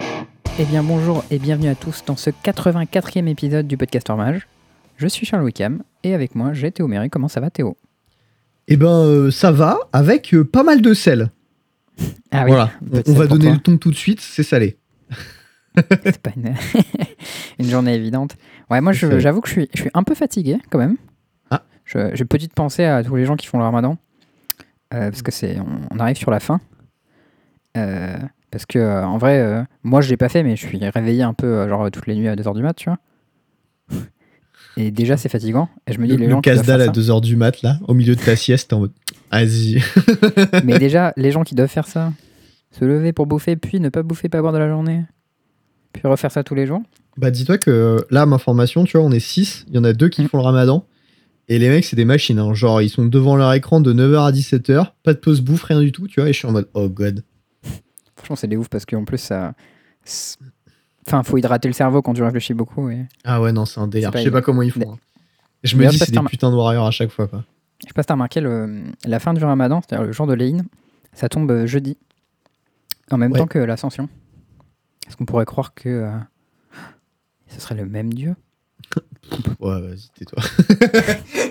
Eh bien bonjour et bienvenue à tous dans ce 84e épisode du podcast Mage. Je suis Charles Wickham et avec moi j'ai Théo Méry. Comment ça va Théo Eh ben euh, ça va avec euh, pas mal de sel. Ah voilà, on, peut-être on va pour donner toi. le ton tout de suite, c'est salé. C'est pas une... une journée évidente. Ouais, moi C'est je- vrai. j'avoue que je suis, je suis un peu fatigué quand même. Ah. Je- J'ai petite pensée à tous les gens qui font le ramadan. Euh, parce que c'est on, on arrive sur la fin. Euh, parce que euh, en vrai, euh, moi je l'ai pas fait, mais je suis réveillé un peu euh, genre toutes les nuits à 2h du mat, tu vois. Et déjà c'est fatigant. Et je me dis Le, les le gens qui doivent casse-dalle faire à ça- 2h du mat, là, au milieu de ta sieste, en mode Vas-y. Mais déjà, les gens qui doivent faire ça, se lever pour bouffer, puis ne pas bouffer, pas boire de la journée, puis refaire ça tous les jours. Bah, dis-toi que euh, là, ma formation, tu vois, on est 6, il y en a deux qui Mm. font le ramadan. Et les mecs, c'est des machines, hein, genre, ils sont devant leur écran de 9h à 17h, pas de pause bouffe, rien du tout, tu vois, et je suis en mode Oh god. Franchement, c'est des ouf parce qu'en plus, ça. c'est- Enfin, faut hydrater le cerveau quand tu réfléchis beaucoup. Et... Ah ouais, non, c'est un délire, C'est pas je sais évident. pas comment ils Mais- font. hein. Je me D'ailleurs, dis, ça, c'est c'est un- des putains de warriors à chaque fois, quoi. Je sais pas si t'as remarqué, le... la fin du ramadan, c'est-à-dire le jour de l'Eid, ça tombe euh, jeudi, en même Ouais. temps que l'ascension. Est-ce qu'on pourrait croire que euh, ce serait le même Dieu Ouais, vas-y, tais-toi.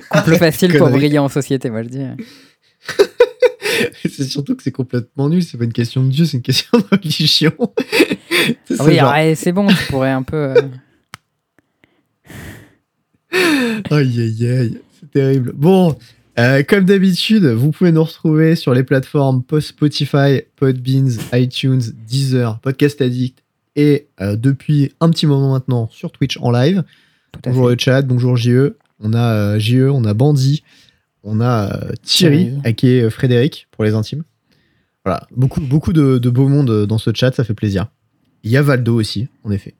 Complot facile pour Ah, connerie. briller en société, moi je dis. c'est surtout que c'est complètement nul, c'est pas une question de Dieu, c'est une question de religion. C'est Ah oui, genre, ouais, c'est bon, tu pourrais un peu. euh, Aïe, aïe, aïe, c'est terrible. Bon, euh, comme d'habitude, vous pouvez nous retrouver sur les plateformes post Spotify, Podbeans, iTunes, Deezer, Podcast Addict et euh, depuis un petit moment maintenant sur Twitch en live. tout à Bonjour fait. le chat, bonjour JE. On a euh, JE, on a Bandit, on a euh, Thierry, Thierry. à qui est euh, Frédéric pour les intimes. Voilà, beaucoup, beaucoup de, de beau monde euh, dans ce chat, ça fait plaisir. Il y a Valdo aussi, en effet.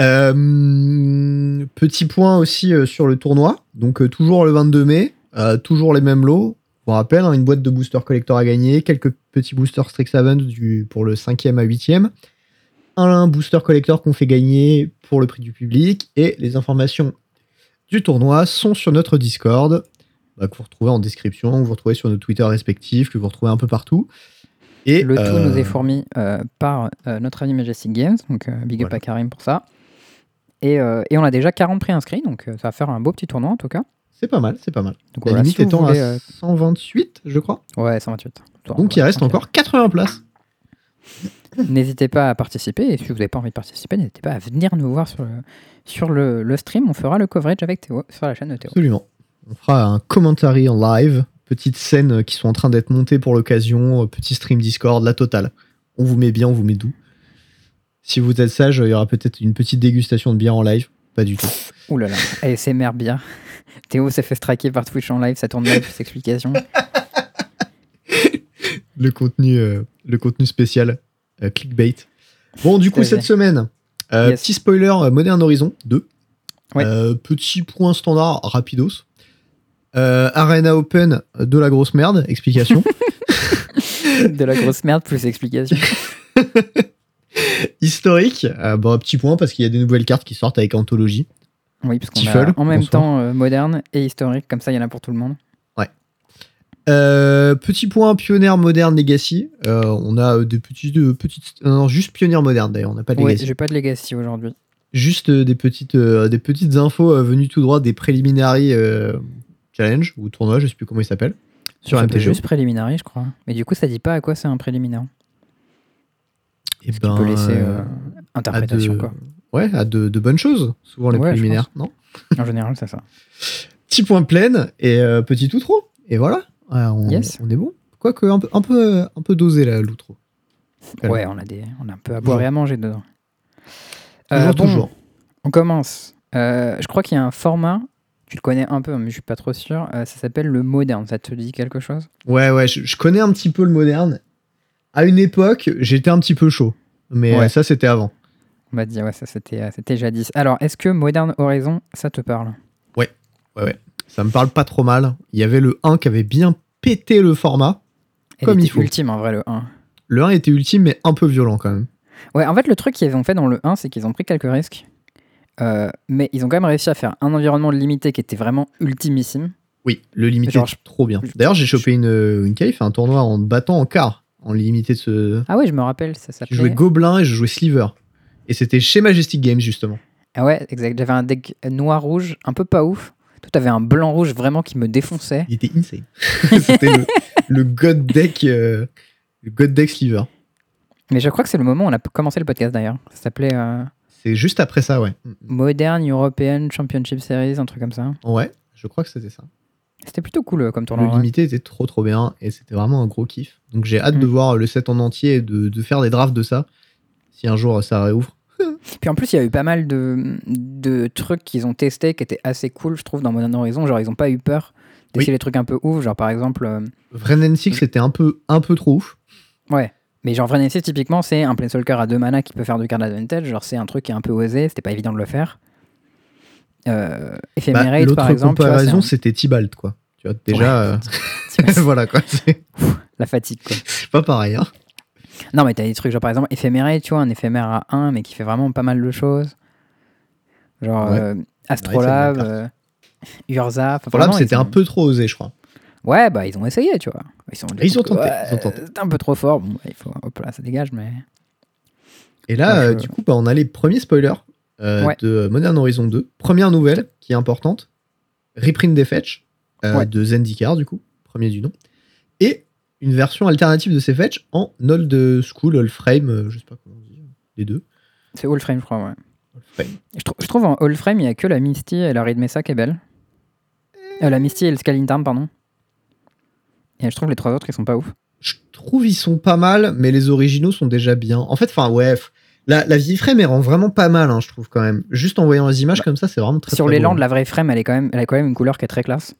Euh, petit point aussi euh, sur le tournoi. Donc, euh, toujours le 22 mai, euh, toujours les mêmes lots. Pour rappel, hein, une boîte de boosters collector à gagner, quelques petits boosters Strixhaven du, pour le 5e à 8e un booster collector qu'on fait gagner pour le prix du public et les informations du tournoi sont sur notre Discord bah, que vous retrouvez en description, que vous retrouvez sur nos Twitter respectifs, que vous retrouvez un peu partout. Et Le tout euh, nous est fourni euh, par euh, notre ami Majestic Games, donc euh, big up Voilà. à Karim pour ça. Et, euh, et on a déjà 40 préinscrits, donc euh, ça va faire un beau petit tournoi en tout cas. C'est pas mal, c'est pas mal. Donc La voilà, limite si vous étant voulez, à 128, je crois. euh, ouais, 128. Donc il Voilà, reste tranquille. encore 80 places. N'hésitez pas à participer, et si vous n'avez pas envie de participer, n'hésitez pas à venir nous voir sur le, sur le, le stream. On fera le coverage avec Théo sur la chaîne de Théo. Absolument. On fera un commentary en live, petites scènes euh, qui sont en train d'être montées pour l'occasion, euh, petit stream Discord, la totale. On vous met bien, on vous met doux. Si vous êtes sage, euh, il y aura peut-être une petite dégustation de bière en live. Pas du tout. Ouh là là, ASMR bien. Théo s'est fait striker par Twitch en live, ça tourne mal, plus explications. Le contenu, euh, le contenu spécial euh, clickbait. Bon, du coup, Ouais. cette semaine, euh, Yes. petit spoiler euh, Modern Horizon 2. Ouais. Euh, petit point standard rapidos. Euh, Arena Open euh, de la grosse merde, explication. de la grosse merde, plus explications. historique. Euh, bon, petit point parce qu'il y a des nouvelles cartes qui sortent avec Anthologie. Oui, parce qu'on Stifle, a en même bonsoir. temps euh, moderne et historique, comme ça il y en a pour tout le monde. Euh, petit point Pionnier moderne Legacy. Euh, on a euh, des petits, de petites, euh, non, juste Pionnier moderne d'ailleurs. On n'a pas de Oui, Legacy. j'ai pas de legacy aujourd'hui. Juste euh, des petites, euh, des petites infos euh, venues tout droit des preliminary euh, challenge ou tournoi, je sais plus comment il s'appelle. Sur Ça s'appelle MTGO. juste préliminary, je crois. Mais du coup, ça dit pas à quoi c'est un préliminaire. Et Tu peux laisser euh, Eh ben, à interprétation, de, quoi. ouais, à de, de bonnes choses. Souvent les Ouais, je préliminaires, non En général, c'est ça. Petit point plein et euh, petit outro. Et voilà, Ah, on, Yes. on est bon. Quoique un peu, un peu, un peu dosé là, l'outro. Voilà. Ouais, on a, des, on a un peu à Toujours. boire et à manger dedans. Euh, Toujours, bon, toujours. On commence. Euh, je crois qu'il y a un format, tu le connais un peu, mais je suis pas trop sûr. euh, ça s'appelle le moderne. Ça te dit quelque chose Ouais, ouais, je, je connais un petit peu le moderne. À une époque, j'étais un petit peu chaud. Mais Ouais. euh, ça, c'était avant. On m'a dit, ouais, ça c'était euh, c'était jadis. Alors, est-ce que Modern Horizon, ça te parle Ça me parle pas trop mal. Il y avait le 1 qui avait bien pété le format. Elle Comme il était faut. ultime en vrai, le 1. Le 1 était ultime, mais un peu violent quand même. Ouais, en fait, le truc qu'ils ont fait dans le 1, c'est qu'ils ont pris quelques risques. Euh, mais ils ont quand même réussi à faire un environnement limité qui était vraiment ultimissime. Oui, le limité, Genre, je- trop bien. je- D'ailleurs, j'ai chopé une, une qualif, un tournoi en me battant en quart, en limité de ce. Ah ouais, je me rappelle, ça s'appelait. Je jouais Gobelin et je jouais Sliver. Et c'était chez Majestic Games, justement. Ah ouais, exact. J'avais un deck noir-rouge, un peu pas ouf. Toi, t'avais un blanc-rouge vraiment qui me défonçait. Il était insane. c'était le, le God Deck. euh, le God Deck Sliver. Mais je crois que c'est le moment où on a p- commencé le podcast d'ailleurs. Ça s'appelait euh, C'est juste après ça, ouais. Mm, Modern European Championship Series, un truc comme ça. Ouais, je crois que c'était ça. C'était plutôt cool euh, comme tournoi. Le ouais. limité était trop trop bien et c'était vraiment un gros kiff. Donc j'ai hâte Mm. de voir le set en entier et de, de faire des drafts de ça. Si un jour euh, ça réouvre. Puis en plus, il y a eu pas mal de, de trucs qu'ils ont testés qui étaient assez cool, je trouve, dans Modern Horizon. Genre, ils ont pas eu peur d'essayer Oui. les trucs un peu ouf. Genre, par exemple, euh, Vren 6 c'était un peu, un peu trop ouf. ouais. Mais genre, Vrain Essay, typiquement, c'est un Planeswalker à deux mana qui peut faire du card advantage. Genre, c'est un truc qui est un peu osé, c'était pas évident de le faire. Euh, Bah, Ephemerate, L'autre par exemple. tu vois, comparaison, c'est c'était Tibalt, quoi. Tu vois, un- déjà, euh, Ouais, voilà quoi. C'est la fatigue, quoi. c'est pas pareil. hein. Non, mais t'as des trucs, genre par exemple, éphéméré, tu vois, un éphémère à 1, mais qui fait vraiment pas mal de choses. Genre Ouais. euh, Astrolabe, c'est une euh, Urza. enfin, Pour l'âme, vraiment, ils c'était ont- un peu trop osé, je crois. Ouais, bah ils ont essayé, tu vois. Ils, sont Ils ont tenté, Ouais, ils ont tenté. C'est un peu trop fort. Bon, bah, il faut. Hop là, ça dégage, mais. Et là, Ouais, je- euh, du coup, bah, on a les premiers spoilers euh, Ouais. de Modern Horizon 2. Première nouvelle qui est importante reprint des fetch euh, Ouais. de Zendikar, du coup, premier du nom. Et une version alternative de ces fetch en old school, old frame, euh, je sais pas comment on dit, les deux. C'est all frame, je crois, ouais. Old frame. Je, trou- je trouve en all frame, il y a que la Misty et la Reed Mesa qui est belle. Euh, la Misty et le Scaling Tarn, pardon. Et je trouve les trois autres, ils sont pas ouf. Je trouve ils sont pas mal, mais les originaux sont déjà bien. En fait, enfin, ouais. f- La, la vieille frame, elle rend vraiment pas mal, hein, je trouve, quand même. Juste en voyant les images comme ça, c'est vraiment très Bah, Sur très l'élan beau. de la vraie frame, elle, est quand même, elle a quand même une couleur qui est très classe.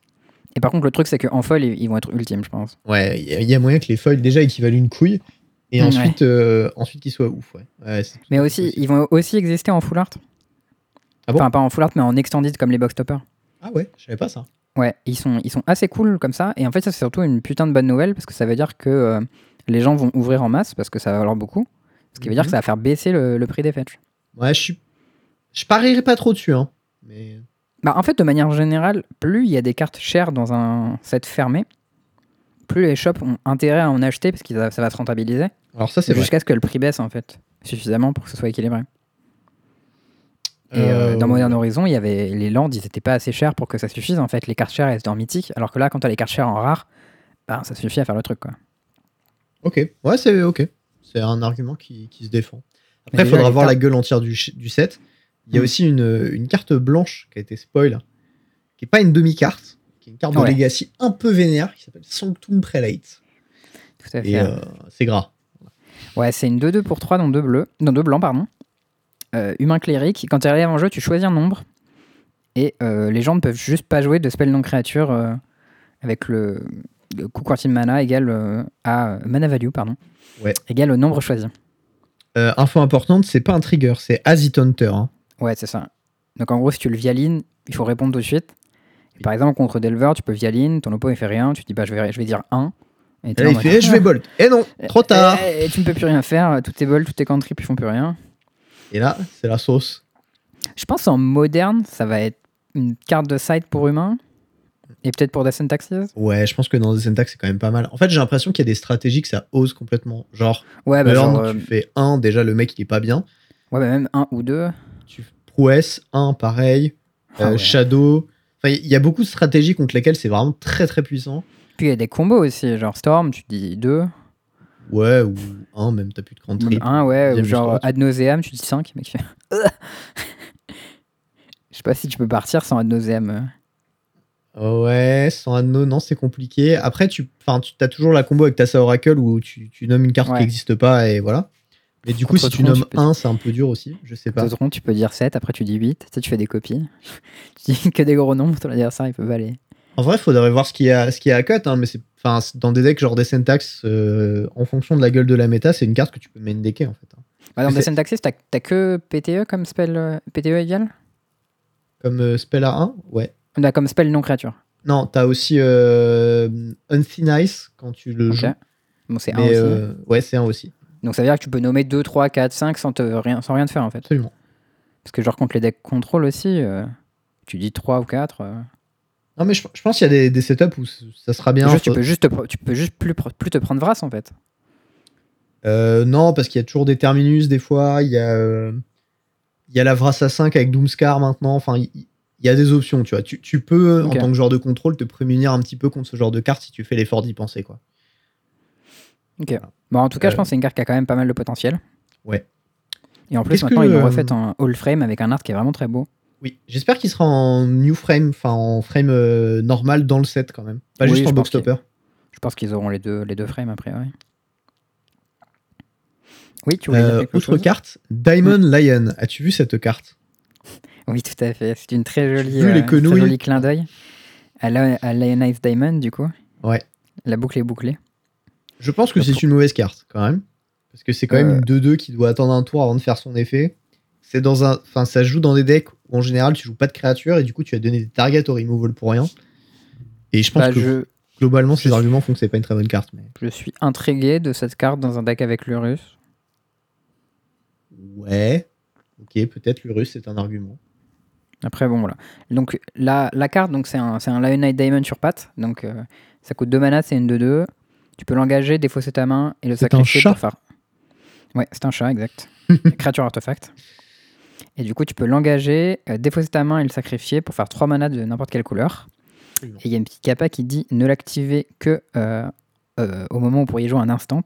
Et par contre, le truc, c'est qu'en foil, ils, ils vont être ultimes, je pense. Ouais, il y, a- il y a moyen que les feuilles déjà équivalent une couille. Et Mm, ensuite, euh, ensuite qu'ils soient ouf. Ouais. Ouais, c'est tout Mais à fait aussi, possible. ils vont aussi exister en full art. Ah bon enfin, pas en full art, mais en extended comme les box toppers. Ah ouais, je savais pas ça. Ouais, ils sont, ils sont assez cool comme ça. Et en fait, ça, c'est surtout une putain de bonne nouvelle parce que ça veut dire que euh, les gens vont ouvrir en masse parce que ça va valoir beaucoup. Ce qui veut dire Mhm. que ça va faire baisser le, le prix des fetch. Ouais, je suis. Je parierais pas trop dessus, hein. Mais. Bah, en fait, de manière générale, plus il y a des cartes chères dans un set fermé, plus les shops ont intérêt à en acheter parce que ça- ça va se rentabiliser. Alors ça, c'est vrai. Jusqu'à ce que le prix baisse en fait, suffisamment pour que ce soit équilibré. Et euh, Euh, dans Modern Horizon, il y avait les landes, ils étaient pas assez chers pour que ça suffise. En fait, les cartes chères, elles étaient en mythique. Alors que là, quand t'as les cartes chères en rare, ben, ça suffit à faire le truc. Quoi. Ok. Ouais, c'est ok. C'est un argument qui, qui se défend. Mais Après, il déjà, faudra les voir la cartes- gueule entière du, ch- du set. Il y a Mm. aussi une, une carte blanche qui a été spoil, qui est pas une demi-carte, qui est une carte Ouais. de Legacy un peu vénère, qui s'appelle Sanctum Prelate. Tout à fait. Et euh, c'est gras. Ouais, c'est une 2-2 pour 3 dans deux bleus, dans deux blancs, pardon. Euh, humain cléric, quand tu arrives en jeu, tu choisis un nombre. Et euh, les gens ne peuvent juste pas jouer de spell non créature euh, avec le, le coût quartier de mana égal euh, à euh, mana value, pardon. Ouais. Égal au nombre choisi. Euh, info importante, c'est pas un trigger, c'est Azit Hunter. hein. Ouais, c'est ça. Donc en gros, si tu le vialines, il faut répondre tout de suite. Et par exemple, contre Delver, tu peux vialine, ton oppo il fait rien, tu te dis bah je vais, je vais dire 1. Et t'es Et là en mode, là, il ah, fait, Eh, je vais bolt. Eh non, trop tard. Eh, eh, tu ne peux plus rien faire, tous tes bols, tous tes cantrips, ils font plus rien. Et là, c'est la sauce. Je pense en moderne, ça va être une carte de side pour humain. Et peut-être pour Descent Taxis Ouais, je pense que dans des syntaxes, c'est quand même pas mal. En fait, j'ai l'impression qu'il y a des stratégies que ça ose complètement. Genre, Ouais, bah, Burn, genre, euh, tu fais 1, déjà le mec il est pas bien. ouais, bah, même un ou Euh, deux. Tu prouesse, 1, pareil. Ah Euh, ouais. Shadow. Enfin, il y a beaucoup de stratégies contre lesquelles c'est vraiment très très puissant. Puis il y a des combos aussi, genre Storm, tu dis 2. Ouais, ou 1, même t'as plus de country. Même un, ouais, ou deuxième genre histoire, tu- ad nauseam, tu dis 5, mec. il fait Je sais pas si tu peux partir sans ad nauseam. euh. Oh, Ouais, sans anneau, non, c'est compliqué. Après, tu, enfin, tu as toujours la combo avec ta Sa Oracle où tu, tu nommes une carte Ouais. qui n'existe pas et voilà. Mais du coup, Contre si tu Tron, tu nommes peux- 1, c'est un peu dur aussi. Je sais pas. D'autres ronds, tu peux dire 7, après tu dis 8, ça tu fais des copies. tu dis que des gros nombres, ton adversaire il peut pas aller. En vrai, faudrait voir ce qu'il y a, ce qu'il y a à cut, hein, mais c'est, enfin, c'est- dans des decks genre des syntaxes, euh, en fonction de la gueule de la méta, c'est une carte que tu peux main decker en fait. hein. Bah, dans Mais ta c'est- scène d'accès, t'as t'as que PTE comme spell euh, PTE égal Comme euh, spell à 1, ouais. Non, Comme spell non créature. Non, t'as aussi euh, Unthin Ice quand tu le Ok. joues. Bon, c'est 1 Mais, aussi. euh, ouais, c'est un aussi, Donc ça veut dire que tu peux nommer 2, 3, 4, 5 sans, te, rien, sans rien te faire en fait. absolument. Parce que genre contre les decks contrôle aussi, euh, tu dis 3 ou euh, 4. Non, mais je, je pense qu'il y a des, des setups où c- ça sera bien. tu Faut- peux juste, te pr- tu peux juste plus, pr- plus te prendre Vras en fait. Euh, non, parce qu'il y a toujours des terminus des fois. Il y a, euh, Il y a la Vrassa 5 avec Doomscar maintenant. Enfin, il il y a des options, tu vois. Tu, tu peux, euh, Ok. en tant que joueur de contrôle, te prémunir un petit peu contre ce genre de carte si tu fais l'effort d'y penser, quoi. Bon, en tout cas, je Euh. pense que c'est une carte qui a quand même pas mal de potentiel. Ouais. Et en plus, Qu'est-ce maintenant, que, ils l'ont euh, refait en all frame avec un art qui est vraiment très beau. Oui, j'espère qu'il sera en new frame, enfin en frame euh, normal dans le set quand même. Pas Oui, juste en je pense box topper. Je pense qu'ils auront les deux, les deux frames après, ouais. Oui, tu voulais dire Euh, quelque autre chose carte, Diamond Lion. As-tu vu cette carte Oui, tout à fait. C'est une très jolie, vu les euh, très quenouilles joli clin d'œil. À, la, à Lionized Diamond, du coup. Ouais. La boucle est bouclée. Je pense que Le c'est pro- une mauvaise carte quand même. Parce que c'est quand même Euh. une 2-2 qui doit attendre un tour avant de faire son effet. C'est dans un, enfin, ça se joue dans des decks où en général tu joues pas de créatures et du coup tu as donné des targets au removal pour rien. Et je pense Bah, que je, globalement ces je- arguments font que c'est pas une très bonne carte. Mais... je suis intrigué de cette carte dans un deck avec Lurus. Ouais. Ok, peut-être l'Urus c'est un argument. Après, bon, voilà. Donc, la, la carte, donc, c'est un, c'est un Lionite Diamond sur patte. Donc, euh, ça coûte 2 mana, c'est une 2-2. Tu peux l'engager, défausser ta main et le C'est un sacrifier chat. pour faire. Ouais, c'est un chat, exact. Créature artefact. Et du coup, tu peux l'engager, euh, défausser ta main et le sacrifier pour faire 3 mana de n'importe quelle couleur. Absolument. Et il y a une petite capa qui dit ne l'activer que euh, euh, au moment où vous pourriez jouer un instant.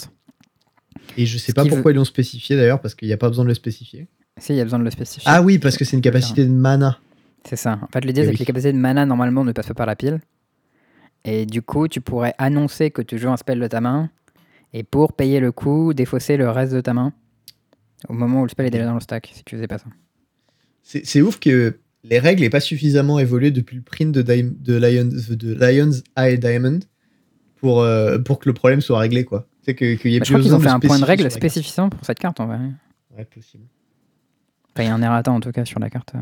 Et je sais Ce pas qui pourquoi ils l'ont spécifié d'ailleurs parce qu'il n'y a pas besoin de le spécifier. Si, il y a besoin de le spécifier. Ah oui, parce que c'est une Putain. capacité de mana. C'est ça. En fait, l'idée, Eh c'est oui. que les capacités de mana, normalement, ne passent pas par la pile. Et du coup, tu pourrais annoncer que tu joues un spell de ta main, et pour payer le coup, défausser le reste de ta main au moment où le spell est déjà dans le stack, si tu faisais pas ça. Bah, C'est c'est ouf que les règles n'aient pas suffisamment évolué depuis le print de, Dim- de, Lions, de Lion's Eye Diamond pour, euh, pour que le problème soit réglé. quoi. C'est que- qu'il y ait Bah, je plus crois qu'ils besoin ont fait un point de spécifier règle sur la carte. spécifiant pour cette carte, en vrai. Enfin, Ouais, possible. il y a un errata, en tout cas, sur la carte.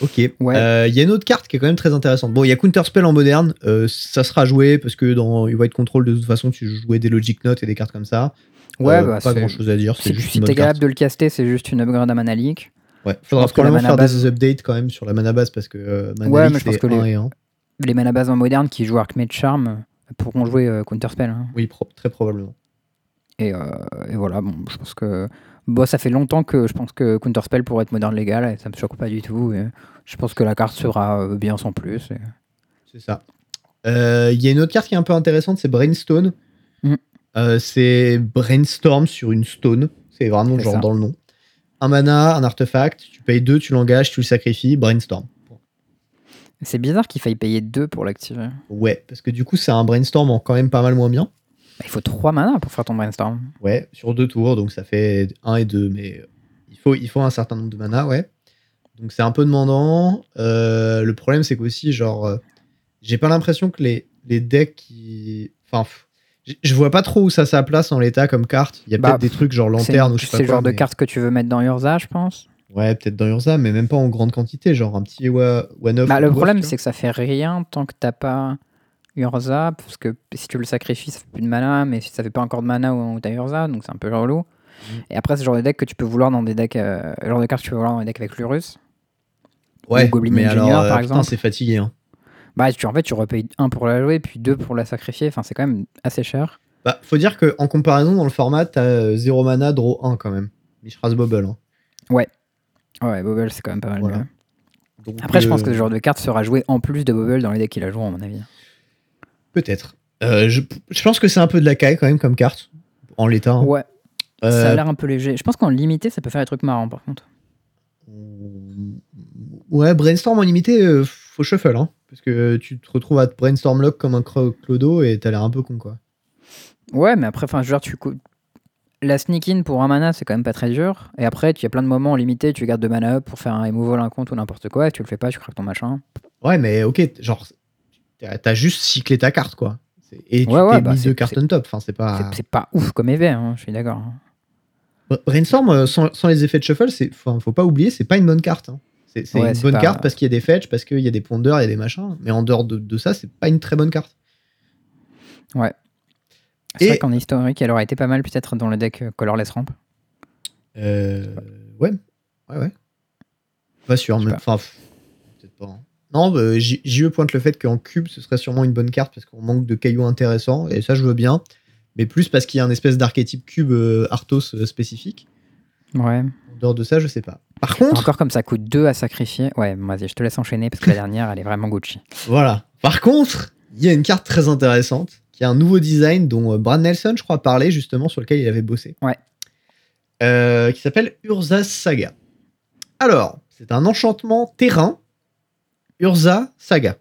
Ok. Euh, Il Ouais. y a une autre carte qui est quand même très intéressante. Bon, il y a Counterspell en moderne. euh, ça sera joué parce que dans White Control, de toute façon, tu jouais des Logic Notes et des cartes comme ça. Ouais, Euh, bah, pas c'est- grand chose à dire. C'est Si, juste si une t'es bonne carte. capable de le caster, c'est juste une upgrade à mana leak. Ouais. Faudra pense que la probablement mana faire base- des updates quand même sur la mana base parce que euh, mana Ouais, leak, mais je pense c'est que les- 1 et 1. Les mana bases en moderne qui jouent Archmage Charm pourront jouer euh, Counterspell. hein. Oui, pro- très probablement. Et, euh, et voilà, bon, je pense que bon, ça fait longtemps que je pense que Counterspell pourrait être moderne légal et ça me choque pas du tout. et je pense que la carte sera euh, bien sans plus. et- C'est ça. Euh, Il y a une autre carte qui est un peu intéressante, c'est Brainstone. Mm. Euh, c'est Brainstorm sur une stone. C'est vraiment C'est genre ça. dans le nom. Un mana, un artefact, tu payes deux, tu l'engages, tu le sacrifies, Brainstorm. C'est bizarre qu'il faille payer 2 pour l'activer. Bah, Ouais, parce que du coup, c'est un Brainstorm en quand même pas mal moins bien. il faut 3 mana pour faire ton brainstorm. Ouais, sur deux tours, donc ça fait 1 et 2, mais euh, il faut, il faut un certain nombre de mana, ouais. Donc c'est un peu demandant. Euh, le problème, c'est qu'aussi, genre, euh, j'ai pas l'impression que les, les decks qui. Enfin, pff, j- je vois pas trop où ça sa place en l'état comme carte. Il y a Bah, peut-être des trucs genre C'est lanterne ou je c'est sais pas le quoi, genre de mais- carte que tu veux mettre dans Urza, je pense. Ouais, peut-être dans Urza, mais même pas en grande quantité, genre un petit wa- one-off. Bah, le ou problème, dwarf, tu c'est que ça fait rien tant que t'as pas Urza, parce que si tu le sacrifies, ça fait plus de mana, mais si ça fait pas encore de mana ou t'as Urza, donc c'est un peu relou. Mm. Et après, c'est le genre de deck que tu peux vouloir dans des decks, euh, le genre de carte que tu peux vouloir dans des decks avec Lurus. vois. Ouais, ou Goblin mais Engineer, alors, par euh, putain, exemple. c'est fatigué. hein. Bah, tu, en fait, tu repayes 1 pour la jouer, puis 2 pour la sacrifier. Enfin, c'est quand même assez cher. Bah, faut dire qu'en comparaison, dans le format, t'as 0 mana, draw 1 quand même. Mishra's Bubble. hein. Ouais, Bobble, c'est quand même pas mal. Voilà. mieux. Donc, Après, je euh, pense que ce genre de carte sera joué en plus de Bobble dans les decks qu'il a joué, à mon avis. Hein. Peut-être. Euh, je, je pense que c'est un peu de la caille quand même comme carte, en l'état. hein. Ouais, ça a Euh, l'air un peu léger. Je pense qu'en limité, ça peut faire des trucs marrants, par contre. ouais, brainstorm en limité, euh, faut shuffle. Hein, parce que tu te retrouves à te brainstorm lock comme un cro- clodo et t'as l'air un peu con quoi. Ouais, mais après, enfin, genre, tu cou- La sneak in pour un mana, c'est quand même pas très dur. Et après, tu as plein de moments limités, tu gardes deux mana up pour faire un removal, un compte ou n'importe quoi. Et tu le fais pas, tu craques ton machin. Ouais, mais ok, t- genre, t'as t'as juste cyclé ta carte quoi. C'est- Et tu Ouais, ouais, t'es bah, mis c'est- deux cartes c'est- on top. Enfin, c'est pas. C'est- C'est pas ouf comme effet, hein, je suis d'accord. Bra- Brainstorm euh, sans, sans les effets de shuffle, c'est, faut, faut pas oublier, c'est pas une bonne carte. hein. C'est, c'est Ouais, une c'est bonne pas- carte parce qu'il y a des fetch, parce qu'il y a des pondeurs, il y a des machins. Mais en dehors de, de ça, c'est pas une très bonne carte. C'est Et- vrai qu'en historique, elle aurait été pas mal peut-être dans le deck euh, Colorless Ramp. Euh, ouais, ouais, ouais. Pas sûr, Je sais mais- enfin, pff, peut-être pas. hein. Non, bah, J- JE pointe le fait qu'en cube, ce serait sûrement une bonne carte parce qu'on manque de cailloux intéressants, et ça, je veux bien. Mais plus parce qu'il y a un espèce d'archétype cube euh, Arthos euh, spécifique. Ouais. En dehors de ça, je sais pas. Par contre, Encore comme ça coûte 2 à sacrifier. Ouais, bon, vas-y, je te laisse enchaîner parce que la dernière, elle est vraiment Gucci. voilà. Par contre, il y a une carte très intéressante qui a un nouveau design dont euh, Brad Nelson, je crois, parlait justement sur lequel il avait bossé. Ouais. Euh, qui s'appelle Urza Saga. Alors, c'est un enchantement terrain. Urza Saga.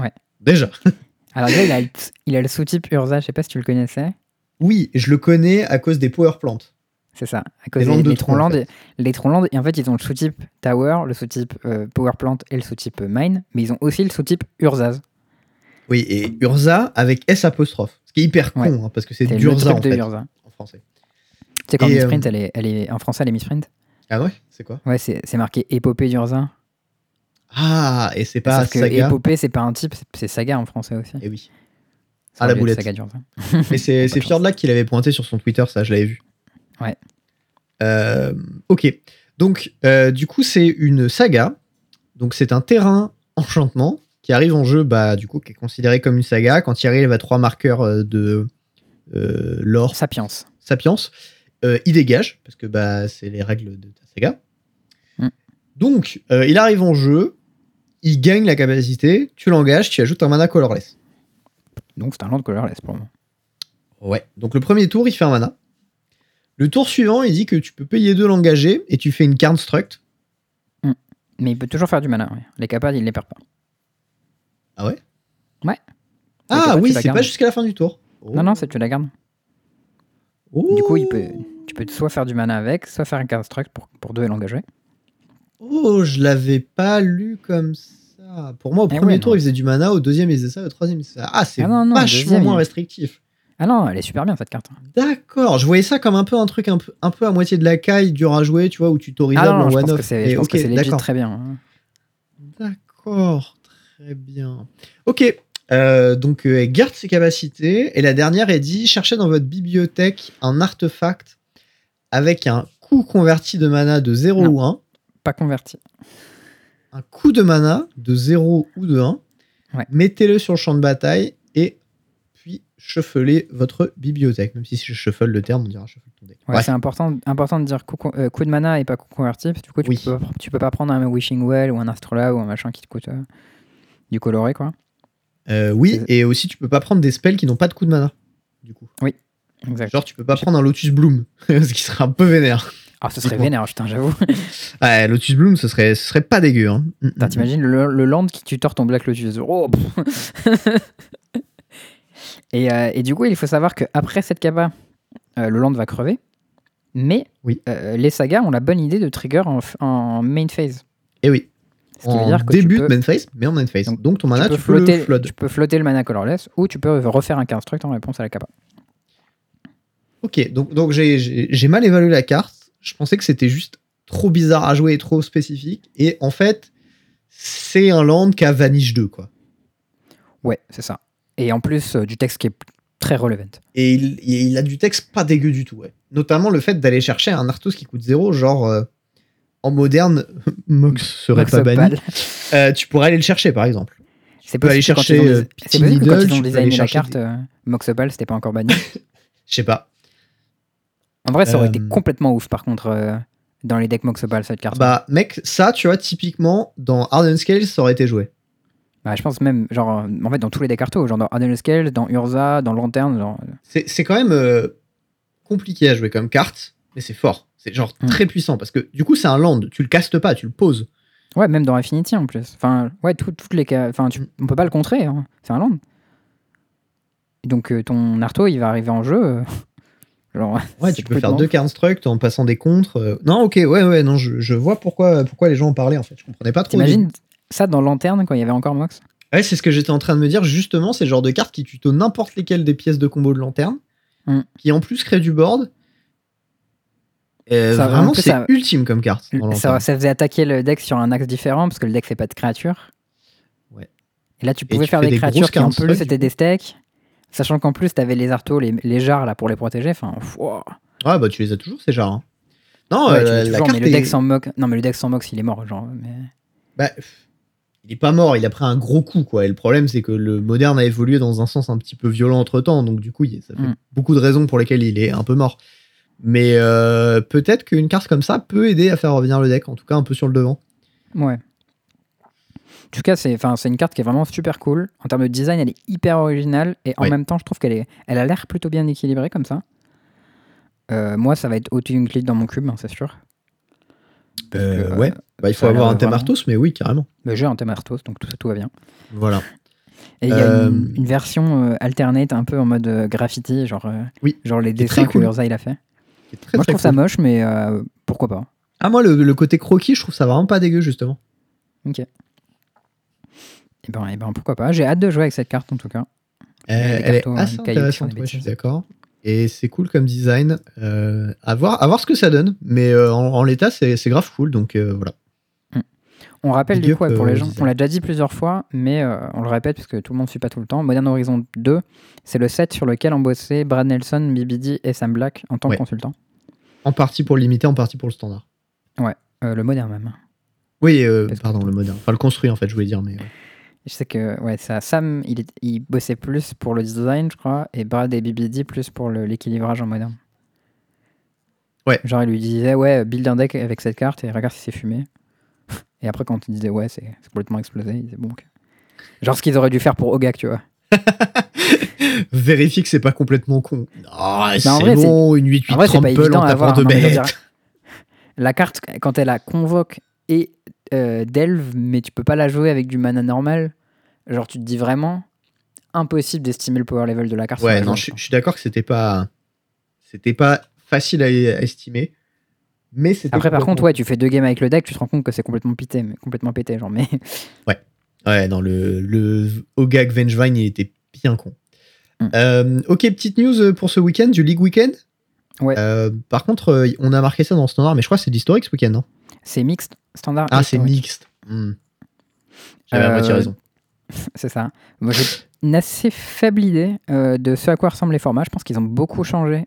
Ouais. Déjà. Alors déjà, il a le, il a le sous-type Urza, je sais pas si tu le connaissais. Oui, je le connais à cause des power plantes. C'est ça, à cause Les des landes de les tronc, Tronlandes. en fait. et- Les Tronlandes, et en fait, ils ont le sous-type Tower, le sous-type euh, Power Plant et le sous-type euh, Mine, mais ils ont aussi le sous-type Urzaz. Oui, et Urza avec S apostrophe. Ce qui est hyper con, Ouais. hein, parce que c'est C'est le d'Urza truc en, de fait, Urza. en français. Tu sais, quand Et, euh, Miss Print, elle est, elle est, en français, elle est Miss Print. Ah ouais C'est quoi Ouais, c'est c'est marqué Épopée d'Urza. Ah, et c'est pas Parce que Saga Épopée, c'est pas un type, c'est- c'est Saga en français aussi. Eh oui. Ça à la aurait dû être boulette. Saga d'Urza. Mais c'est Pas de Fjord là qui l'avait pointé sur son Twitter, ça, je l'avais vu. Ouais. Euh, ok. Donc, euh, du coup, c'est une saga. Donc, c'est un terrain enchantement qui arrive en jeu, bah, du coup, qui est considéré comme une saga. Quand il arrive à trois marqueurs euh, de euh, l'or, Sapiens. Sapiens, euh, il dégage, parce que bah, c'est les règles de ta saga. Mm. Donc, euh, il arrive en jeu, il gagne la capacité, tu l'engages, tu ajoutes un mana colorless. Donc c'est un land colorless pour moi. Ouais. Donc, le premier tour, il fait un mana. Le tour suivant, il dit que tu peux payer deux l'engager et tu fais une card struct. Mais il peut toujours faire du mana, ouais. Les capables, il les perd pas. Ah ouais Ouais. t'as Ah pas oui, fait la c'est garde. pas jusqu'à la fin du tour. Oh. Non, non, c'est tu la gardes. Du coup, il peut, tu peux soit faire du mana avec, soit faire un card struct pour, pour deux et l'engager. Oh, je l'avais pas lu comme ça. Pour moi, au Eh premier ouais, tour, non. il faisait du mana, au deuxième, il faisait ça, au troisième, il faisait ça. Ah, c'est Ah non, non, vachement deuxième, moins il- restrictif. Ah non, elle est super bien cette carte. hein. D'accord, je voyais ça comme un peu un truc un peu, un peu à moitié de la caille, dur à jouer, tu vois, où tu Ah t'aurisable non, non, en je pense one-off. que c'est Et je pense que ok, c'est legit d'accord. très bien. hein. D'accord, très bien. Ok, euh, donc euh, elle garde ses capacités. Et la dernière est dit cherchez dans votre bibliothèque un artefact avec un coût converti de mana de 0 Non. ou 1, Pas converti. un coût de mana de 0 ou de 1. Ouais. Mettez-le sur le champ de bataille et puis shufflez votre bibliothèque. Même si je shuffle le terme, on dira shuffle ton deck. Ouais, Bref. C'est important, important de dire coup, con- euh, coup de mana et pas coup converti. parce que Du coup, tu, Oui. peux, pas- tu peux pas prendre un Wishing Well ou un Astrola ou un machin qui te coûte euh, du coloré, quoi. Euh, oui, C'est- et aussi tu peux pas prendre des spells qui n'ont pas de coup de mana. Du coup. Exact. Genre tu peux pas prendre un Lotus Bloom, ce qui serait un peu vénère. Ah, ce serait Dites-moi. vénère, putain, j'avoue. Ouais, Bah, Lotus Bloom, ce serait, ce serait pas dégueu. hein. Mm, Putain, mm. Bah, T'imagines le, le land qui tutor ton Black Lotus. Oh, pff. et, euh, et du coup, il faut savoir qu'après cette capa, euh, le land va crever. Mais Oui. euh, les sagas ont la bonne idée de trigger en, f- en main phase. Eh oui, Ce qui veut en dire que tu début peux- de main phase, mais en main phase. Donc, Donc, ton mana, tu, tu peux peux, flotter, le flood. tu peux flotter le mana colorless ou tu peux refaire un construct en réponse à la capa. Ok, donc, donc j'ai- j'ai j'ai mal évalué la carte. Je pensais que c'était juste trop bizarre à jouer et trop spécifique. Et en fait, c'est un land qui a Vanish 2, quoi. Ouais, c'est ça. Et en plus euh, du texte qui est très relevant. Et il, et il a du texte pas dégueu du tout, ouais. Notamment le fait d'aller chercher un Arthos qui coûte zéro, genre euh, en moderne, Mox serait Box pas of banni. Pal. Euh, tu pourrais aller le chercher, par exemple. C'est peux aller possible que quand chercher, ils ont des- euh, C'est Petit possible que quand ils ont Needle, tu peux aller designé la chercher carte, des- euh, Moxopal, c'était pas encore banni. Je sais pas. En vrai, ça aurait été Euh, complètement ouf par contre euh, dans les decks Moxopal cette carte. Bah, mec, ça, tu vois, typiquement, dans Harden Scale, ça aurait été joué. Bah, je pense même, genre, euh, en fait, dans tous les decks arto, genre dans Adenoid Scale, dans Urza, dans Lanterne, genre, euh, C'est c'est quand même euh, compliqué à jouer comme carte, mais c'est fort. C'est genre Mm. très puissant parce que du coup, c'est un land. Tu le castes pas, tu le poses. ouais, même dans Infinity en plus. Enfin, ouais, tout- toutes les cas, enfin, tu- Mm. on peut pas le contrer, hein. c'est un land. Donc euh, ton arto, il va arriver en jeu. euh, genre, Ouais, c'est tu peux faire complètement- deux constructs en passant des contres. euh. Non, ok, ouais, ouais, non, je, je vois pourquoi, pourquoi les gens en parlaient en fait. Je comprenais pas trop. T'imagines ça dans Lanterne quand il y avait encore Mox Ouais, c'est ce que j'étais en train de me dire. Justement, c'est le genre de carte qui tuto n'importe lesquelles des pièces de combo de lanterne, Mm. qui en plus crée du board. Euh, Ça, en vraiment, plus, c'est ça- ultime comme carte. dans ça, lanterne. ça faisait attaquer le deck sur un axe différent parce que le deck fait pas de créatures. Ouais. Et là, tu pouvais tu faire fais des, des créatures grosses qui en 45, plus du c'était coup. des stacks. Sachant qu'en plus, t'avais les artos, les, les jars là pour les protéger. Enfin, pff, wow. Ouais, bah tu les as toujours ces jars. hein. Non, Ouais, euh, tu l'as la toujours, carte mais le deck est- sans mox, non mais le deck sans mox, il est mort, genre. Mais... bah, pff, il est pas mort, il a pris un gros coup quoi. Et le problème c'est que le moderne a évolué dans un sens un petit peu violent entre temps, donc du coup il- ça fait Mm. beaucoup de raisons pour lesquelles il est un peu mort. Mais euh, peut-être qu'une carte comme ça peut aider à faire revenir le deck, en tout cas un peu sur le devant. Ouais. En tout cas, c'est enfin, c'est une carte qui est vraiment super cool. En termes de design, elle est hyper originale. Et en Oui. même temps, je trouve qu'elle est... elle a l'air plutôt bien équilibrée comme ça. Euh, moi, ça va être auto clip dans mon cube, hein, c'est sûr. Euh, euh, ouais, Bah, il faut ça a avoir l'air un thème vraiment- Arthos, mais oui, carrément. Mais j'ai un thème Arthos, donc tout ça, tout va bien. Voilà. Et il y a Euh, une, une version euh, alternate, un peu en mode euh, graffiti, genre, euh, Oui. genre les Qui est dessins très que cool. Urza il a fait. C'est très, moi, je très trouve ça cool. moche, mais euh, pourquoi pas. Ah, moi, le, le côté croquis, je trouve ça vraiment pas dégueu, justement. Et ben, et ben pourquoi pas. J'ai hâte de jouer avec cette carte en tout cas. Elle, les Euh, elle est cartons, assez hein, cailloux qui font intéressante, des ouais, je suis bêtises. d'accord. Et c'est cool comme design. Euh, à, voir, à voir ce que ça donne. Mais euh, en, en l'état, c'est c'est grave cool. Donc euh, voilà. On rappelle Big du up, coup, ouais, pour euh, les gens, Lisa. on l'a déjà dit plusieurs fois, mais euh, on le répète parce que tout le monde ne suit pas tout le temps. Modern Horizon 2, c'est le set sur lequel ont bossé Brad Nelson, BBD et Sam Black en tant Ouais. que consultant. En partie pour le limité, en partie pour le standard. Euh, le moderne même. Oui, euh, Parce que- pardon, le moderne. Enfin, le construit, en fait, je voulais dire. Mais, euh, ouais. Je sais que ouais, ça, Sam, il, est- il bossait plus pour le design, je crois, et Brad et BBD plus pour le- l'équilibrage en moderne. Ouais. Genre, il lui disait, ouais, build un deck avec cette carte et regarde si c'est fumé. Et après, quand il disait, ouais, c'est c'est complètement explosé, il disait, bon, ok. Genre ce qu'ils auraient dû faire pour Ogak, tu vois. Vérifie que c'est pas complètement con. Ah, c'est Bah, vrai, bon, une 8-8 En vrai, c'est pas trample évident en à tapant avoir. de non, mais je veux dire, bête. la carte, quand elle la convoque et euh, d'Elve, mais tu peux pas la jouer avec du mana normal, genre tu te dis vraiment impossible d'estimer le power level de la carte. sans la Ouais, non, jouer, je, quoi. je suis d'accord que c'était pas, c'était pas facile à, à estimer, mais c'était. Après, par contre, complètement- ouais, tu fais deux games avec le deck, tu te rends compte que c'est complètement pété, mais complètement pété, genre. Mais Ouais, non, le, le Ogag Vengevine, il était bien con. Mm. Euh, ok, petite news pour ce week-end, du League Weekend. Ouais. Euh, par contre, euh, on a marqué ça dans le standard, mais je crois que c'est de l'historique ce week-end. non c'est mixte, standard. ah, et c'est historique. mixte. Hmm. J'avais à Euh, moitié raison. C'est ça. Moi, j'ai une assez faible idée euh, de ce à quoi ressemblent les formats. Je pense qu'ils ont beaucoup changé,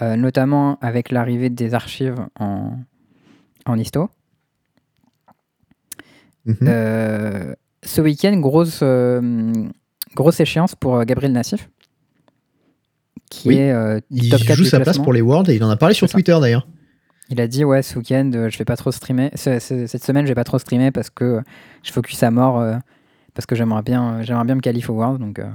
euh, notamment avec l'arrivée des archives en, en histo. Mhm. Euh, ce week-end, grosse, euh, grosse échéance pour euh, Gabriel Nassif, qui Oui. est euh, il top 4 joue du sa place classement. pour les Worlds et il en a parlé sur C'est ça. Twitter d'ailleurs. Il a dit ouais ce week-end euh, je vais pas trop streamer Ce- ce- cette semaine je vais pas trop streamer parce que euh, je focus à mort euh, parce que j'aimerais bien euh, j'aimerais bien me qualifier au World donc euh.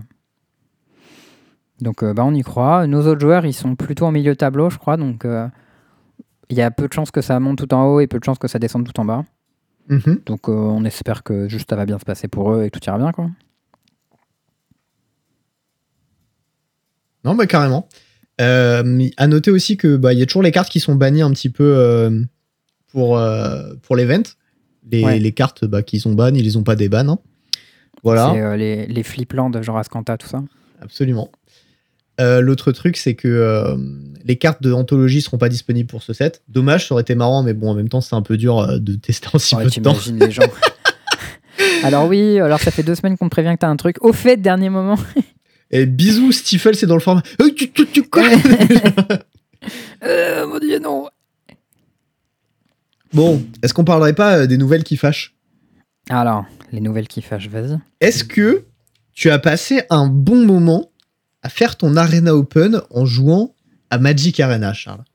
donc euh, bah on y croit nos autres joueurs ils sont plutôt en milieu de tableau je crois donc euh, il y a peu de chances que ça monte tout en haut et peu de chances que ça descende tout en bas Mhm. donc euh, on espère que juste ça va bien se passer pour eux et que tout ira bien quoi Non, bah carrément. Euh, à noter aussi que bah il y a toujours les cartes qui sont bannies un petit peu euh, pour euh, pour l'event. Les, Ouais. les cartes bah, qu'ils ont bannes, ils les ont pas débannes. hein. Voilà, c'est euh, les les fliplands genre Ascanta tout ça absolument. Euh, L'autre truc, c'est que euh, les cartes de anthologie seront pas disponibles pour ce set. Dommage, ça aurait été marrant, mais bon, en même temps, c'est un peu dur euh, de tester en si Ouais, peu de temps. t'imagines les gens alors oui alors ça fait deux semaines qu'on te prévient que t'as un truc au fait dernier moment Et bisous, Stifle, c'est dans le format. Euh, tu, tu, tu- quoi Euh, mon dieu, non. bon, est-ce qu'on parlerait pas euh, des nouvelles qui fâchent Alors, les nouvelles qui fâchent, vas-y. Est-ce que tu as passé un bon moment à faire ton Arena Open en jouant à Magic Arena, Charles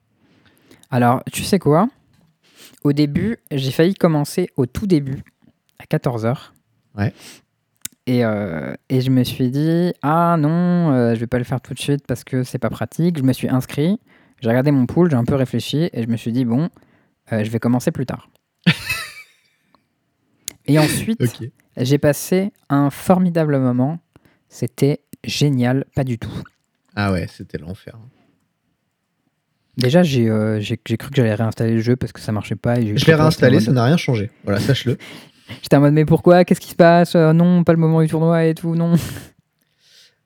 Alors, tu sais quoi Au début, j'ai failli commencer au tout début, à 14h. Ouais. Et, euh, et je me suis dit, ah non, euh, je vais pas le faire tout de suite parce que c'est pas pratique. Je me suis inscrit, j'ai regardé mon pool, j'ai un peu réfléchi et je me suis dit, bon, euh, je vais commencer plus tard. et ensuite, Ok. j'ai passé un formidable moment. C'était génial, pas du tout. Ah ouais, c'était l'enfer. Déjà, j'ai euh, j'ai- j'ai cru que j'allais réinstaller le jeu parce que ça marchait pas. et j'ai eu Je l'ai trop peur, réinstallé, j'étais ça en mode- n'a rien changé. Voilà, sache-le. J'étais en mode, mais pourquoi Qu'est-ce qui se passe Euh, Non, pas le moment du tournoi et tout, non. Bah,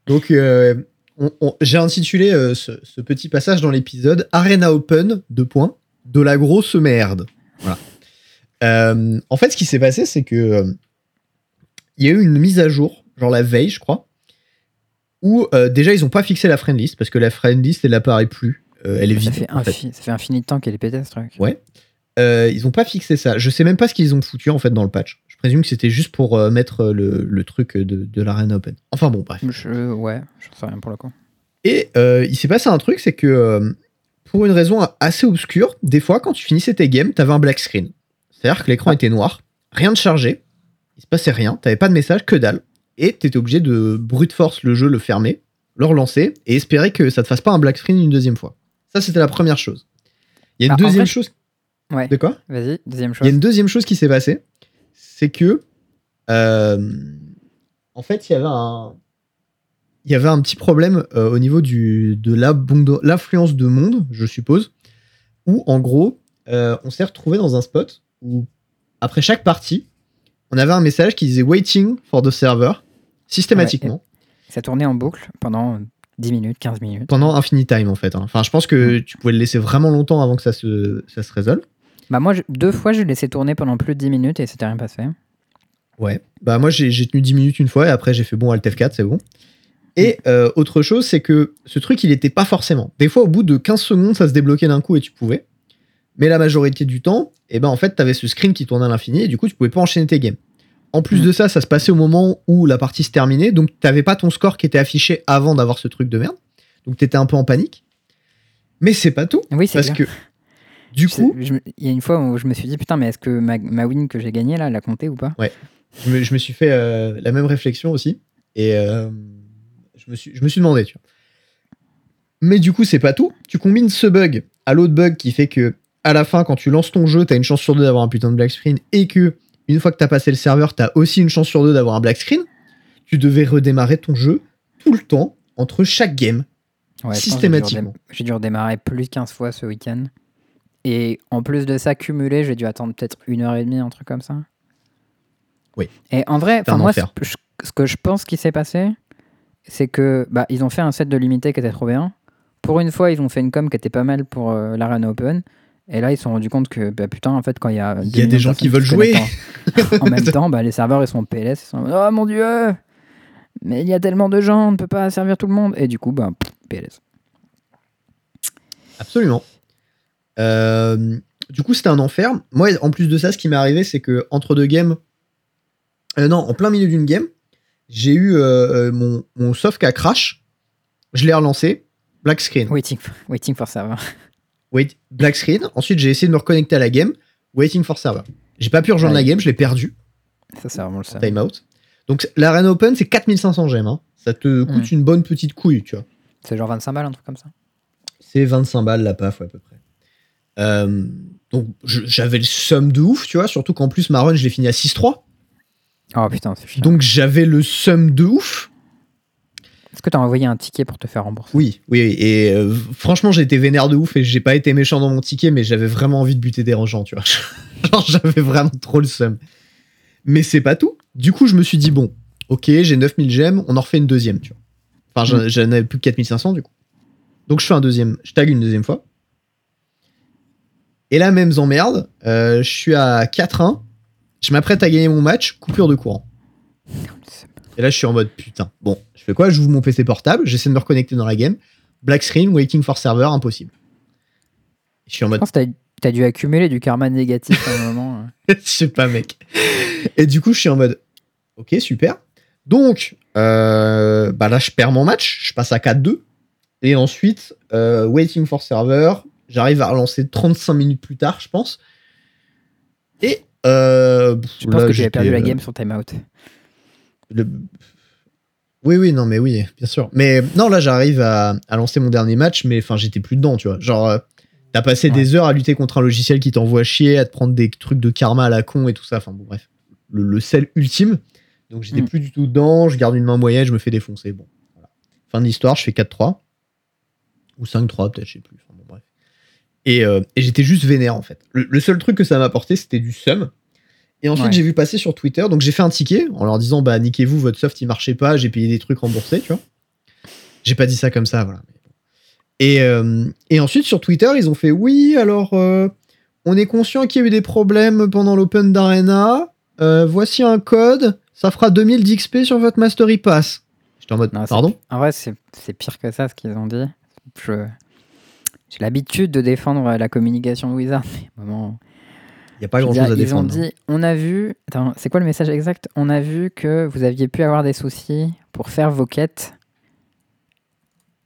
Donc, euh, on- on- j'ai intitulé euh, ce, ce petit passage dans l'épisode Arena Open, deux points, de la grosse merde. Voilà. Euh, en fait, ce qui s'est passé, c'est que euh, il y a eu une mise à jour, genre la veille, je crois, où euh, déjà ils n'ont pas fixé la friend list parce que la friend list elle apparaît plus, Euh, elle est Ça vide. fait, en fait. infi- ça fait infini de temps qu'elle est pétée, ce truc. Ouais. Euh, ils ont pas fixé ça. Je sais même pas ce qu'ils ont foutu en fait dans le patch. Je présume que c'était juste pour euh, mettre le, le truc de, de l'arène open. Enfin bon, bref. Je, ouais, je sais rien pour le coup. Et euh, il s'est passé un truc, c'est que euh, pour une raison assez obscure, des fois, quand tu finissais tes games, t'avais un black screen. C'est-à-dire que l'écran était noir, rien de chargé, il se passait rien, t'avais pas de message, que dalle. Et t'étais obligé de brute force le jeu, le fermer, le relancer et espérer que ça te fasse pas un black screen une deuxième fois. Ça, c'était la première chose. Il y a une Bah, en deuxième vrai, chose. Ouais. De quoi Vas-y, deuxième il y chose. a une deuxième chose qui s'est passée, c'est que euh, en fait, il y avait un il y avait un petit problème euh, au niveau du, de l'abondo- l'affluence de monde, je suppose, où en gros, euh, on s'est retrouvé dans un spot où après chaque partie, on avait un message qui disait waiting for the server systématiquement Ça tournait en boucle pendant 10 minutes, 15 minutes. pendant Infinity Time en fait. hein. Enfin, je pense que tu pouvais le laisser vraiment longtemps avant que ça se, ça se résolve. Bah moi, je- deux fois, je l'ai laissé tourner pendant plus de 10 minutes et c'était rien passé. Ouais. Bah moi j'ai j'ai tenu 10 minutes une fois et après j'ai fait bon Alt F4 c'est bon. Et Mm. euh, autre chose c'est que ce truc il était pas forcément. Des fois au bout de 15 secondes ça se débloquait d'un coup et tu pouvais. Mais la majorité du temps, et ben en fait t'avais ce screen qui tournait à l'infini et du coup tu pouvais pas enchaîner tes games. En plus Mm. de ça, ça se passait au moment où la partie se terminait, donc t'avais pas ton score qui était affiché avant d'avoir ce truc de merde. Donc t'étais un peu en panique. Mais c'est pas tout, Oui, c'est parce clair. que Je du sais- coup, je me- il y a une fois où je me suis dit, putain, mais est-ce que ma, ma win que j'ai gagnée, là, elle a compté ou pas je me, je me suis fait euh, la même réflexion aussi. Et euh, je, me suis, je me suis demandé, tu vois. Mais du coup, c'est pas tout. Tu combines ce bug à l'autre bug qui fait que, à la fin, quand tu lances ton jeu, t'as une chance sur deux d'avoir un putain de black screen et que, une fois que t'as passé le serveur, t'as aussi une chance sur deux d'avoir un black screen. Tu devais redémarrer ton jeu tout le temps entre chaque game. Ouais, je pense que j'ai dû redé- Systématiquement. J'ai dû redémarrer plus de 15 fois ce week-end. Et en plus de ça, cumulé, j'ai dû attendre peut-être une heure et demie, un truc comme ça. Oui. Et en vrai, C'est un enfin, moi, ce, enfer. je- ce que je pense qui s'est passé, c'est que bah, ils ont fait un set de limité qui était trop bien. Pour une fois, ils ont fait une com qui était pas mal pour euh, l'Arena Open. Et là, ils se sont rendus compte que, bah, putain, en fait, quand il y a. Il y deux a millions des de gens qui personnes veulent se jouer. connectent En, en même temps, bah, les serveurs, ils sont en PLS. Ils sont en mode, oh mon dieu Mais il y a tellement de gens, on ne peut pas servir tout le monde. Et du coup, bah, pff, PLS. Absolument. Euh, du coup, c'était un enfer. Moi, en plus de ça, ce qui m'est arrivé, c'est que entre deux games, euh, non, en plein milieu d'une game, j'ai eu euh, euh, mon, mon soft qui a crash. Je l'ai relancé, black screen. Waiting for, waiting for server. Wait, black screen. Ensuite, j'ai essayé de me reconnecter à la game, waiting for server. J'ai pas pu rejoindre Ouais. la game, je l'ai perdu, Ça, c'est vraiment le seul. time out. Donc, l'arène open, c'est 4500 gemmes. hein. Ça te coûte une bonne petite couille, tu vois. C'est genre 25 balles, un truc comme ça. C'est 25 balles la paf, ouais, à peu près. Euh, donc je- j'avais le somme de ouf, tu vois, surtout qu'en plus ma run, je l'ai fini à 6-3. Oh putain, c'est chiant. Donc j'avais le somme de ouf. Est-ce que t'as envoyé un ticket pour te faire rembourser Oui, oui, oui, et euh, franchement, j'ai été vénère de ouf et j'ai pas été méchant dans mon ticket, mais j'avais vraiment envie de buter des rangeants, tu vois. Genre, j'avais vraiment trop le somme. Mais c'est pas tout. Du coup, je me suis dit, bon, ok, j'ai 9000 gemmes, on en refait une deuxième, tu vois. Enfin, j'en- j'en avais plus que 4500 du coup. Donc je fais un deuxième, je tag une deuxième fois. Et là, même emmerde, euh, je suis à 4-1, je m'apprête à gagner mon match, coupure de courant. Et là, je suis en mode putain. Bon, je fais quoi J'ouvre mon PC portable, j'essaie de me reconnecter dans la game. Black screen, waiting for server, impossible. Je suis en Je mode, pense que t'as- t'as dû accumuler du karma négatif à un moment. hein. je sais pas, mec. Et du coup, je suis en mode, ok, super. Donc, euh, bah là, je perds mon match, je passe à 4-2. Et ensuite, euh, waiting for server, j'arrive à relancer 35 minutes plus tard, je pense. Et. Euh, Je pense que tu avais perdu la game sur timeout. Le- Oui, oui, non, mais oui, bien sûr. Mais non, là, j'arrive à, à lancer mon dernier match, mais enfin, j'étais plus dedans, tu vois. Genre, euh, t'as passé Ouais. des heures à lutter contre un logiciel qui t'envoie chier, à te prendre des trucs de karma à la con et tout ça. Enfin, bon, bref, le, le sel ultime. Donc, j'étais Mm. plus du tout dedans, je garde une main moyenne, je me fais défoncer. Bon, voilà. Fin de l'histoire, je fais 4-3. Ou 5-3, peut-être, je sais plus. Enfin, bon, bref. Et, euh, et j'étais juste vénère, en fait. Le, le seul truc que ça m'a apporté, c'était du seum. Et ensuite, Ouais. j'ai vu passer sur Twitter, donc j'ai fait un ticket en leur disant Bah, niquez-vous, votre soft il marchait pas, j'ai payé des trucs remboursés, tu vois. J'ai pas dit ça comme ça, voilà. Et, euh, et ensuite, sur Twitter, ils ont fait Oui, alors, euh, on est conscient qu'il y a eu des problèmes pendant l'Open d'Arena, Euh, voici un code, ça fera 2000 d'XP sur votre Mastery Pass. J'étais en mode Non, c'est- Pardon En vrai, c'est c'est pire que ça ce qu'ils ont dit. Je- J'ai l'habitude de défendre la communication Wizard. mais au moment- Il n'y a pas Je veux grand dire, chose à Ils ont défendre. dit on a vu. Attends, c'est quoi le message exact On a vu que vous aviez pu avoir des soucis pour faire vos quêtes.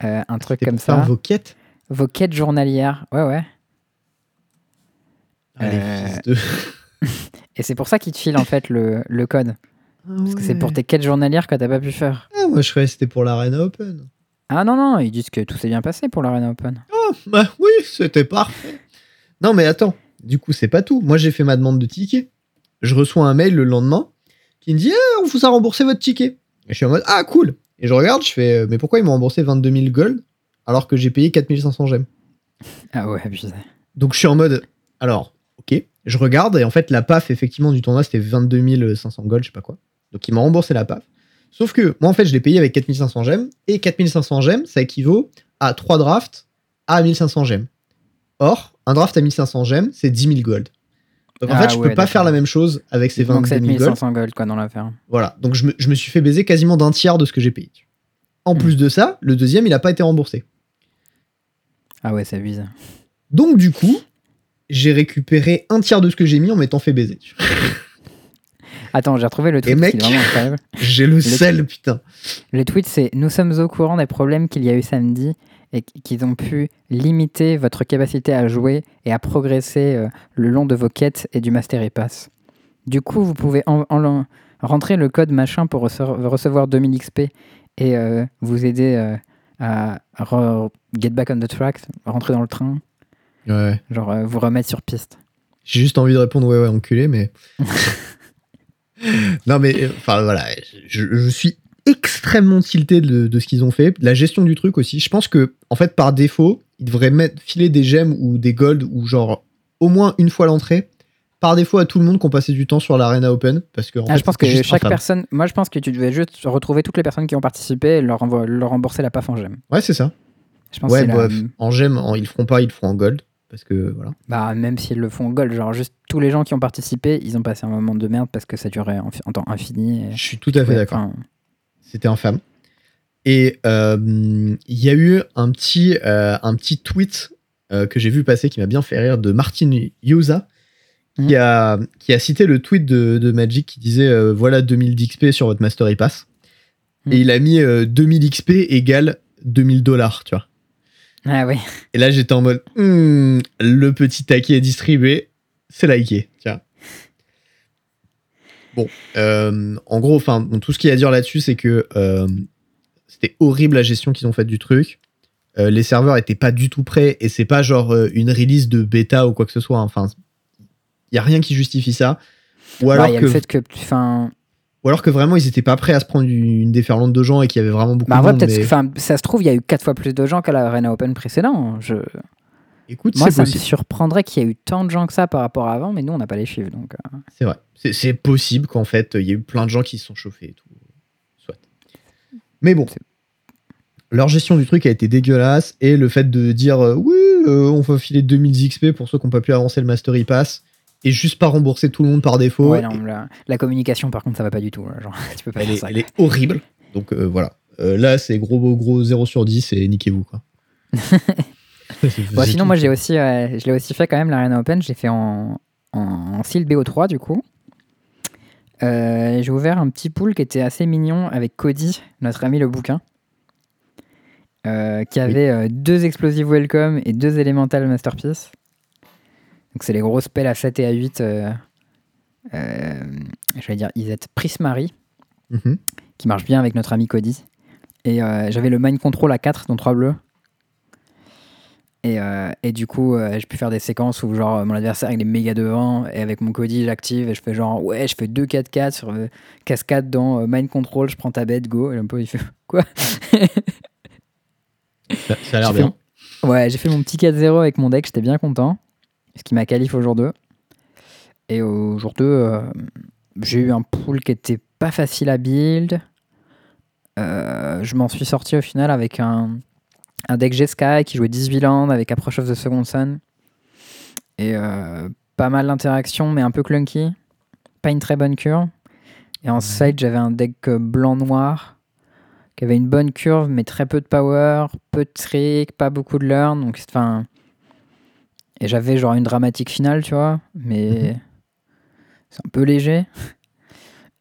Euh, un truc C'était comme pour faire ça. vos quêtes Vos quêtes journalières. Ouais, ouais. Allez, Euh, fils de- Et c'est pour ça qu'ils te filent en fait le, le code. Parce que c'est pour Ah Ouais. tes quêtes journalières que t'as pas pu faire. Ah, moi, je croyais que c'était pour l'Arena Open. Ah non, non, ils disent que tout s'est bien passé pour l'Arena Open. Ah, bah oui, c'était parfait. Non, mais attends, du coup, c'est pas tout. Moi, j'ai fait ma demande de ticket. Je reçois un mail le lendemain qui me dit Ah, on vous a remboursé votre ticket. Et je suis en mode Ah, cool. Et je regarde, je fais euh, Mais pourquoi ils m'ont remboursé 22 000 gold alors que j'ai payé 4500 gemmes Ah ouais, abusé. Donc, je suis en mode Alors, ok. Je regarde et en fait, la PAF, effectivement, du tournoi, c'était 22 500 gold, je sais pas quoi. Donc, ils m'ont remboursé la PAF. Sauf que moi, en fait, je l'ai payé avec 4500 gemmes. Et 4500 gemmes, ça équivaut à 3 drafts à 1500 gemmes. Or, un draft à 1500 gemmes, c'est 10 000 gold. Donc, en Ah fait, je ouais, peux pas d'accord. faire la même chose avec ces Il manque 22 000 gold. 7500 gold quoi dans l'affaire. Voilà. Donc, je me, je me suis fait baiser quasiment d'un tiers de ce que j'ai payé. En Hmm. plus de ça, le deuxième, il n'a pas été remboursé. Ah ouais, c'est abusé. Donc, du coup, j'ai récupéré un tiers de ce que j'ai mis en m'étant fait baiser. Attends, j'ai retrouvé le tweet. mec- qui est vraiment incroyable. J'ai le sel, putain. Le tweet, c'est Nous sommes au courant des problèmes qu'il y a eu samedi et qu- qu'ils ont pu limiter votre capacité à jouer et à progresser euh, le long de vos quêtes et du Mastery Pass. Du coup, vous pouvez en- en- rentrer le code machin pour rece- recevoir 2000 XP et euh, vous aider euh, à re- get back on the track, rentrer dans le train, Ouais. genre euh, vous remettre sur piste. J'ai juste envie de répondre ouais ouais enculé mais non mais euh, enfin voilà je, je suis extrêmement tilté de, de ce qu'ils ont fait de la gestion du truc aussi je pense que en fait par défaut ils devraient mettre filer des gemmes ou des golds ou genre au moins une fois l'entrée par défaut à tout le monde qu'on passait du temps sur l'arena open parce que en Ah, fait, je pense c'était que juste chaque infâme. personne, moi je pense que tu devais juste retrouver toutes les personnes qui ont participé et leur, envo- leur rembourser la PAF en gemme. ouais c'est ça Je pense que ouais bah, c'est la- bref en gemmes en- ils le feront pas ils le feront en gold parce que voilà Bah, même s'ils le font au gold, genre juste tous les gens qui ont participé, ils ont passé un moment de merde parce que ça durait en, en temps infini. et- je suis tout à fait Ouais, d'accord enfin, C'était infâme. Et euh, il y a eu un petit, euh, un petit tweet euh, que j'ai vu passer qui m'a bien fait rire de Martin Yusa qui, Mhm. a, qui a cité le tweet de, de Magic qui disait euh, Voilà 2000 d'XP sur votre Mastery Pass. Mhm. Et il a mis euh, 2000 XP égale 2000 dollars, tu vois. Ah oui, Et là, j'étais en mode Hmm, Le petit taquet est distribué, c'est liké, tiens. Bon, euh, en gros, enfin, bon, tout ce qu'il y a à dire là-dessus, c'est que euh, c'était horrible la gestion qu'ils ont faite du truc. Euh, les serveurs étaient pas du tout prêts et c'est pas genre euh, une release de bêta ou quoi que ce soit. hein. Enfin, il y a rien qui justifie ça. Ou Bah, il alors, y a que, le fait que. Enfin, ou alors que vraiment ils étaient pas prêts à se prendre une une déferlante de gens et qu'il y avait vraiment beaucoup bah, en de vrai, monde. peut-être. mais- que- Enfin, ça se trouve, il y a eu 4 fois plus de gens qu'à l'Arena Open précédent. Je... Écoute, Moi, c'est ça me possible. surprendrait qu'il y ait eu tant de gens que ça par rapport à avant, mais nous, on n'a pas les chiffres. Donc, euh, C'est vrai. C'est- C'est possible qu'en fait, il y ait eu plein de gens qui se sont chauffés et tout. Soit. Mais bon. C'est- Leur gestion du truc a été dégueulasse et le fait de dire euh, oui, euh, on va filer 2000 XP pour ceux qui n'ont pas pu avancer le Mastery Pass et juste pas rembourser tout le monde par défaut, ouais, non, la, la communication, par contre, ça va pas du tout. là, Genre, tu peux pas elle, dire est, ça. elle est horrible. Donc euh, voilà. Euh, là, c'est gros, gros, gros 0 sur 10 et niquez-vous quoi. C'est- Bon, c'est sinon, tout. moi, j'ai aussi, euh, je l'ai aussi fait quand même, l'Arena Open. J'ai fait en, en, en seal BO3, du coup. Euh, j'ai ouvert un petit pool qui était assez mignon avec Cody, notre ami le bouquin, euh, qui avait euh, deux explosives welcome et deux elemental masterpiece. Donc, c'est les gros spells à 7 et à 8. Euh, euh, je vais dire, ils étaient Prismari Mhm. qui marche bien avec notre ami Cody. Et euh, j'avais le mind control à 4, dont 3 bleus. Et, euh, et du coup, euh, j'ai pu faire des séquences où genre euh, mon adversaire il est méga devant et avec mon Cody j'active et je fais genre ouais je fais 2 4-4 sur euh, cascade dans euh, mind control, je prends ta bête, go. Et un peu il fait quoi Ça, ça a l'air J'ai fait bien. Ouais, j'ai fait mon petit 4-0 avec mon deck, j'étais bien content. Ce qui m'a qualif au jour 2. Et au jour 2, euh, j'ai eu un pool qui était pas facile à build. Euh, je m'en suis sorti au final avec un, un deck G-Sky qui jouait 18 landes avec Approach of the Second Sun. Et euh, pas mal d'interactions, mais un peu clunky. Pas une très bonne cure. Et en side, j'avais un deck euh, blanc-noir qui avait une bonne curve, mais très peu de power, peu de trick, pas beaucoup de learn. Donc, c'est- enfin, et j'avais genre une dramatique finale, tu vois, mais Mhm. c'est un peu léger.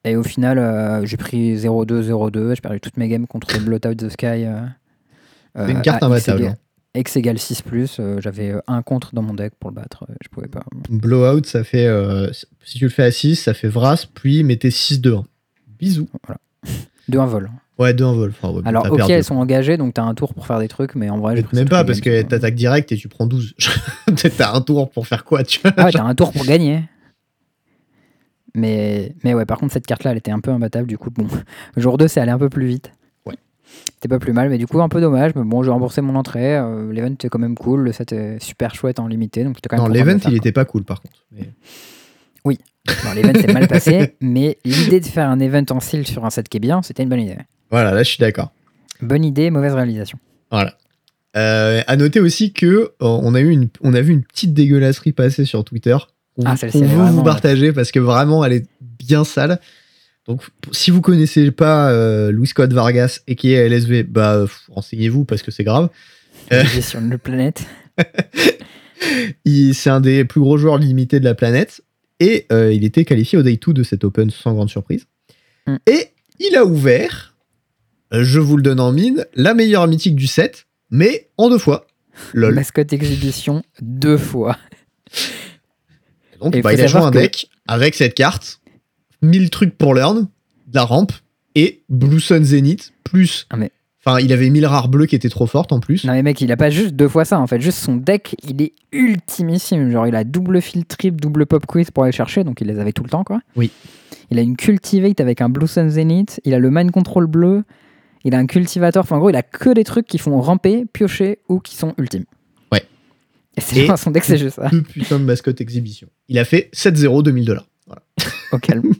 Et au final, euh, j'ai pris 0-2, 0-2. J'ai perdu toutes mes games contre Blot Out the Sky. euh, C'est euh, une carte à imbattable. XCB. hein. X égale 6 plus, euh, j'avais euh, un contre dans mon deck pour le battre, euh, je pouvais pas. Blowout, ça fait. euh, si tu le fais à 6, ça fait Vras, puis mettez 6 de 1. Bisous. De un vol. Ouais, 2 en vol. Enfin, ouais, bon, Alors t'as ok, perdu. elles sont engagées, donc t'as un tour pour faire des trucs, mais en vrai, j'ai pris Même ce pas, truc parce de que gain, tu vois. t'attaques direct et tu prends 12. T'as un tour pour faire quoi, tu vois Ah ouais, t'as un tour pour gagner. Mais, mais ouais, par contre, cette carte-là, elle était un peu imbattable. Du coup, bon, jour 2, c'est allé un peu plus vite. Ouais. C'était pas plus mal, mais du coup, un peu dommage. Mais bon, j'ai remboursé mon entrée. euh, L'event était quand même cool. Le set est super chouette en limité. Donc, j'étais quand même Non, content de le l'event, faire, il quoi. était pas cool, par contre. Mais- Non, l'event s'est mal passé. Mais l'idée de faire un event en seal sur un set qui est bien, c'était une bonne idée. Voilà, là, je suis d'accord. Bonne idée, mauvaise réalisation. Voilà. Euh, à noter aussi que euh, on a eu une, on a vu une petite dégueulasserie passer sur Twitter. On, Ah, celle-ci, elle est veut vraiment- vous partager parce que vraiment, elle est bien sale. Donc, pour- si vous connaissez pas euh, Louis Scott Vargas et qui est LSV, bah euh, renseignez-vous parce que c'est grave. Euh. Gestion de la planète. Il- C'est un des plus gros joueurs limités de la planète. Et euh, il était qualifié au Day 2 de cet Open sans grande surprise. Mm. Et il a ouvert, euh, je vous le donne en mine, la meilleure mythique du set, mais en deux fois. Lol. Mascotte exhibition deux fois. Donc Et bah, faut il a joué savoir un que- deck avec cette carte, 1000 trucs pour learn, de la rampe et Blue Sun Zenith, plus... Ah, mais- Enfin, il avait 1000 rares bleus qui étaient trop fortes en plus. Non mais mec, il a pas juste deux fois ça en fait, juste son deck, il est ultimissime. Genre il a double fill trip, double pop quiz pour aller chercher, donc il les avait tout le temps quoi. Oui. Il a une cultivate avec un Blue Sun Zenith, il a le mind control bleu, il a un cultivator, enfin en gros il a que des trucs qui font ramper, piocher ou qui sont ultimes. Ouais. Et c'est Et- genre son deck c'est juste ça, Deux putains de mascottes exhibition. Il a fait 7-0 2000 dollars. au calme.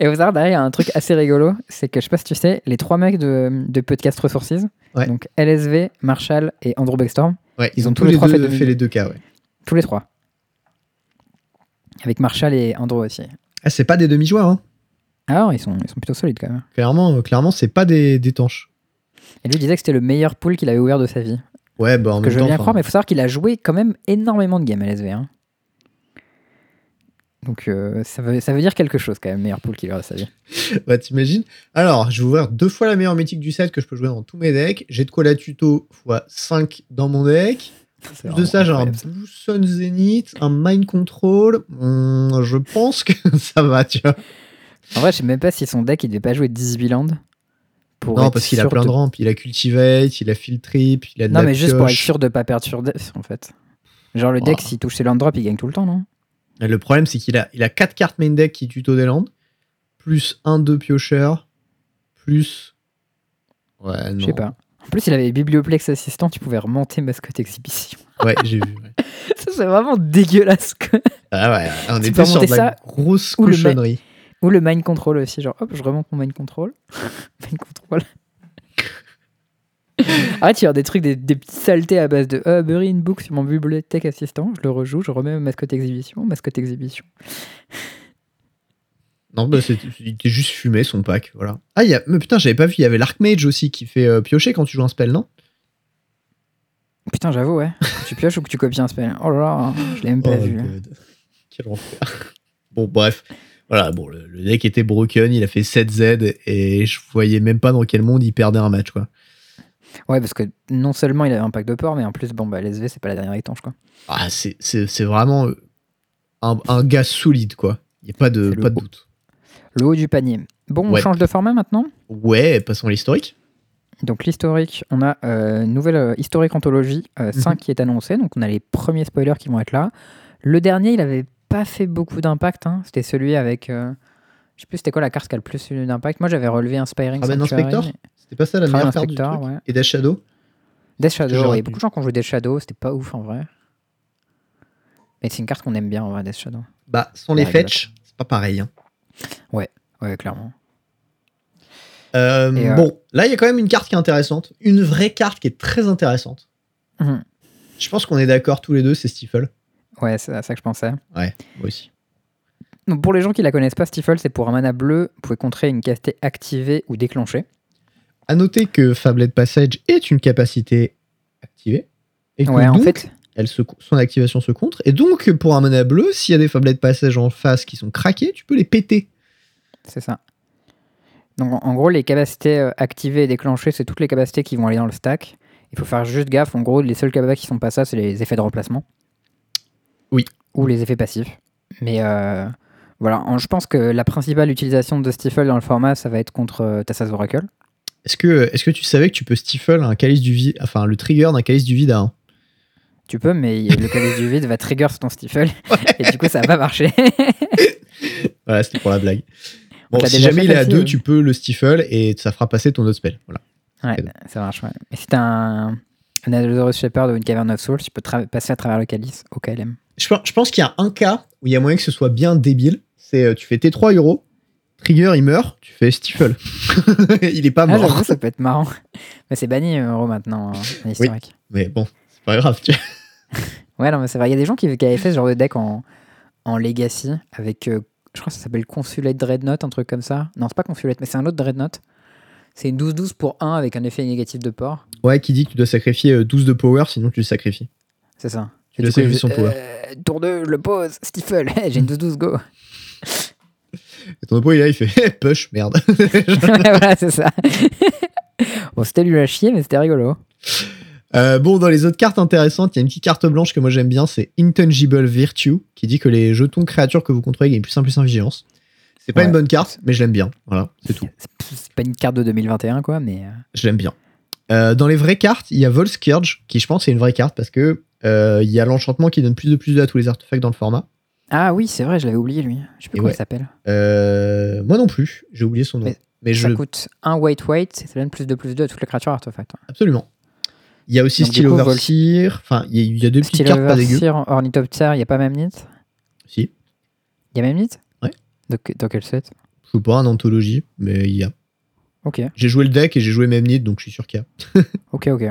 Et au hasard derrière il y a un truc assez rigolo, c'est que je sais pas si tu sais, les trois mecs de, de Podcast Resources, Ouais. donc LSV, Marshall et Andrew Beckstorm, Ouais, ils, Ils ont, ont tous tous les les trois deux fait fait 2000. les deux cas, ouais. tous les trois. Avec Marshall et Andrew aussi. Ah, c'est pas des demi-joueurs, hein. Ah, ouais, ils sont, ils sont plutôt solides quand même. Clairement, euh, clairement c'est pas des, des tanches. Et lui disait que c'était le meilleur pool qu'il avait ouvert de sa vie. Ouais, bah en que même je veux temps, bien enfin, croire, mais il faut savoir qu'il a joué quand même énormément de games à l'SV. hein. Donc euh, ça, veut, ça veut dire quelque chose quand même, meilleur pool qu'il a ouvert de sa vie. ouais, t'imagines Alors, je vais ouvrir deux fois la meilleure mythique du set que je peux jouer dans tous mes decks. J'ai de quoi la tuto x 5 dans mon deck. C'est Plus de vraiment ça, j'ai un incroyable, ça. Blue Sun Zenith, un Mind Control. Hum, je pense que ça va, tu vois. En vrai, je sais même pas si son deck il devait pas jouer 18 land. Pour non, être parce qu'il a sûr plein de de... rampes. Il a Cultivate, il a Field Trip, il a de Non, la mais juste pour être pioche. sûr de pas perdre sur deck en fait. Genre le deck, Oh. s'il touche ses land drops, il gagne tout le temps, non Et Le problème, c'est qu'il a, il a 4 cartes main deck qui tuto des landes, plus un 2 piocheur, plus. Ouais, non. Je sais pas. En plus, il avait Biblioplex assistant, tu pouvais remonter mascotte exhibition. Ouais, j'ai vu. ouais. Ça, c'est vraiment dégueulasse. quoi. Ah ouais, on Tu était peux sur de remonter la ça grosse ou le cochonnerie. Ou le mind control aussi, genre hop, je remonte mon mind control. mind control. Arrête, il y a des trucs, des, des petites saletés à base de euh, bury in book sur mon bibliothèque assistant, je le rejoue, je remets mascotte exhibition, mascotte exhibition. Non, bah, c'était il était juste fumé son pack, voilà. Ah, il y a, mais putain, j'avais pas vu, il y avait l'Arc Mage aussi qui fait euh, piocher quand tu joues un spell, non Putain, j'avoue, ouais. Que tu pioches ou que tu copies un spell. Oh là là, je l'ai même pas Oh, vu. hein. God. Quel enfer. bon, bref. Voilà, bon, le, le deck était broken, il a fait 7Z et je voyais même pas dans quel monde il perdait un match, quoi. Ouais, parce que non seulement il avait un pack de port, mais en plus, bon, bah, l'SV, c'est pas la dernière étanche, quoi. Ah, c'est- c'est c'est vraiment euh, un, un gars solide, quoi. Il n'y a pas de, C'est le pas de haut. doute. Le haut du panier. Bon, on Ouais. change de format maintenant Ouais, passons à l'historique. Donc l'historique, on a euh, une nouvelle euh, historique anthologie Mhm. euh, 5 qui est annoncée, donc on a les premiers spoilers qui vont être là. Le dernier, il avait pas fait beaucoup d'impact, hein. c'était celui avec... euh, je sais plus c'était quoi la carte qui a le plus eu d'impact. Moi j'avais relevé un Spiring Raven Sanctuary. Inspector C'était pas ça la Train meilleure carte du Inspector, truc ouais. Et Dash Shadow Death Shadow, J'aurais ouais, il y a pu. beaucoup de gens qui ont joué Death Shadow, c'était pas ouf en vrai. Mais c'est une carte qu'on aime bien en vrai, Death Shadow. Bah, sans les Ouais, exact. fetch, c'est pas pareil. hein. Ouais, clairement. Euh, Et, euh, Bon, là, il y a quand même une carte qui est intéressante. Une vraie carte qui est très intéressante. Mhm. Je pense qu'on est d'accord tous les deux, c'est Stifle. Ouais, c'est à ça que je pensais. Ouais, moi aussi. Donc, pour les gens qui la connaissent pas, Stifle, c'est pour un mana bleu, vous pouvez contrer une castée activée ou déclenchée. À noter que Fablet Passage est une capacité activée. Et que Ouais, en donc, fait... elle se- son activation se contre. Et donc, pour un mana bleu, s'il y a des Fablet Passage en face qui sont craqués, tu peux les péter. C'est ça. Donc en- en gros, les capacités euh, activées et déclenchées, c'est toutes les capacités qui vont aller dans le stack. Il faut faire juste gaffe. En gros, les seuls kababas qui sont pas ça, c'est les effets de remplacement. Oui. Ou les effets passifs. Mais euh, voilà, en- je pense que la principale utilisation de Stifle dans le format, ça va être contre euh, Tassas Oracle. Est-ce que, est que tu savais que tu peux stifle un calice du vide, enfin le trigger d'un calice du hein vide à 1 Tu peux, mais le calice du vide va trigger ton Stifle. Et du coup, ça va pas marcher. Voilà, c'était pour la blague. Bon, l'a si déjà jamais fait il est à passer, 2, oui. tu peux le stifle et ça fera passer ton autre spell. Voilà. ouais, ça marche, ouais. Et si t'as un, un Allosaurus Shepherd ou une Cavern of Souls, tu peux tra- passer à travers le calice au KLM. Je, pense- je pense qu'il y a un cas où il y a moyen que ce soit bien débile. C'est euh, tu fais tes 3 euros, trigger il meurt, tu fais stifle. il est pas Ah, mort. j'avoue, ça peut être marrant. Mais c'est banni, Euro, maintenant, hein, en- en historique. mais bon, c'est pas grave. tu- Ouais, non, mais c'est vrai. Il y a des gens qui, qui avaient fait ce genre de deck en, en Legacy avec, euh, je crois que ça s'appelle Consulate Dreadnought, un truc comme ça. Non, c'est pas Consulate, mais c'est un autre Dreadnought. C'est une 12-12 pour 1 avec un effet négatif de port. Ouais, qui dit que tu dois sacrifier euh, 12 de power, sinon tu le sacrifies. C'est ça. Tu Et le du coup, sacrifies je- son Mm. power. euh, Tour 2, je le pose. Stifle, j'ai une 12-12, go. Et ton oppo il est là, il fait eh, push, merde. voilà, c'est ça. bon, c'était lui à chier, mais c'était rigolo. Euh, bon, dans les autres cartes intéressantes, il y a une petite carte blanche que moi j'aime bien, c'est Intangible Virtue, qui dit que les jetons créatures que vous contrôlez gagnent plus 1 plus 1 vigilance. C'est pas Ouais. une bonne carte, mais je l'aime bien. Voilà, c'est tout. C'est c'est pas une carte de 2021, quoi, mais. euh, Je l'aime bien. Euh, dans les vraies cartes, il y a Vol Scourge, qui je pense est une vraie carte parce que euh, il y a l'enchantement qui donne plus de plus de à tous les artefacts dans le format. Ah oui, c'est vrai, je l'avais oublié, lui. Je sais Et plus comment ouais. il s'appelle. Euh, moi non plus, j'ai oublié son nom. Mais, Mais je. Ça coûte 1 white white, et ça donne plus de plus 2 à toutes les créatures artefacts. Absolument. Il y a aussi Donc, du Steel coup, Over Vol- Seer. Enfin, il y a- il y, a deux petites Steel cartes pas Over, dégueu. Seer, Ornithopter, il n'y a pas Mamnite Si, Il y a Mamnite Ouais. Donc, dans quel set je sais pas, un anthologie, mais il y a. Ok, J'ai joué le deck et j'ai joué Memnite, donc je suis sûr qu'il y a. ok, ok.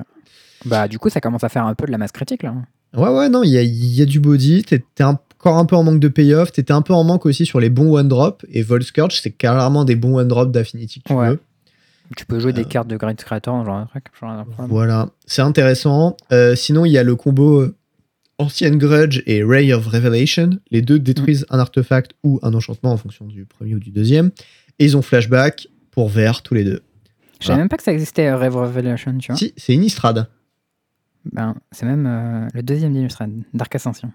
Bah, du coup, ça commence à faire un peu de la masse critique là. Ouais, ouais, non, il y a, il y a du body. T'es t'es encore un peu en manque de payoff. T'étais un peu en manque aussi sur les bons one-drop. Et Vol Scourge, c'est carrément des bons one-drop d'Affinity que tu Ouais. veux. Tu peux jouer des cartes de Great Creator, genre un truc. genre un problème. Euh. Voilà, c'est intéressant. Euh, sinon, il y a le combo euh, Ancient Grudge et Ray of Revelation. Les deux détruisent un artefact ou un enchantement en fonction du premier ou du deuxième. Et ils ont flashback pour vert tous les deux. Je savais même pas que ça existait euh, Rave Revelation, tu vois. Si, c'est Innistrad. Ben, c'est même euh, le deuxième d'Illustrad, Dark Ascension.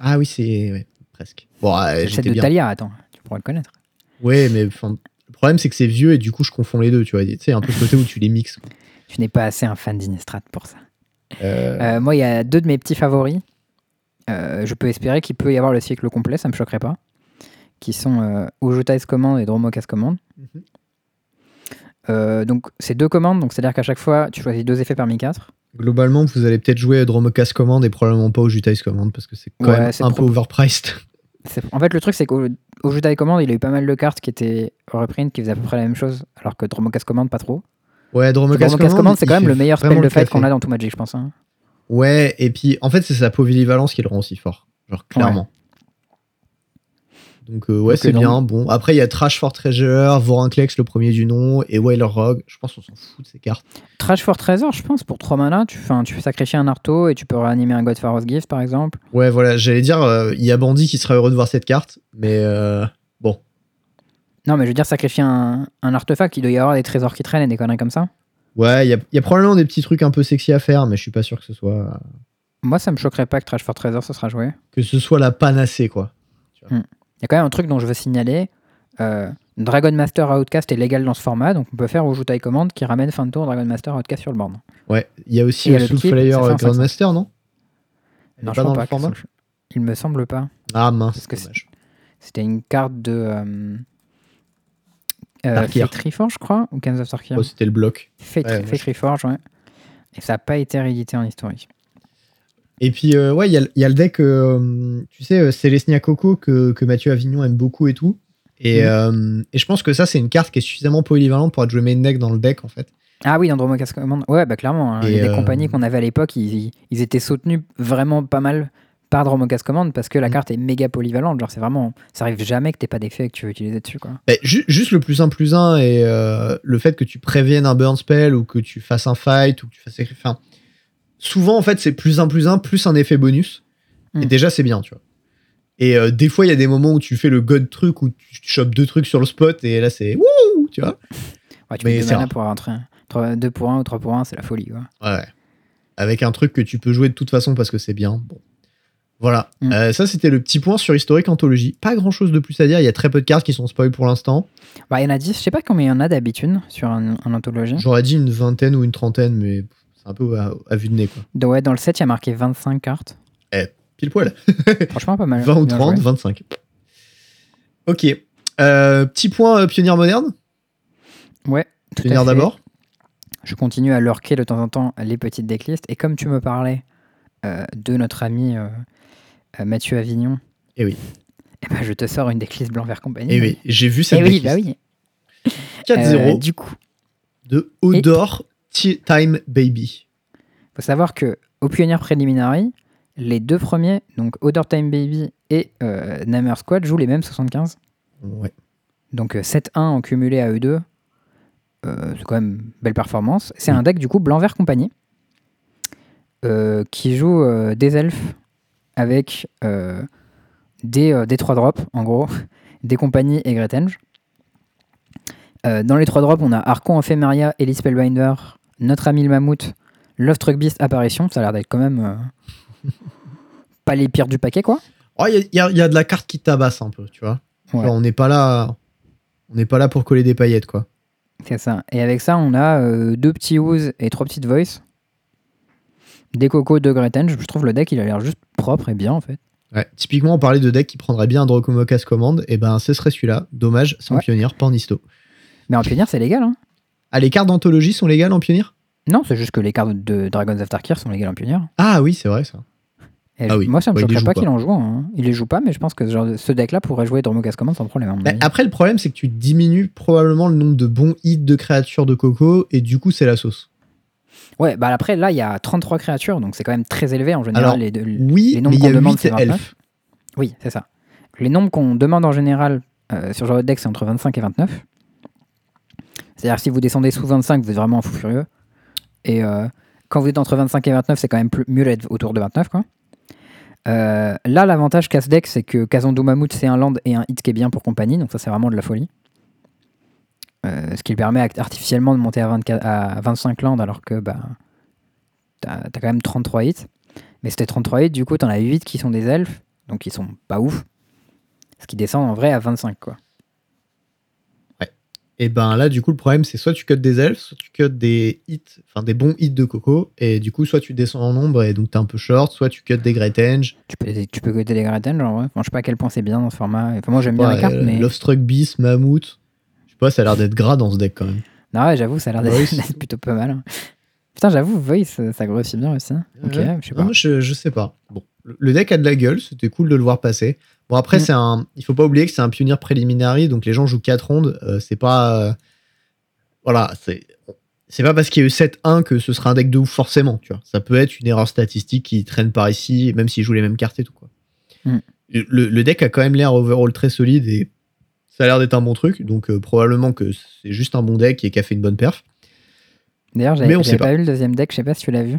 Ah oui, c'est. ouais, presque. Bon, ouais, C'est le set Eh, j'étais de bien. Talia, attends, tu pourras le connaître. Ouais, mais enfin, le problème, c'est que c'est vieux et du coup, je confonds les deux. Tu vois, tu sais, un peu le côté où tu les mixes. quoi. Tu n'es pas assez un fan d'Innistrad pour ça. Euh, Euh, moi, il y a deux de mes petits favoris. Euh, je peux espérer qu'il peut y avoir le cycle complet, ça me choquerait pas. Qui sont euh, Ujutai's Command et Dromoka's Command. Mhm. Euh, donc, c'est deux commandes, donc c'est-à-dire qu'à chaque fois, tu choisis deux effets parmi quatre. Globalement, vous allez peut-être jouer à Dromokas Command et probablement pas au Jutice Command parce que c'est quand Ouais, même c'est un peu prob- overpriced. C'est- En fait, le truc, c'est qu'Ujutai's Command, il a eu pas mal de cartes qui étaient reprint, qui faisaient à peu près la même chose, alors que Dromoka's Command, pas trop. Ouais, Dromokas Dromoka's Command, c'est il quand même fait le meilleur spell vraiment de le fight café. qu'on a dans tout Magic, je pense. hein. Ouais, et puis en fait, c'est sa polyvalence qui le rend aussi fort. Genre, clairement. Donc, euh, ouais, Donc, c'est énorme. bien. Bon, après, il y a Trash for Treasure, Vorinclex, le premier du nom, et Wailer Rogue. Je pense qu'on s'en fout de ces cartes. Trash for Treasure, je pense, pour 3 mana, tu, enfin, tu peux sacrifier un Arto et tu peux réanimer un Godfaros Gift, par exemple. Ouais, voilà, j'allais dire, euh, il y a Bandit qui sera heureux de voir cette carte, mais euh, bon. Non, mais je veux dire, sacrifier un, un artefact, il doit y avoir des trésors qui traînent et des conneries comme ça. Ouais, il y a, il y a probablement des petits trucs un peu sexy à faire, mais je suis pas sûr que ce soit, Moi, ça me choquerait pas que Trash for Treasure, ce sera joué. que ce soit la panacée, quoi. Il y a quand même un truc dont je veux signaler. euh, Dragon Master à Outcast est légal dans ce format, donc on peut faire au Jutai Command qui ramène fin de tour Dragon Master à Outcast sur le board. Ouais, il y a aussi Et le le Soul keep, ça fait Flyer un euh, 500. Grandmaster, non Elle est je pas dans crois le pas, format qu'est-ce que je- Il me semble pas. Ah mince, Parce que dommage. C'était une carte de. Euh, euh, Tarkir. Fate Reforge, je crois, ou Games of Tarkir. Oh, c'était le bloc. Fate, ouais, moi, Fate je- Reforge, ouais. Et ça n'a pas été réédité en historique. Et puis, euh, ouais, il y, a le- il y a le deck, euh, tu sais, euh, Célestia Coco que, que Mathieu Avignon aime beaucoup et tout. Et, Mhm. euh, et je pense que ça, c'est une carte qui est suffisamment polyvalente pour être jouée main deck dans le deck, en fait. Ah oui, dans Dromokas Command. Ouais, bah clairement. hein, Et, les des euh, compagnies qu'on avait à l'époque, ils, ils étaient soutenus vraiment pas mal par Dromokas Command parce que la Mm. carte est méga polyvalente. Genre, c'est vraiment. Ça arrive jamais que t'aies pas d'effet et que tu veux utiliser dessus, quoi. Ben, ju- juste le plus 1 plus 1 et euh, le fait que tu préviennes un burn spell ou que tu fasses un fight ou que tu fasses. Enfin, souvent, en fait, c'est plus 1 plus 1 plus un effet bonus. Et Mhm. déjà, c'est bien, tu vois. Et euh, des fois, il y a des moments où tu fais le god truc où tu tu chopes deux trucs sur le spot et là, c'est wouh, tu vois. Ouais, tu Mais mets deux c'est mana rare. pour avoir un train. 2 pour 1 ou 3 pour 1, c'est la folie, quoi. Ouais. avec un truc que tu peux jouer de toute façon parce que c'est bien. Bon. Voilà, Mm. Euh, ça c'était le petit point sur historique anthologie. Pas grand chose de plus à dire, il y a très peu de cartes qui sont spoil pour l'instant. Bah, il y en a 10, je sais pas combien il y en a d'habitude sur un, un anthologie. J'aurais dit une vingtaine ou une trentaine, mais pff, c'est un peu à, à vue de nez quoi. Donc, ouais, dans le set, il y a marqué 25 cartes. Pile poil. Franchement, pas mal. 20 ou Bien 30, joué. 25. Ok. Euh, petit point euh, pionnière moderne. Ouais. tout à Pionnière fait. d'abord. Je continue à lurker de temps en temps les petites decklists. Et comme tu me parlais euh, de notre ami euh, euh, Mathieu Avignon. Eh oui. eh ben, je te sors une decklist blanc vert compagnie. Et oui, j'ai vu Eh cette oui, decklist. bah oui. Euh, 4-0 du coup, de Odor Tea Time Baby. faut savoir que au Pioneer Preliminary, les deux premiers, donc Odor Time Baby et euh, Namer Squad, jouent les mêmes 75. Ouais. Donc euh, 7-1 en cumulé à eux deux. Euh, c'est quand même belle performance. C'est un deck du coup blanc-vert compagnie euh, qui joue euh, des elfes avec euh, des, euh, des 3 drops en gros, des compagnies et Gretenge. Euh, dans les 3 drops, on a Archon Ephemeria, Ellie Spellbinder, notre ami le mammouth, Love Truck Beast Apparition. Ça a l'air d'être quand même euh, pas les pires du paquet quoi. Oh, il y a- il y, a- il y a de la carte qui tabasse un peu, tu vois. Ouais. Genre, on n'est pas là. On n'est pas là pour coller des paillettes, quoi. C'est ça. Et avec ça, on a euh, deux petits Ooze et trois petites Voice. Des cocos, deux Greten. Je je trouve le deck, il a l'air juste propre et bien en fait. Ouais. Typiquement, on parlait de deck qui prendrait bien un Dracomo casse commande. Et ben, ce serait celui-là. Dommage, sans Ouais. pionnière, pas en histo. Mais en pionnier, c'est légal. Hein Ah, les cartes d'anthologie sont légales en pionnière non, c'est juste que les cartes de Dragon's Aftercare sont légales en pionnier. Ah oui, c'est Mmh. vrai, ça. Et Ah je- oui. Moi, ça me Ouais, il les choquerait joue pas pas. qu'il en joue. hein. Il les joue pas, mais je pense que ce, genre de- ce deck-là pourrait jouer Dromogas Command sans problème. à mon Bah, avis. après, le problème, c'est que tu diminues probablement le nombre de bons hits de créatures de coco, et du coup, c'est la sauce. Ouais, bah après, là, il y a 33 créatures, donc c'est quand même très élevé en général. Alors, les deux- Oui, les nombres mais il y a qu'on demande, 8 c'est elfes. Oui, c'est ça. Les nombres qu'on demande en général euh, sur genre de deck, c'est entre 25 et 29. C'est-à-dire que si vous descendez sous 25, vous êtes vraiment un fou furieux. Et euh, quand vous êtes entre 25 et 29, c'est quand même plus, mieux d'être autour de 29. Quoi. Euh, là, l'avantage qu'a ce deck, c'est que Kazandu Mammouth, c'est un land et un hit qui est bien pour compagnie, donc ça, c'est vraiment de la folie. Euh, ce qui lui permet act- artificiellement de monter à, 24, à 25 lands alors que bah, t'as t'as quand même 33 hits. Mais c'était 33 hits, du coup, t'en as 8 qui sont des elfes. Donc ils sont pas ouf. Ce qui descend en vrai à 25 quoi. Et ben là, du coup, le problème, c'est soit tu cut des elfes, soit tu cut des hits, enfin des bons hits de coco, et du coup, soit tu descends en nombre, et donc t'es un peu short, soit tu cut des Great Henge. Tu peux, tu peux goûter les Graten, genre ouais. Enfin, je sais pas à quel point c'est bien dans ce format. Enfin, moi j'aime bien Ouais, la carte, euh, mais. Lovestruck Beast, Mammouth. Je sais pas, ça a l'air d'être gras dans ce deck quand même. Non, ouais, j'avoue, ça a l'air d'être Voice. d'être plutôt pas mal. hein. Putain, j'avoue, Voice, euh, ça grossit bien aussi. Ok, Ouais. je sais pas. Non, je, je sais pas. Bon, le le deck a de la gueule, c'était cool de le voir passer. Bon, après, Mm. c'est un, il faut pas oublier que c'est un pionnier preliminary, donc les gens jouent 4 rondes. euh, c'est pas. euh, voilà, c'est. C'est pas parce qu'il y a eu 7-1 que ce sera un deck de ouf forcément, tu vois. Ça peut être une erreur statistique qui traîne par ici, même s'ils jouent les mêmes cartes et tout, quoi. Mm. Le, le deck a quand même l'air overall très solide et ça a l'air d'être un bon truc, donc euh, probablement que c'est juste un bon deck et qui a fait une bonne perf. D'ailleurs, mais on j'avais sait j'avais pas. pas. vu le deuxième deck, je sais pas si tu l'as vu.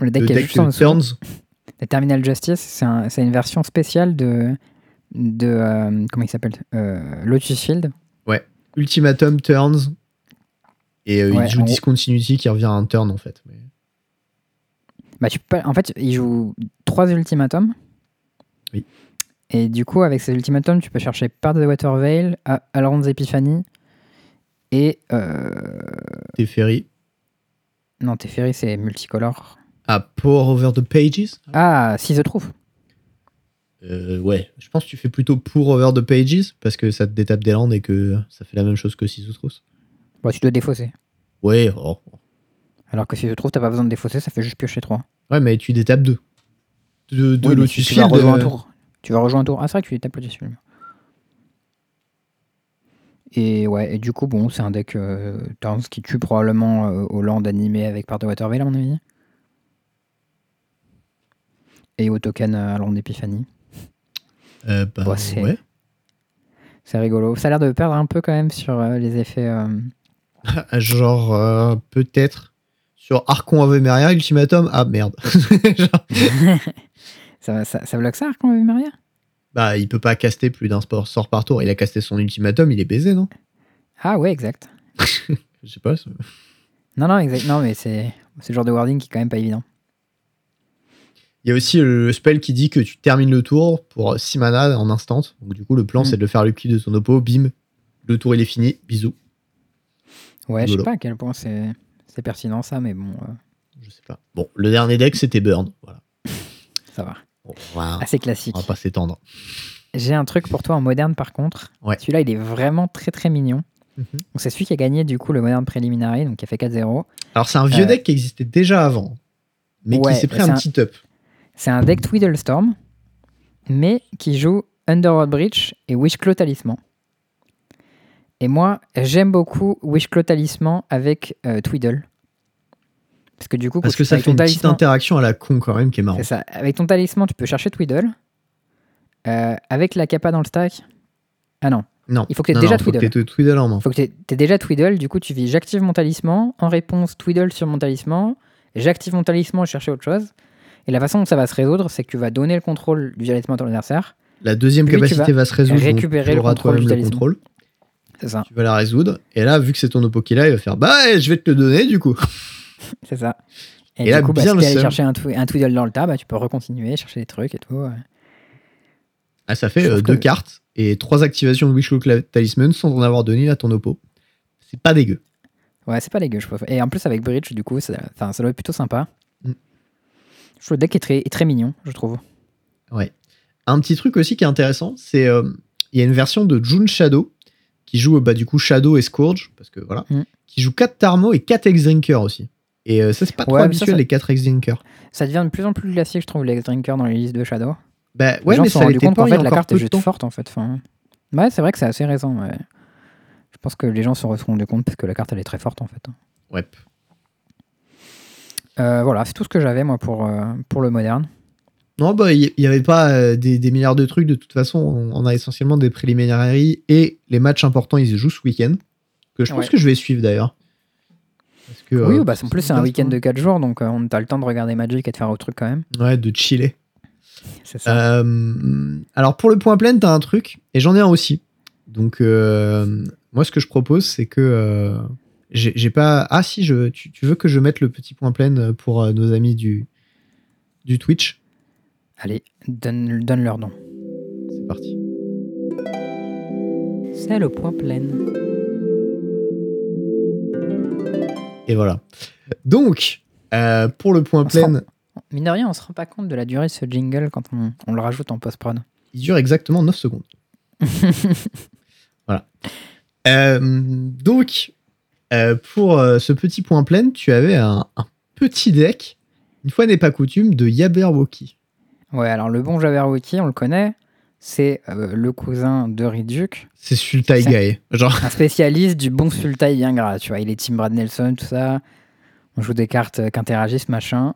Le deck Le qui est deck juste en de dessous. Turns, Le Terminal Justice, c'est un- c'est une version spéciale de. de euh, comment il s'appelle Euh, Lotus Field. Ultimatum Turns. Et euh, Ouais, il joue en Discontinuity qui revient à un turn en fait. Mais- Bah, tu peux pas- En fait, il joue trois ultimatums. Oui. Et du coup, avec ces ultimatums, tu peux chercher par de Water Veil, A- Alrond's Epiphany et. Euh... T'es ferry. Non, Teferi, c'est multicolore. Ah, Pour Over the Pages Ah, si je trouve. Euh, Ouais. Je pense que tu fais plutôt Pour Over the Pages parce que ça te détape des landes et que ça fait la même chose que Sisoutros. Bon, Bah, tu dois défausser. Ouais, oh. Alors que si je trouve, t'as pas besoin de défausser, ça fait juste piocher 3. ouais, mais tu détapes deux. De, de Oui, mais Lotus tu vas Field, rejouer un euh, tour. Tu vas rejouer un tour. Ah, c'est vrai que tu les tapes là-dessus. Et ouais, et du coup, bon, c'est un deck euh, Turns qui tue probablement euh, au land animé avec part de Waterveil, à mon avis. Et au token euh, à land d'Épiphanie. euh, bah, Bah, c'est- ouais. C'est rigolo. Ça a l'air de perdre un peu quand même sur euh, les effets. euh, Ah, Genre, euh, peut-être sur Archon Avemeria Ultimatum. Ah merde. Genre, ça, ça, ça bloque ça, quand même, Maria bah, il peut pas caster plus d'un sport sort par tour. Il a casté son Ultimatum, il est baisé, non Ah ouais, exact. Je sais pas. ça- Non, non, exact. Non, mais c'est c'est le genre de wording qui est quand même pas évident. Il y a aussi euh, le spell qui dit que tu termines le tour pour 6 mana en instant. Donc, du coup, le plan, Mm. c'est de le faire le kill de son oppo. Bim, le tour, il est fini. Bisous. Ouais, je sais Rigolo. pas à quel point c'est c'est pertinent ça, mais bon, euh, Je sais pas. Bon, le dernier deck, c'était Burn. Voilà. ça va. Bon, on va- Assez classique. on va Ah. pas s'étendre. J'ai un truc pour toi en moderne par contre. Ouais. Celui-là, il est vraiment très très mignon. Mhm. Donc, c'est celui qui a gagné du coup le moderne preliminary, donc qui a fait 4-0. Alors, c'est un vieux Euh, deck qui existait déjà avant, mais ouais, qui s'est pris c'est un un- petit up. C'est un deck Tweedlestorm, mais qui joue Underworld Breach et Wishclaw Talisman. Et moi, j'aime beaucoup Wishclaw Talisman avec euh, Tweedle. Parce que du coup, Parce quand que tu- ça avec fait une ton petite talisman- interaction à la con, quand même, qui est marrant. C'est ça. Avec ton talisman, tu peux chercher Tweedle. Euh, avec la capa dans le stack. Ah non. Non. Il faut que t'aies Non, déjà non, faut que Tweedle. t'aies Tweedle en main. Faut que t'aies t'aies déjà Tweedle, du coup tu vis j'active mon talisman, en réponse Tweedle sur mon talisman, j'active mon talisman et chercher autre chose. Et la façon dont ça va se résoudre, c'est que tu vas donner le contrôle du talisman à ton adversaire. La deuxième Lui, tu capacité va se résoudre. donc récupérer tu le auras contrôle toi-même du le talisman. contrôle. C'est ça, Tu vas la résoudre. Et là, vu que c'est ton oppo qui est là, il va faire Bah, eh, je vais te le donner du coup. c'est ça. Et, Et du là, coup, bah, bien si le t'es allé seum. chercher un, Twi- un Tweedle dans le tas, bah, tu peux recontinuer, chercher des trucs et tout. ouais. Ah, ça fait Je euh, trouve deux que- cartes et trois activations de Wishlow Talisman sans en avoir donné à ton oppo. C'est pas dégueu. Ouais, c'est pas dégueu, je préfère. Et en plus, avec Bridge, du coup, ça, enfin, ça doit être plutôt sympa. Mm. Je trouve le deck est très, est très mignon, je trouve. Un petit truc aussi qui est intéressant, c'est euh, il y a une version de June Shadow qui joue euh, bah, du coup Shadow et Scourge, parce que voilà, Mm. qui joue 4 Tarmo et 4 Exdrinker aussi. Et euh, ça, c'est pas trop Ouais, mais ça, habituel, ça- les 4 Exdrinker. Ça devient de plus en plus classique, je trouve, les Drinker dans les listes de Shadow. Bah Les ouais, gens mais se sont ça rendus l'était compte pas qu'en il y a fait, la encore carte est peu de juste temps. forte, en fait. Enfin, ouais, c'est vrai que c'est assez récent. ouais. Je pense que les gens se sont rendus compte parce que la carte, elle est très forte, en fait. Ouais. Euh, voilà, c'est tout ce que j'avais, moi, pour, euh, pour le moderne. Non, bah, il n'y avait pas euh, des, des milliards de trucs. De toute façon, on, on a essentiellement des preliminaries et les matchs importants, ils se jouent ce week-end. Que je pense Ouais. que je vais suivre d'ailleurs. Parce que, oui, euh, bah, en plus, c'est un week-end de 4 jours, donc euh, on a le temps de regarder Magic et de faire autre truc quand même. Ouais, de chiller. C'est ça. Euh, alors, pour le point plein, t'as un truc et j'en ai un aussi. Donc, euh, moi, ce que je propose, c'est que. euh, j'ai j'ai pas. Ah, si, je, tu, tu veux que je mette le petit point plein pour euh, nos amis du, du Twitch Allez, donne, donne leur nom. C'est parti. C'est le point plein. Et voilà. Donc, euh, pour le point On se rend- plein, Mine de rien, on se rend pas compte de la durée de ce jingle quand on, on le rajoute en post-prod. il dure exactement 9 secondes. voilà. Euh, donc, euh, pour euh, ce petit point plein, tu avais un, un petit deck, une fois n'est pas coutume, de Yaberwoki. Ouais, alors le bon Jabberwocky, on le connaît. C'est euh, le cousin de Riduc, C'est Sultai C'est- Gae. Genre, un spécialiste du bon Sultai bien gras. Tu vois, il est Team Brad Nelson, tout ça. On joue des cartes euh, qui interagissent, machin.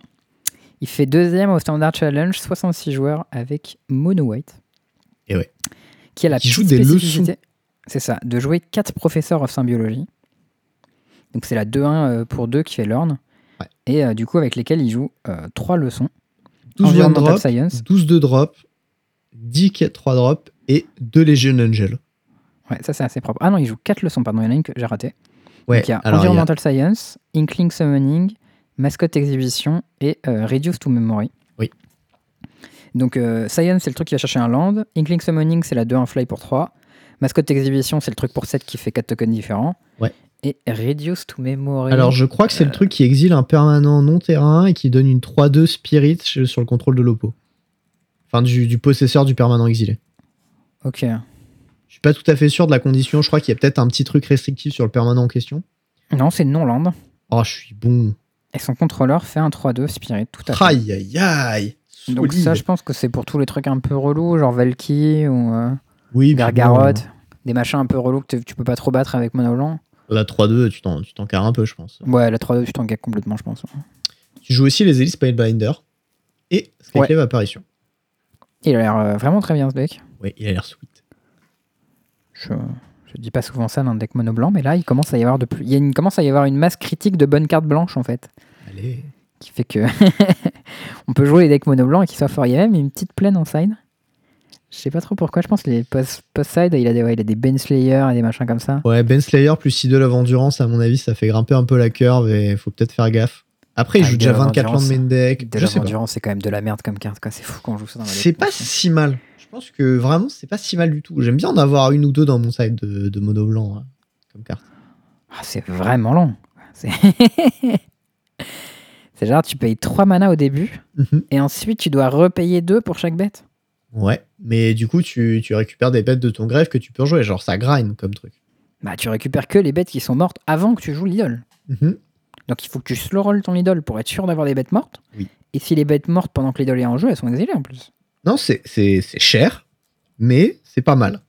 Il fait deuxième au Standard Challenge, 66 joueurs avec Mono White. Eh ouais. Qui a la Qui joue petite des leçons. spécificité- C'est ça, de jouer 4 professeurs of symbiologie. Donc c'est la 2-1 euh, pour 2 qui fait l'orne. Ouais. Et euh, du coup, avec lesquels il joue 3 leçons. 12 one Environmental drop, Science. 12 de drop, 10 3 drop et 2 Legion Angel. Ouais, ça c'est assez propre. Ah non, il joue 4 leçons, pardon, il y en a une que j'ai ratée. Ouais, Donc il y a alors, il y a- Environmental Science, Inkling Summoning, Mascotte Exhibition et euh, Reduce to Memory. Oui. Donc euh, Science, c'est le truc qui va chercher un land. Inkling Summoning, c'est la 2 en fly pour 3. Mascotte Exhibition, c'est le truc pour 7 qui fait 4 tokens différents. Ouais. Et Reduce to Memory. Alors, je crois que c'est le truc qui exile un permanent non-terrain et qui donne une 3-2 spirit sur le contrôle de l'oppo. Enfin, du, du possesseur du permanent exilé. Ok. Je suis pas tout à fait sûr de la condition. Je crois qu'il y a peut-être un petit truc restrictif sur le permanent en question. Non, c'est non land. Oh, je suis bon. Et son contrôleur fait un 3-2 Spirit, tout à fait. Aïe, aïe, aïe. Donc Solide. ça, je pense que c'est pour tous les trucs un peu relous, genre Valky ou... euh, oui, puis Gargarotte, des machins un peu relous que tu, tu peux pas trop battre avec Monolan. bon, la 3-2, tu t'en- tu t'en carres un peu, je pense. Ouais, la 3-2, tu t'en gagues complètement, je pense. Tu joues aussi les Elite Spellbinder et Skyclave Apparition. Il a l'air euh, vraiment très bien ce deck. Oui, il a l'air sweet. Je, je dis pas souvent ça dans le deck mono blanc, mais là, il commence à y avoir de plus. Il, y a une- commence à y avoir une masse critique de bonnes cartes blanches en fait, Allez. qui fait que on peut jouer les decks mono blancs et qui soient fort. Il y a même une petite plaine en side. Je sais pas trop pourquoi, je pense que les post- post-side, il a des, ouais, il a des Ben Slayer et des machins comme ça. Ouais, Ben Slayer plus Seedle of Endurance, à mon avis, ça fait grimper un peu la curve et faut peut-être faire gaffe. Après, il Ah, joue déjà Seedle of 24 ans de main deck. De Je sais pas. l'endurance, c'est quand même de la merde comme carte, quoi. C'est fou quand on joue ça dans la C'est pas si mal. Je pense que vraiment, c'est pas si mal du tout. J'aime bien en avoir une ou deux dans mon side de, de mono blanc hein, comme carte. Ah, c'est vraiment long. C'est C'est genre, tu payes 3 manas au début, Mhm. et ensuite tu dois repayer 2 pour chaque bête. Ouais, mais du coup, tu, tu récupères des bêtes de ton greffe que tu peux jouer. Genre, ça grind comme truc. Bah, tu récupères que les bêtes qui sont mortes avant que tu joues l'idole. Mhm. Donc, il faut que tu slow roll ton idole pour être sûr d'avoir des bêtes mortes. Oui. Et si les bêtes mortes pendant que l'idole est en jeu, elles sont exilées en plus. Non, c'est c'est- c'est cher, mais c'est pas mal.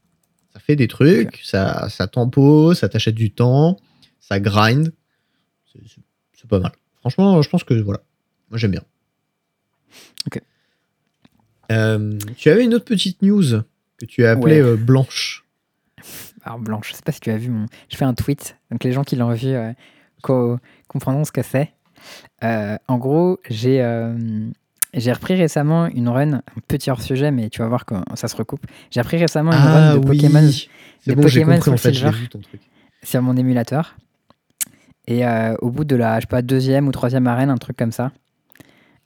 Ça fait des trucs, ça, ça tempo, ça t'achète du temps, ça grind. C'est- c'est- C'est pas mal. Franchement, je pense que voilà. Moi, j'aime bien. Ok. Euh, tu avais une autre petite news que tu as appelée euh, Blanche. Alors, Blanche, je sais pas si tu as vu mon. Je fais un tweet, donc les gens qui l'ont vu euh, co- comprendront ce que c'est. Euh, en gros, j'ai euh, j'ai repris récemment une run, un petit hors sujet, mais tu vas voir que ça se recoupe. J'ai repris récemment une run de Pokémon Ah des C'est bon, j'ai Pokémon compris en sur fait, j'ai Silver. vu ton truc. sur mon émulateur. Et euh, au bout de la, je sais pas, deuxième ou troisième arène, un truc comme ça,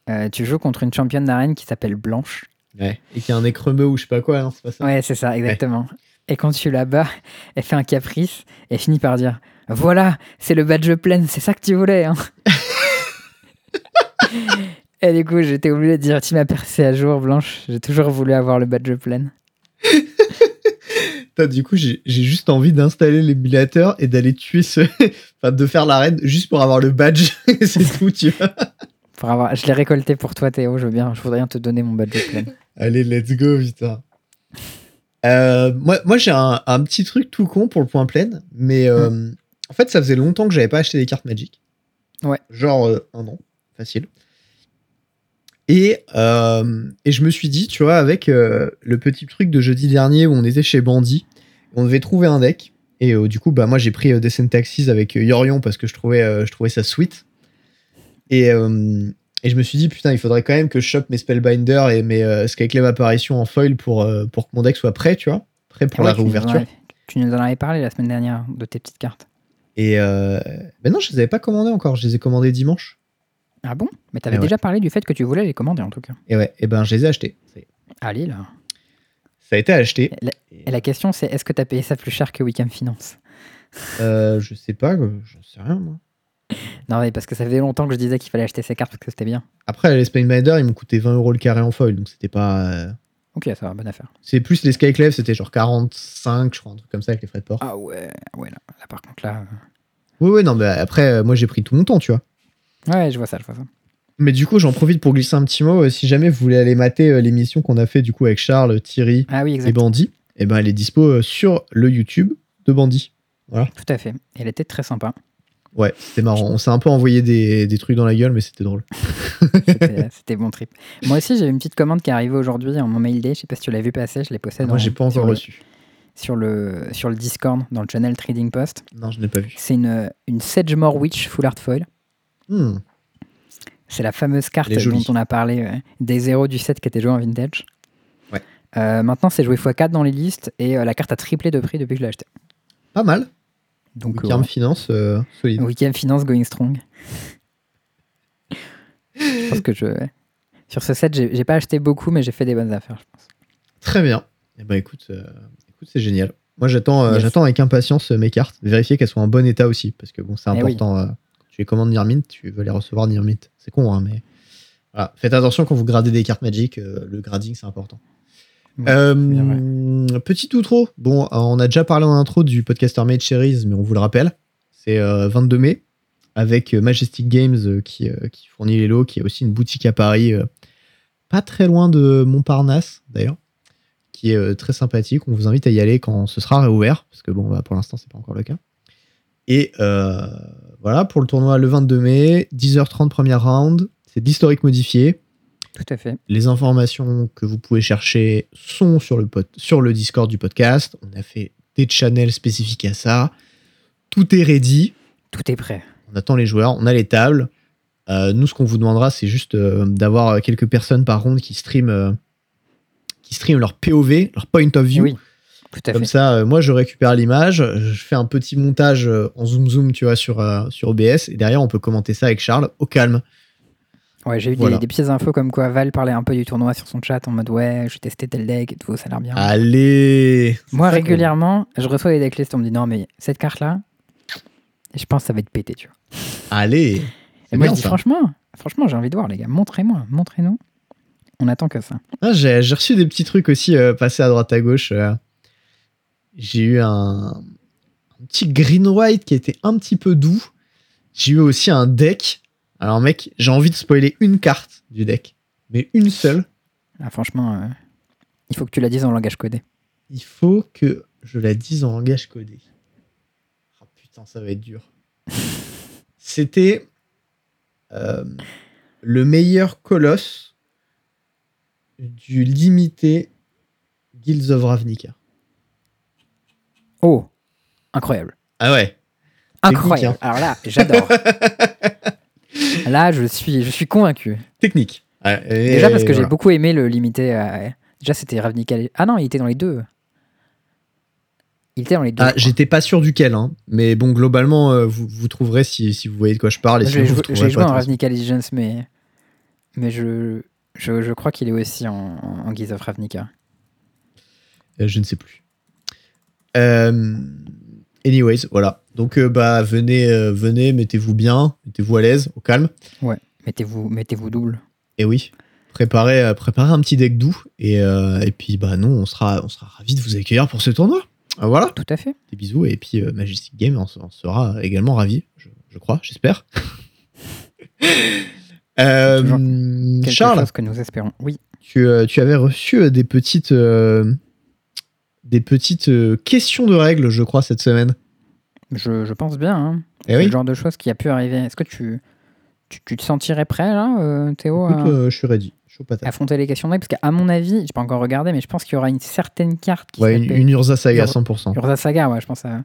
euh, tu joues contre une championne d'arène qui s'appelle Blanche. Ouais. Et qu'il y a un écremeux ou je sais pas quoi, non, c'est pas ça. Ouais, c'est ça, exactement. Et quand tu la bats, elle fait un caprice et finit par dire Voilà, c'est le badge plein, c'est ça que tu voulais. Hein. et du coup, j'étais obligé de dire Tu m'as percé à jour, Blanche, j'ai toujours voulu avoir le badge plein. Putain, du coup, j'ai j'ai juste envie d'installer l'émulateur et d'aller tuer ce. enfin, de faire la reine juste pour avoir le badge. Et c'est tout, tu vois. Pour avoir... Je l'ai récolté pour toi, Théo, je veux bien, je voudrais bien te donner mon badge plein. Allez, let's go, putain. Euh, moi, moi j'ai un, un petit truc tout con pour le point plein, mais euh, en fait, ça faisait longtemps que j'avais pas acheté des cartes Magic. Ouais. Genre euh, un an, facile. Et, euh, et je me suis dit, tu vois, avec euh, le petit truc de jeudi dernier où on était chez Bandit, on devait trouver un deck. Et euh, du coup, bah, moi, j'ai pris euh, des Syntaxis avec euh, Yorion parce que je trouvais, euh, je trouvais ça sweet. Et, euh, et je me suis dit, putain, il faudrait quand même que je chope mes Spellbinder et mes euh, Skyclave Apparition en foil pour, euh, pour que mon deck soit prêt, tu vois. Prêt pour la Ah Ouais, tu nous en réouverture. avais- Tu nous en avais parlé la semaine dernière de tes petites cartes. Et euh, ben non, je les avais pas commandés encore, je les ai commandés dimanche. Ah bon Mais t'avais Eh ouais. déjà parlé du fait que tu voulais les commander en tout cas. Et ouais, et ben je les ai achetés. Ça y est. Allez là. Ça a été acheté. La- Et la question c'est est-ce que t'as payé ça plus cher que Wickham Finance Euh, je sais pas, euh, j'en sais rien moi. Non mais parce que ça faisait longtemps que je disais qu'il fallait acheter ces cartes parce que c'était bien. Après, les Spellbinder, ils m'ont coûté 20 euros le carré en foil, donc c'était pas. euh, Ok, ça va, bonne affaire. C'est plus les Skyclave, c'était genre 45, je crois, un truc comme ça avec les frais de port. Ah ouais, ouais, là, là, par contre là. Oui, oui, non, mais après, euh, moi j'ai pris tout mon temps, tu vois. euh, Ouais, je vois ça, je vois ça. Mais du coup, j'en profite pour glisser un petit mot. euh, Si jamais vous voulez aller mater euh, l'émission qu'on a fait du coup avec Charles, Thierry Ah oui, et exact. Bandit, et ben elle est dispo euh, sur le YouTube de Bandit. Tout à fait. Elle était très sympa. Ouais, c'était marrant. On s'est un peu envoyé des, des trucs dans la gueule, mais c'était drôle. C'était c'était bon trip. Moi aussi j'ai une petite commande qui est arrivée aujourd'hui en mon mail day. Je sais pas si tu l'as vu passer, je l'ai posté. Ah, Moi, dans- j'ai pas sur encore le- reçu. Sur le, sur le Discord, dans le channel Trading Post. Non, je n'ai pas vu. C'est une, une Sedgemore Witch Full Art Foil. Hmm. C'est la fameuse carte Elle est dont jolie. on a parlé ouais, des zéros du set qui était joué en vintage. Ouais. Euh, maintenant, c'est joué x4 dans les listes et euh, la carte a triplé de prix depuis que je l'ai acheté. Pas mal. Donc, Wickham Finance, euh, solide. voilà. Weekend Finance Going Strong. je pense que je. Sur ce set, j'ai j'ai pas acheté beaucoup, mais j'ai fait des bonnes affaires, je pense. Très bien. Eh ben, écoute, euh, écoute c'est génial. Moi, j'attends euh, Yes. j'attends avec impatience euh, mes cartes. Vérifier qu'elles soient en bon état aussi, parce que bon, c'est Eh oui. important. euh, quand tu les commandes Nirmint, tu veux les recevoir Nirmint. C'est con, hein, mais. Voilà. Faites attention quand vous gradez des cartes Magic, euh, le grading c'est important. Ouais, Euh, bien petit outro. Bon, euh, on a déjà parlé en intro du podcaster Made Cherries, mais on vous le rappelle. C'est euh, 22 mai avec euh, Majestic Games euh, qui, euh, qui fournit les lots, qui a aussi une boutique à Paris, euh, pas très loin de Montparnasse d'ailleurs, qui est euh, très sympathique. On vous invite à y aller quand ce sera réouvert, parce que bon, bah, pour l'instant, c'est pas encore le cas. Et euh, voilà pour le tournoi le 22 mai, 10h30 première round. C'est de l'historique modifié. Tout à fait. Les informations que vous pouvez chercher sont sur le, pod- sur le Discord du podcast. On a fait des channels spécifiques à ça. Tout est ready. Tout est prêt. On attend les joueurs, on a les tables. Euh, nous, ce qu'on vous demandera, c'est juste euh, d'avoir quelques personnes par ronde qui stream, euh, qui qui streament leur POV, leur point of view. Oui, tout à Comme fait. ça, euh, moi, je récupère l'image, je fais un petit montage euh, en zoom zoom, tu vois, sur, euh, sur OBS, et derrière, on peut commenter ça avec Charles au calme. Ouais, j'ai eu des- Voilà. des, petites infos comme quoi Val parlait un peu du tournoi sur son chat en mode ouais, j'ai testé tel deck et tout, ça a l'air bien. Allez Moi, C'est ça régulièrement, je reçois des decklists, on me dit non, mais cette carte-là, je pense que ça va être pété, tu vois. qu'on- Allez Et C'est moi, bien, je dis ça. franchement, franchement, j'ai envie de voir, les gars, montrez-moi, montrez-nous. On attend que ça. Ah, j'ai, j'ai reçu des petits trucs aussi euh, passés à droite à gauche. euh. j'ai eu un, un petit green white qui était un petit peu doux. J'ai eu aussi un deck. Alors mec, j'ai envie de spoiler une carte du deck, mais une seule. Ah, franchement, euh, il faut que tu la dises en langage codé. Il faut que je la dise en langage codé. Ah putain, ça va être dur. C'était euh, le meilleur colosse du limité Guilds of Ravnica. Oh, incroyable. Ah ouais. Incroyable. Technique, hein. Alors là, j'adore. là, je suis, je suis convaincu. Technique. Déjà parce que j'ai beaucoup aimé le limité. à- Déjà, c'était Ravnica. Ah non, il était dans les deux. Il était dans les deux. je crois. Ah, J'étais pas sûr duquel, hein. mais bon, globalement, euh, vous, vous trouverez si, si vous voyez de quoi je parle. Et Moi, sinon, J'ai vous joué, trouverez j'ai joué pas, en de toute façon. Ravnica Legends, mais, mais je, je, je crois qu'il est aussi en, en guise of Ravnica. Euh, je ne sais plus. Euh, anyways, voilà. Donc, euh, bah, venez, euh, venez, mettez-vous bien, mettez-vous à l'aise, au calme. Mettez-vous mettez double. Et oui, préparez, euh, préparez un petit deck doux. Et, euh, et puis, bah, nous, on sera, on sera ravis de vous accueillir pour ce tournoi. Ah, voilà. Tout à fait. des bisous. Et puis euh, Majestic Game en, en sera également ravi, je, je crois, j'espère. Euh, Toujours Quelque Charles, chose que nous espérons. Oui. tu, euh, tu avais reçu euh, des petites, euh, des petites euh, questions de règles, je crois, cette semaine. Je, je pense bien. hein. Et C'est Eh oui, le genre de choses qui a pu arriver. Est-ce que tu, tu, tu te sentirais prêt, là, euh, Théo, écoute, à euh, je suis ready. Je suis au patate. affronter les questions de règles Parce qu'à mon avis, j'ai pas encore regardé, mais je pense qu'il y aura une certaine carte qui Ouais, une, s'appelle une Urza Saga Ur- 100%. Urza Saga, ouais, je pense. euh,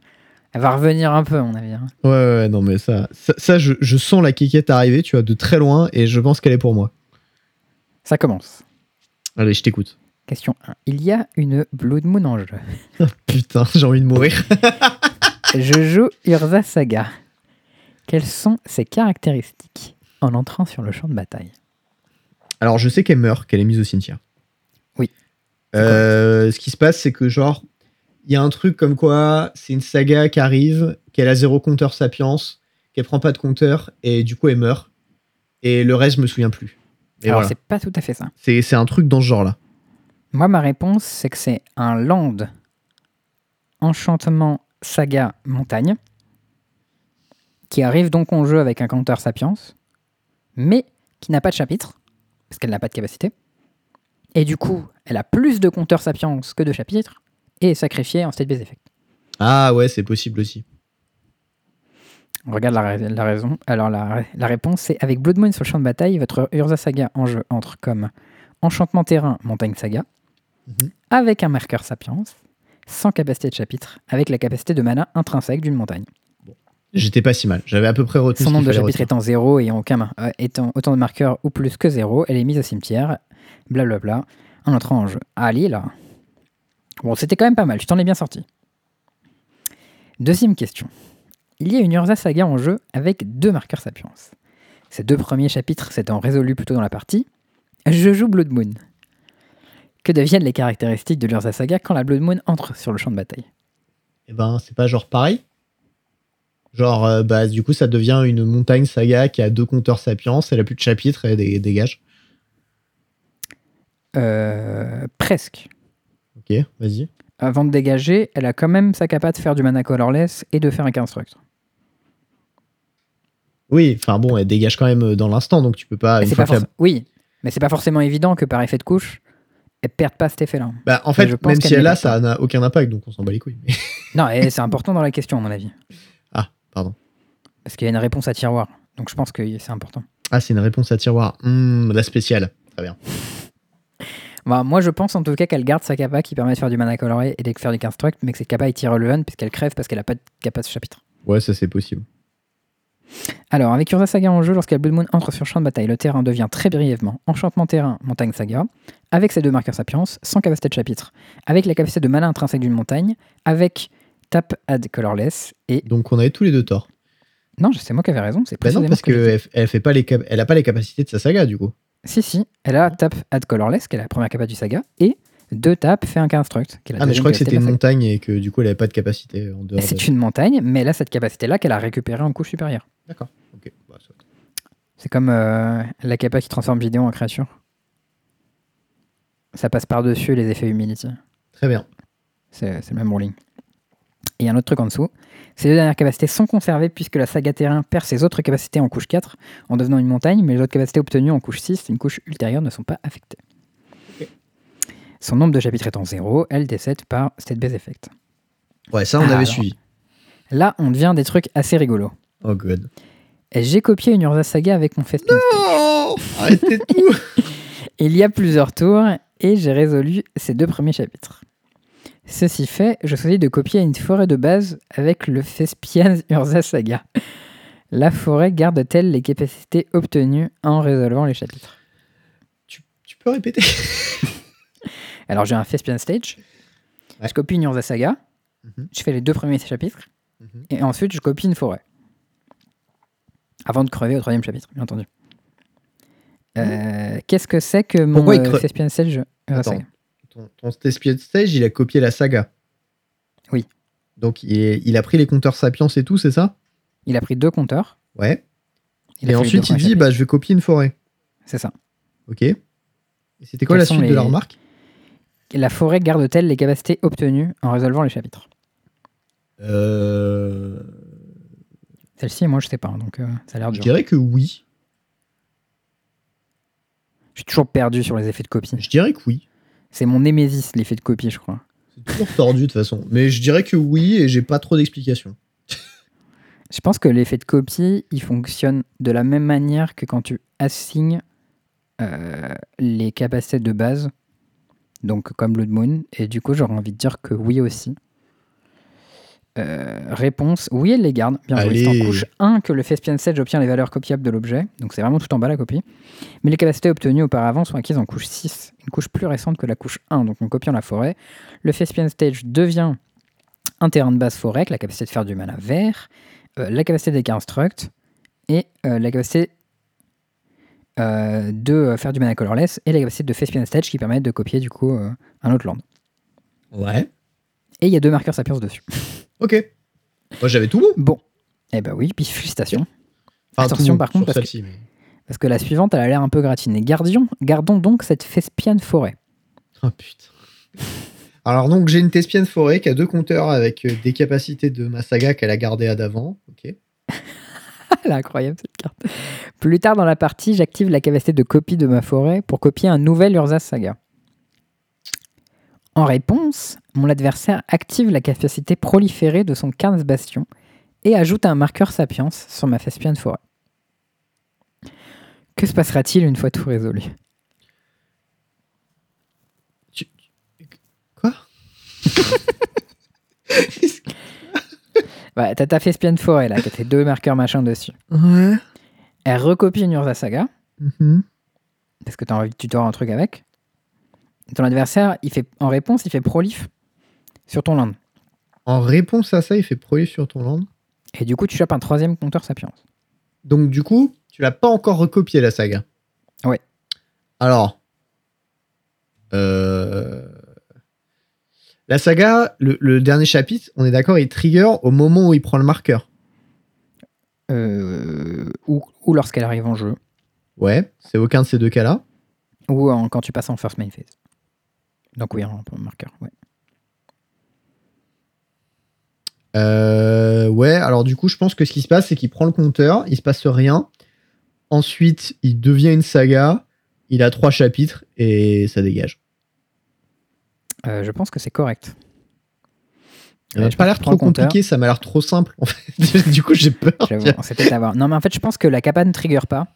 elle va revenir un peu, à mon avis. hein. Ouais, ouais, ouais, non, mais ça, ça, ça, je, je sens la kékette arriver, tu vois, de très loin, et je pense qu'elle est pour moi. Ça commence. Allez, je t'écoute. Question 1. Il y a une Blood Moon en jeu. Putain, j'ai envie de mourir. Je joue Urza Saga. Quelles sont ses caractéristiques en entrant sur le champ de bataille Alors, je sais qu'elle meurt, qu'elle est mise au cimetière. Oui. Euh, ce qui se passe, c'est que, genre, il y a un truc comme quoi c'est une saga qui arrive, qu'elle a zéro compteur sapiens, qu'elle prend pas de compteur, et du coup, elle meurt. Et le reste, je me souviens plus. Et Alors, voilà. c'est pas tout à fait ça. C'est c'est un truc dans ce genre-là. Moi, ma réponse, c'est que c'est un land enchantement saga montagne qui arrive donc en jeu avec un compteur sapiens, mais qui n'a pas de chapitre, parce qu'elle n'a pas de capacité. Et du coup, elle a plus de compteurs sapiens que de chapitres, et est sacrifiée en state-based effect. Ah ouais, c'est possible aussi. On regarde la, rais- la raison. Alors, la, la réponse, c'est avec Blood Moon sur le champ de bataille, votre Urza Saga en jeu entre comme Enchantement Terrain, Montagne Saga, Mhm. avec un marqueur Sapiens, sans capacité de chapitre, avec la capacité de mana intrinsèque d'une montagne. J'étais pas si mal. J'avais à peu près Son retenu. ce qu'il nombre de fallait chapitres étant 0 et en aucun, ma- euh, étant autant de marqueurs ou plus que 0, elle est mise au cimetière, blablabla, en entrant en jeu. Ah, elle y est là. Bon, c'était quand même pas mal, je t'en ai bien sorti. Deuxième question. Il y a une Urza Saga en jeu avec deux marqueurs Sapiens. Ces deux premiers chapitres s'étant résolus plus tôt dans la partie, je joue Blood Moon. Que deviennent les caractéristiques de l'Urza Saga quand la Blood Moon entre sur le champ de bataille Eh ben, c'est pas genre pareil. Genre, euh, bah, du coup, ça devient une montagne saga qui a deux compteurs sapiens, elle a plus de chapitres, et dé- dégage. Euh, Presque. Ok, vas-y. avant de dégager, elle a quand même sa capa de faire du mana colorless et de faire un construct. Ah, Oui, enfin bon, elle dégage quand même euh, dans l'instant, donc tu peux pas. Mais une c'est fois pas que la- forc- Oui, mais c'est pas forcément évident que par effet de couche, elle perde pas cet effet-là. Bah, en Mais fait, je pense même qu'elle si elle a, dégage pas. ça n'a aucun impact, donc on s'en bat les couilles. Mais- Non, et c'est important dans la question, à mon avis. Ah, pardon. Parce qu'il y a une réponse à tiroir. Donc je pense que c'est important. Ah, c'est une réponse à tiroir. Hmm, la spéciale. Très bien. Bah, moi, je pense en tout cas qu'elle garde sa capa qui permet de faire du mana coloré et de faire du construct, mais que cette capa est irrelevant puisqu'elle crève parce qu'elle a pas de capa de chapitre. Ouais, ça c'est possible. Alors, avec Urza Saga en jeu, lorsqu'un Blood Moon entre sur champ de bataille, le terrain devient très brièvement Enchantement Terrain, Montagne Saga, avec ses deux marqueurs Sapiens, sans capacité de chapitre, avec la capacité de malin intrinsèque d'une montagne, avec Tap Add Colorless, et. Donc on avait tous les deux tort. Non, c'est moi qui avais raison, c'est Bah précisément non, parce ce que j'ai dit. qu'elle elle fait pas les cap- elle a pas les capacités de sa saga du coup. Si, si, elle a Tap Add Colorless, qui est la première capa du Saga, et deux tapes fait un construct, qui est la Ah mais je deuxième crois que capacité de c'était une la saga. montagne et que du coup elle avait pas de capacité en dehors. de- C'est une montagne, mais elle a cette capacité-là qu'elle a récupérée en couche supérieure. D'accord. Ok. Bah, ça- C'est comme euh, la capa qui transforme Vidéo en créature. Ça passe par-dessus les effets Humility. Très bien. C'est c'est le même ruling. Et il y a un autre truc en dessous. Ces deux dernières capacités sont conservées puisque la saga terrain perd ses autres capacités en couche 4 en devenant une montagne, mais les autres capacités obtenues en couche 6, une couche ultérieure, ne sont pas affectées. Ok. Son nombre de chapitres étant 0, elle décède par State Base Effect. Ouais, ça on Ah, avait alors. suivi. Là, on devient des trucs assez rigolos. Oh god. J'ai copié une Urza Saga avec mon festin. Oh Arrêtez tout Il y a plusieurs tours et j'ai résolu ces deux premiers chapitres. Ceci fait, je choisis de copier une forêt de base avec le Fespian Urza Saga. La forêt garde-t-elle les capacités obtenues en résolvant les chapitres Tu peux répéter Alors j'ai un Fespian Stage, Ouais. je copie une Urza Saga, Mhm. je fais les deux premiers chapitres, Mhm. et ensuite je copie une forêt. Avant de crever au troisième chapitre, bien entendu. Euh, Qu'est-ce que c'est que mon Pourquoi il euh, creu- Fespian Stage Urza Attends. Saga Ton, ton Thespian Stage, il a copié la saga. Oui. Donc il, est- il a pris les compteurs Sapiens et tout, c'est ça Il a pris deux compteurs. Ouais. Il a fait et les ensuite deux il premiers dit bah je vais copier une forêt. chapitres. C'est ça. Ok. Et c'était quoi Quels la sont suite les- de la remarque La forêt garde-t-elle les capacités obtenues en résolvant les chapitres euh... Celle-ci, moi, je sais pas, donc euh, ça a l'air Je dur. dirais que oui. Je suis toujours perdu sur les effets de copie. Je dirais que oui. C'est mon némésis, l'effet de copie, je crois. C'est toujours tordu de toute façon. Mais je dirais que oui et j'ai pas trop d'explications. Je pense que l'effet de copie, il fonctionne de la même manière que quand tu assignes euh, les capacités de base, donc comme Blood Moon, et du coup, j'aurais envie de dire que oui aussi. Euh, réponse, oui, elle les garde. Bien joué. C'est Allez. en couche 1 que le Fespian Sage obtient les valeurs copiables de l'objet, donc c'est vraiment tout en bas la copie. Mais les capacités obtenues auparavant sont acquises en couche 6, une couche plus récente que la couche 1, donc en copiant la forêt. Le Fespian Stage devient un terrain de base forêt avec la capacité de faire du mal à vert, euh, la capacité des construct et euh, la capacité euh, de euh, faire du mana colorless et la capacité de Fespian Stage qui permet de copier du coup euh, un autre land. Ouais. Et il y a deux marqueurs sapiens dessus. Ok. Moi j'avais tout bon. Bon, eh ben oui, puis félicitations. Enfin, tout Attention, bon par contre, sur parce que- celle-ci, mais- Parce que la suivante, elle a l'air un peu gratinée. Gardions, gardons donc cette Fespian forêt. Ah putain. Alors donc j'ai une Thespienne forêt qui a deux compteurs avec euh, des capacités de ma saga qu'elle a gardées à d'avant. Ok. Elle est incroyable cette carte. Plus tard dans la partie, j'active la capacité de copie de ma forêt pour copier un nouvel Urza Saga. En réponse, mon adversaire active la capacité proliférée de son Carnes Bastion et ajoute un marqueur Sapiens sur ma Fespian forêt. Que se passera-t-il une fois tout résolu Quoi Bah, t'as ta Fespian forêt là, qui a tes deux marqueurs machin dessus. Ouais. Elle recopie une Urza Saga, Mhm. parce que t'as envie de tutorer un truc avec. Ton adversaire, il fait, en réponse, il fait prolif sur ton land. En réponse à ça, il fait prolif sur ton land. Et du coup, tu chopes un troisième compteur Sapiens. Donc du coup, tu l'as pas encore recopié la saga. Ouais. Alors, euh, la saga, le, le dernier chapitre, on est d'accord, il trigger au moment où il prend le marqueur. Euh, ou ou lorsqu'elle arrive en jeu, Ouais, c'est aucun de ces deux cas-là. ou en- quand tu passes en first main phase. Donc oui, en marqueur. ouais. Euh, ouais, alors du coup, je pense que ce qui se passe, c'est qu'il prend le compteur, il se passe rien. Ensuite, il devient une saga, il a trois chapitres et ça dégage. Euh, je pense que c'est correct. Ça Ouais, m'a je Euh, pas pense l'air qu'il prend le trop compteur. compliqué, ça m'a l'air trop simple. En fait. du coup, j'ai peur. J'avoue, c'est peut-être à voir. Non, mais en fait, je pense que la capa ne trigger pas.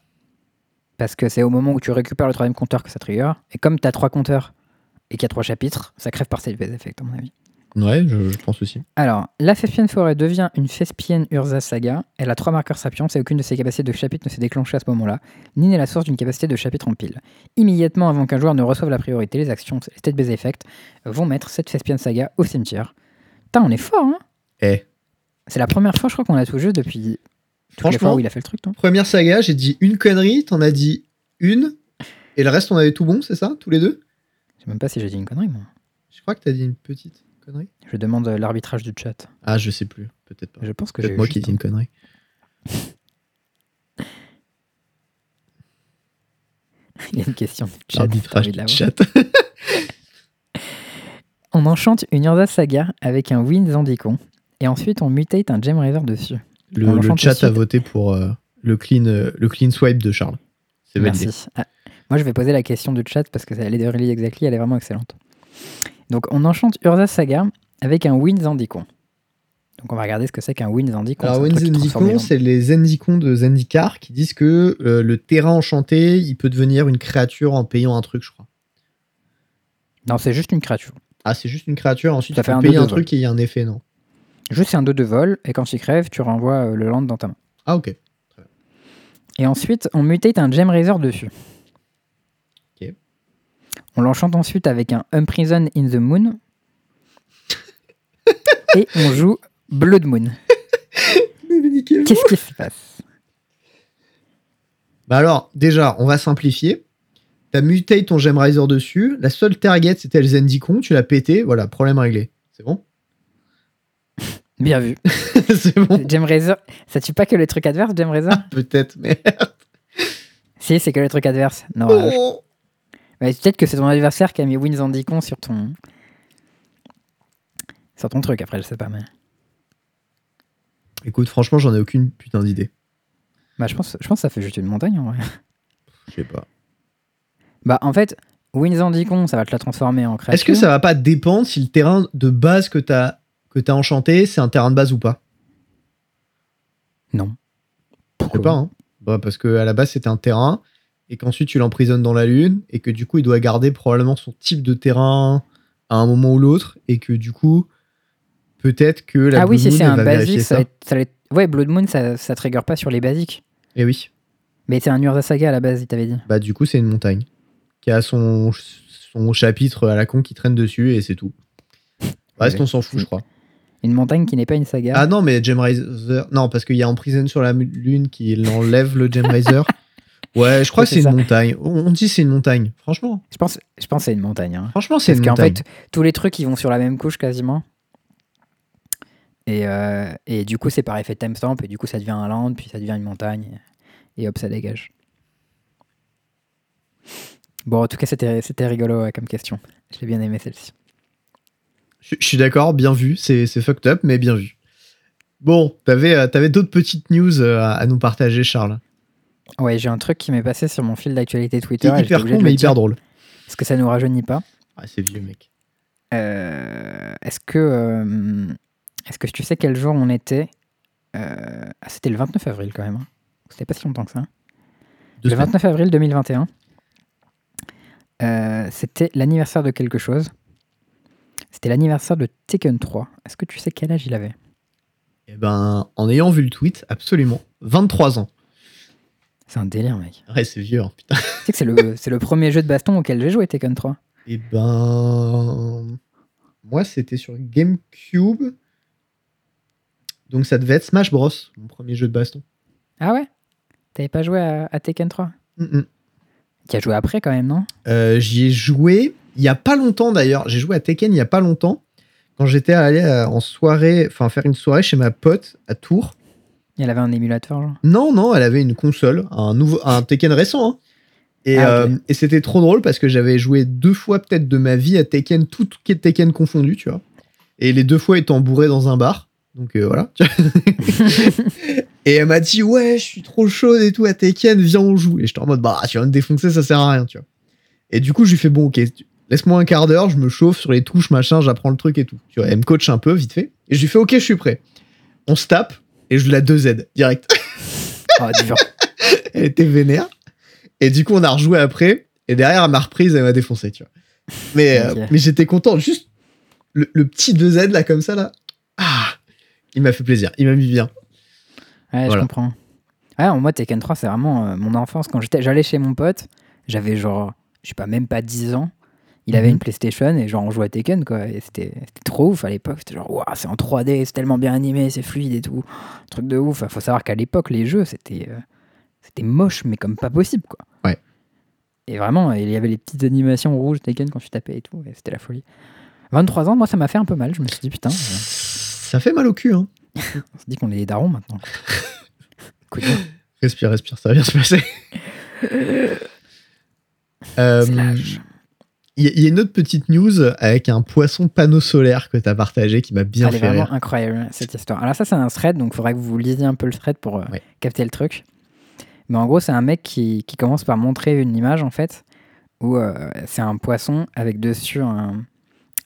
Parce que c'est au moment où tu récupères le troisième compteur que ça trigger. Et comme tu as trois compteurs et qu'il y a trois chapitres, ça crève par save effect, à mon avis. Ouais, je, je pense aussi. Alors, la Fespienne Forêt devient une Fespienne Urza Saga. Elle a trois marqueurs sapiens et aucune de ses capacités de chapitre ne s'est déclenchée à ce moment-là, ni n'est la source d'une capacité de chapitre en pile. Immédiatement avant qu'un joueur ne reçoive la priorité, les actions les state based effects vont mettre cette Fespienne Saga au cimetière. Putain, on est fort, hein Eh. C'est la première fois, je crois, qu'on a tout joué depuis toutes les fois Franchement, où il a fait le truc, toi. première saga, j'ai dit une connerie, t'en as dit une, et le reste, on avait tout bon, c'est ça Tous les deux Je sais même pas si j'ai dit une connerie, moi. Je crois que t'as dit une petite connerie. Je demande euh, l'arbitrage du chat. Ah, je sais plus. Peut-être pas. Je pense que j'ai Peut-être moi eu qui juste dis une connerie. un- Il y a une question du chat. t'as Arbitrage envie de du la voir chat. On enchante une Urza Saga avec un Wind Zandicon, et ensuite on mutate un Gem River dessus. Le, On le enchante chat aussi. a voté pour euh, le, clean, euh, le clean swipe de Charles. C'est validé. Merci. Ah, moi, je vais poser la question du chat parce que celle de Really Exactly, elle est vraiment excellente. Donc, on enchante Urza Saga avec un Wind Zandicon. Donc, on va regarder ce que c'est qu'un Wind Zandicon. Alors, C'est un Wayne truc hein. qui transforme les Zendikon, gens. c'est les Zendikons de Zendikar qui disent que euh, le terrain enchanté, il peut devenir une créature en payant un truc, je crois. Non, c'est juste une créature. Ah, c'est juste une créature, ensuite Ça tu fait peux un payer un 2-2, truc et il y a un effet, non Juste, c'est un 2 de vol, et quand il crève, tu renvoies euh, le land dans ta main. Ah, ok. Et ensuite, on mutate un Gem Razor dessus. Ok. On l'enchante ensuite avec un Unprison in the Moon. et on joue Blood Moon. Qu'est-ce qui se passe Bah alors, déjà, on va simplifier. T'as muté ton Gem Riser dessus. La seule target, c'était le Zendikon. Tu l'as pété. Voilà, problème réglé. C'est bon Bien vu. C'est bon. Gem Razor, ça tue pas que les trucs adverses, Gem Razor Ah. Peut-être, mais. Si, c'est que les trucs adverses. Non, euh, Oh mais peut-être que c'est ton adversaire qui a mis Wins and Deacon sur ton. Sur ton truc, après, je sais pas. Mais... Écoute, franchement, j'en ai aucune putain d'idée. Bah, je pense, je pense que ça fait juste une montagne en vrai. Je sais pas. Bah, en fait, Wins and Deacon, ça va te la transformer en créature. Est-ce que ça va pas dépendre si le terrain de base que t'as que t'as enchanté, c'est un terrain de base ou pas Non. Je Pourquoi sais pas. Hein. Bah, parce que à la base, c'était un terrain. Et qu'ensuite, tu l'emprisonnes dans la lune. Et que du coup, il doit garder probablement son type de terrain à un moment ou l'autre. Et que du coup, peut-être que la Ah oui, Blue si c'est Moon un va vérifier basique, ça, ça. va être- ça va être- Ouais, Blood Moon, ça, ça trigger pas sur les basiques. Et Eh oui. Mais c'est un Urza Saga à la base, il t'avait dit. Bah, du coup, c'est une montagne. Qui a son, son chapitre à la con qui traîne dessus. Et c'est tout. Le Reste, Ouais. on s'en fout, je crois. Une montagne qui n'est pas une saga. Ah non, mais Gem Riser. Non, parce qu'il y a Emprison sur la mu- Lune qui l'enlève, le Gem Riser. Ouais, je crois Oui, que c'est c'est une ça. montagne. On on dit c'est une montagne. Franchement, Je pense, je pense que c'est une montagne. hein. franchement, c'est Parce une qu'en montagne. fait, tous les trucs, ils vont sur la même couche quasiment. Et, euh, et du coup, c'est par effet timestamp, et du coup, ça devient un land, puis ça devient une montagne, et hop, ça dégage. Bon, en tout cas, c'était c'était rigolo euh, comme question. J'ai bien aimé celle-ci. Je, je suis d'accord, bien vu. C'est c'est fucked up, mais bien vu. Bon, t'avais euh, t'avais d'autres petites news euh, à, à nous partager, Charles. Ouais, j'ai un truc qui m'est passé sur mon fil d'actualité Twitter. T'es et j'étais hyper obligé con, de le mais dire, hyper drôle. Parce que ça nous rajeunit pas. Ah, c'est vieux, mec. Euh, Est-ce que, euh, est-ce que tu sais quel jour on était Euh, ah, C'était le 29 avril quand même. hein. C'était pas si longtemps que ça. hein. Deux le semaines. 29 avril 2021, euh, c'était l'anniversaire de quelque chose. C'était l'anniversaire de Tekken 3. Est-ce que tu sais quel âge il avait Eh ben, en ayant vu le tweet, absolument. 23 ans. C'est un délire, mec. Ouais, c'est vieux, hein, putain. Tu sais que c'est le, c'est le premier jeu de baston auquel j'ai joué, Tekken 3. Eh ben. Moi, c'était sur GameCube. Donc, ça devait être Smash Bros, mon premier jeu de baston. Ah ouais T'avais pas joué à, à Tekken 3 Mm-mm. Tu as joué après quand même, non Euh, J'y ai joué il y a pas longtemps d'ailleurs. J'ai joué à Tekken il y a pas longtemps. Quand j'étais allé euh, en soirée, enfin faire une soirée chez ma pote à Tours. Il avait un émulateur, genre. Non, non, elle avait une console, un, nouveau, un Tekken récent. hein. Et, Ah, ok. euh, et c'était trop drôle parce que j'avais joué deux fois peut-être de ma vie à Tekken, tout qui est Tekken confondu, tu vois. Et les deux fois étant bourré dans un bar. Donc euh, voilà. tu vois. et elle m'a dit ouais, je suis trop chaude et tout à Tekken, viens on joue. Et j'étais en mode bah tu vas me défoncer, ça sert à rien, tu vois. Et du coup je lui fais bon ok, tu- laisse-moi un quart d'heure, je me chauffe sur les touches machin, j'apprends le truc et tout. Tu vois, elle me coach un peu vite fait. Et je lui fais ok, je suis prêt. On se tape et je la 2Z direct. Oh, dur. Elle était vénère. Et du coup, on a rejoué après. Et derrière, à ma reprise, elle m'a défoncé, tu vois. Mais, euh, Ok. mais j'étais content. Juste le, le petit 2Z là, comme ça, là, ah, il m'a fait plaisir, il m'a mis bien. Ouais, je Voilà. comprends. Ouais, en moi, Tekken 3, c'est vraiment euh, mon enfance. Quand j'étais, j'allais chez mon pote, j'avais genre, je sais pas, même pas 10 ans. Il avait Mhm. une PlayStation et genre on jouait à Tekken quoi. Et c'était c'était trop ouf à l'époque. C'était genre, waouh, c'est en 3D, c'est tellement bien animé, c'est fluide et tout. Truc de ouf. Faut savoir qu'à l'époque, les jeux, c'était euh, c'était moche, mais comme pas possible quoi. Ouais. Et vraiment, il y avait les petites animations rouges Tekken quand tu tapais et tout. et c'était la folie. 23 ans, moi, ça m'a fait un peu mal. Je me suis dit, putain, euh, Ça fait mal au cul, hein. on se dit qu'on est des darons maintenant. Coup de- Respire, respire, ça va bien se passer. Euh, C'est l'âge. Il y, a- il y a une autre petite news avec un poisson panneau solaire que t'as partagé qui m'a bien Elle est fait vraiment rire. incroyable cette histoire. Alors ça c'est un thread, donc il faudra que vous lisiez un peu le thread pour euh, Ouais. capter le truc. Mais en gros c'est un mec qui, qui commence par montrer une image en fait, où euh, c'est un poisson avec dessus un,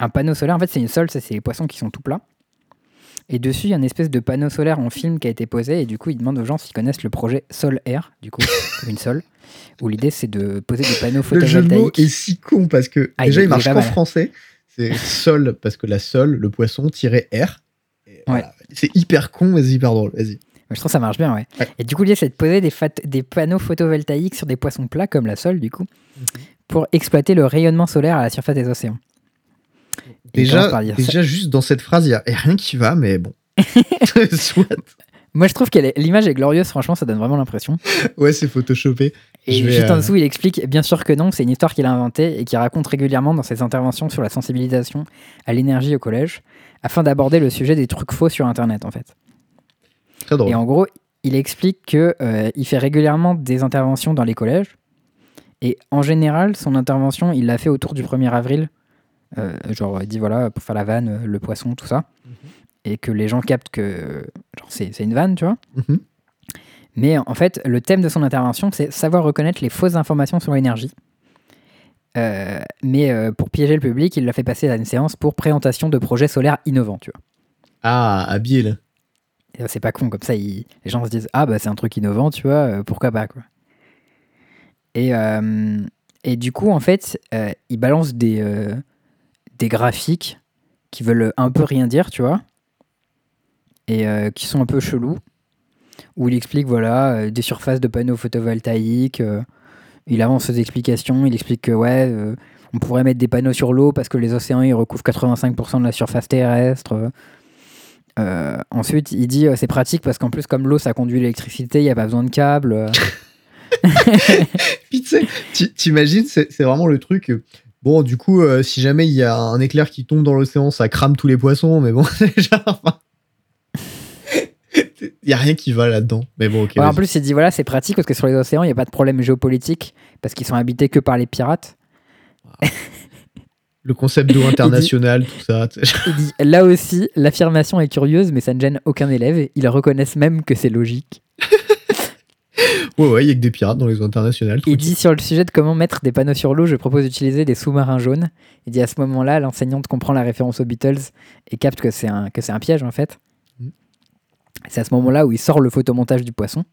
un panneau solaire. En fait c'est une sole, ça, c'est les poissons qui sont tout plats. Et dessus il y a une espèce de panneau solaire en film qui a été posé et du coup il demande aux gens s'ils connaissent le projet Sol Air, du coup comme une sole, où l'idée c'est de poser des panneaux Le jeu de mots photovoltaïques. est si con parce que Ah, il déjà est- il il, est marche pas qu'en mal. français. C'est sol parce que la sol, le poisson, tiré R. Et voilà. C'est hyper con mais c'est hyper drôle. Vas-y. Mais je trouve que ça marche bien, ouais. Ouais. Et du coup, l'idée, c'est de poser des, fat- des panneaux photovoltaïques sur des poissons plats, comme la sole, du coup, Mhm. pour exploiter le rayonnement solaire à la surface des océans. Et il commence Déjà, par dire ça. déjà juste dans cette phrase, il y a rien qui va, mais bon. Soit. Moi, je trouve que l'image est glorieuse, franchement, ça donne vraiment l'impression. Ouais, c'est photoshopé. Et Je vais, juste en euh, dessous, il explique, bien sûr que non, c'est une histoire qu'il a inventée et qu'il raconte régulièrement dans ses interventions sur la sensibilisation à l'énergie au collège, afin d'aborder le sujet des trucs faux sur Internet, en fait. Très drôle. Et en gros, il explique que euh, il fait régulièrement des interventions dans les collèges. Et en général, son intervention, il l'a fait autour du 1er avril. Euh, genre, il dit voilà, pour faire la vanne, euh, le poisson, tout ça. Et que les gens captent que euh, genre, c'est c'est une vanne, tu vois. Mhm. Mais en fait, le thème de son intervention, c'est savoir reconnaître les fausses informations sur l'énergie. Euh, mais euh, pour piéger le public, il l'a fait passer à une séance pour présentation de projets solaires innovants, tu vois. Ah, habile. Et ça, C'est pas con, comme ça, ils- les gens se disent Ah, bah c'est un truc innovant, tu vois, euh, pourquoi pas, quoi. Et, euh, et du coup, en fait, euh, ils balancent des, euh, des graphiques qui veulent un peu rien dire, tu vois, et euh, qui sont un peu chelous, où il explique, voilà, euh, des surfaces de panneaux photovoltaïques, euh, il avance ses explications, il explique que, ouais, euh, on pourrait mettre des panneaux sur l'eau parce que les océans, ils recouvrent 85% de la surface terrestre. euh, euh, ensuite, il dit euh, c'est pratique parce qu'en plus, comme l'eau, ça conduit l'électricité, il n'y a pas besoin de câble. euh. Puis tu sais, tu- t'imagines, c'est c'est vraiment le truc. euh, Bon, du coup, euh, si jamais il y a un éclair qui tombe dans l'océan, ça crame tous les poissons, mais bon, déjà, enfin. Il n'y a rien qui va là-dedans. Mais bon, ok. Ouais, en vas-y. plus, il dit voilà, c'est pratique parce que sur les océans, il n'y a pas de problème géopolitique parce qu'ils sont habités que par les pirates. Le concept d'eau internationale, tout ça. tu sais. Il dit là aussi, l'affirmation est curieuse, mais ça ne gêne aucun élève. et Ils reconnaissent même que c'est logique. Ouais, ouais, il y a que des pirates dans les eaux internationales. Il tranquille. dit sur le sujet de comment mettre des panneaux sur l'eau, je propose d'utiliser des sous-marins jaunes. Il dit à ce moment-là, l'enseignante comprend la référence aux Beatles et capte que c'est un, que c'est un piège en fait. Mhm. C'est à ce moment-là où il sort le photomontage du poisson.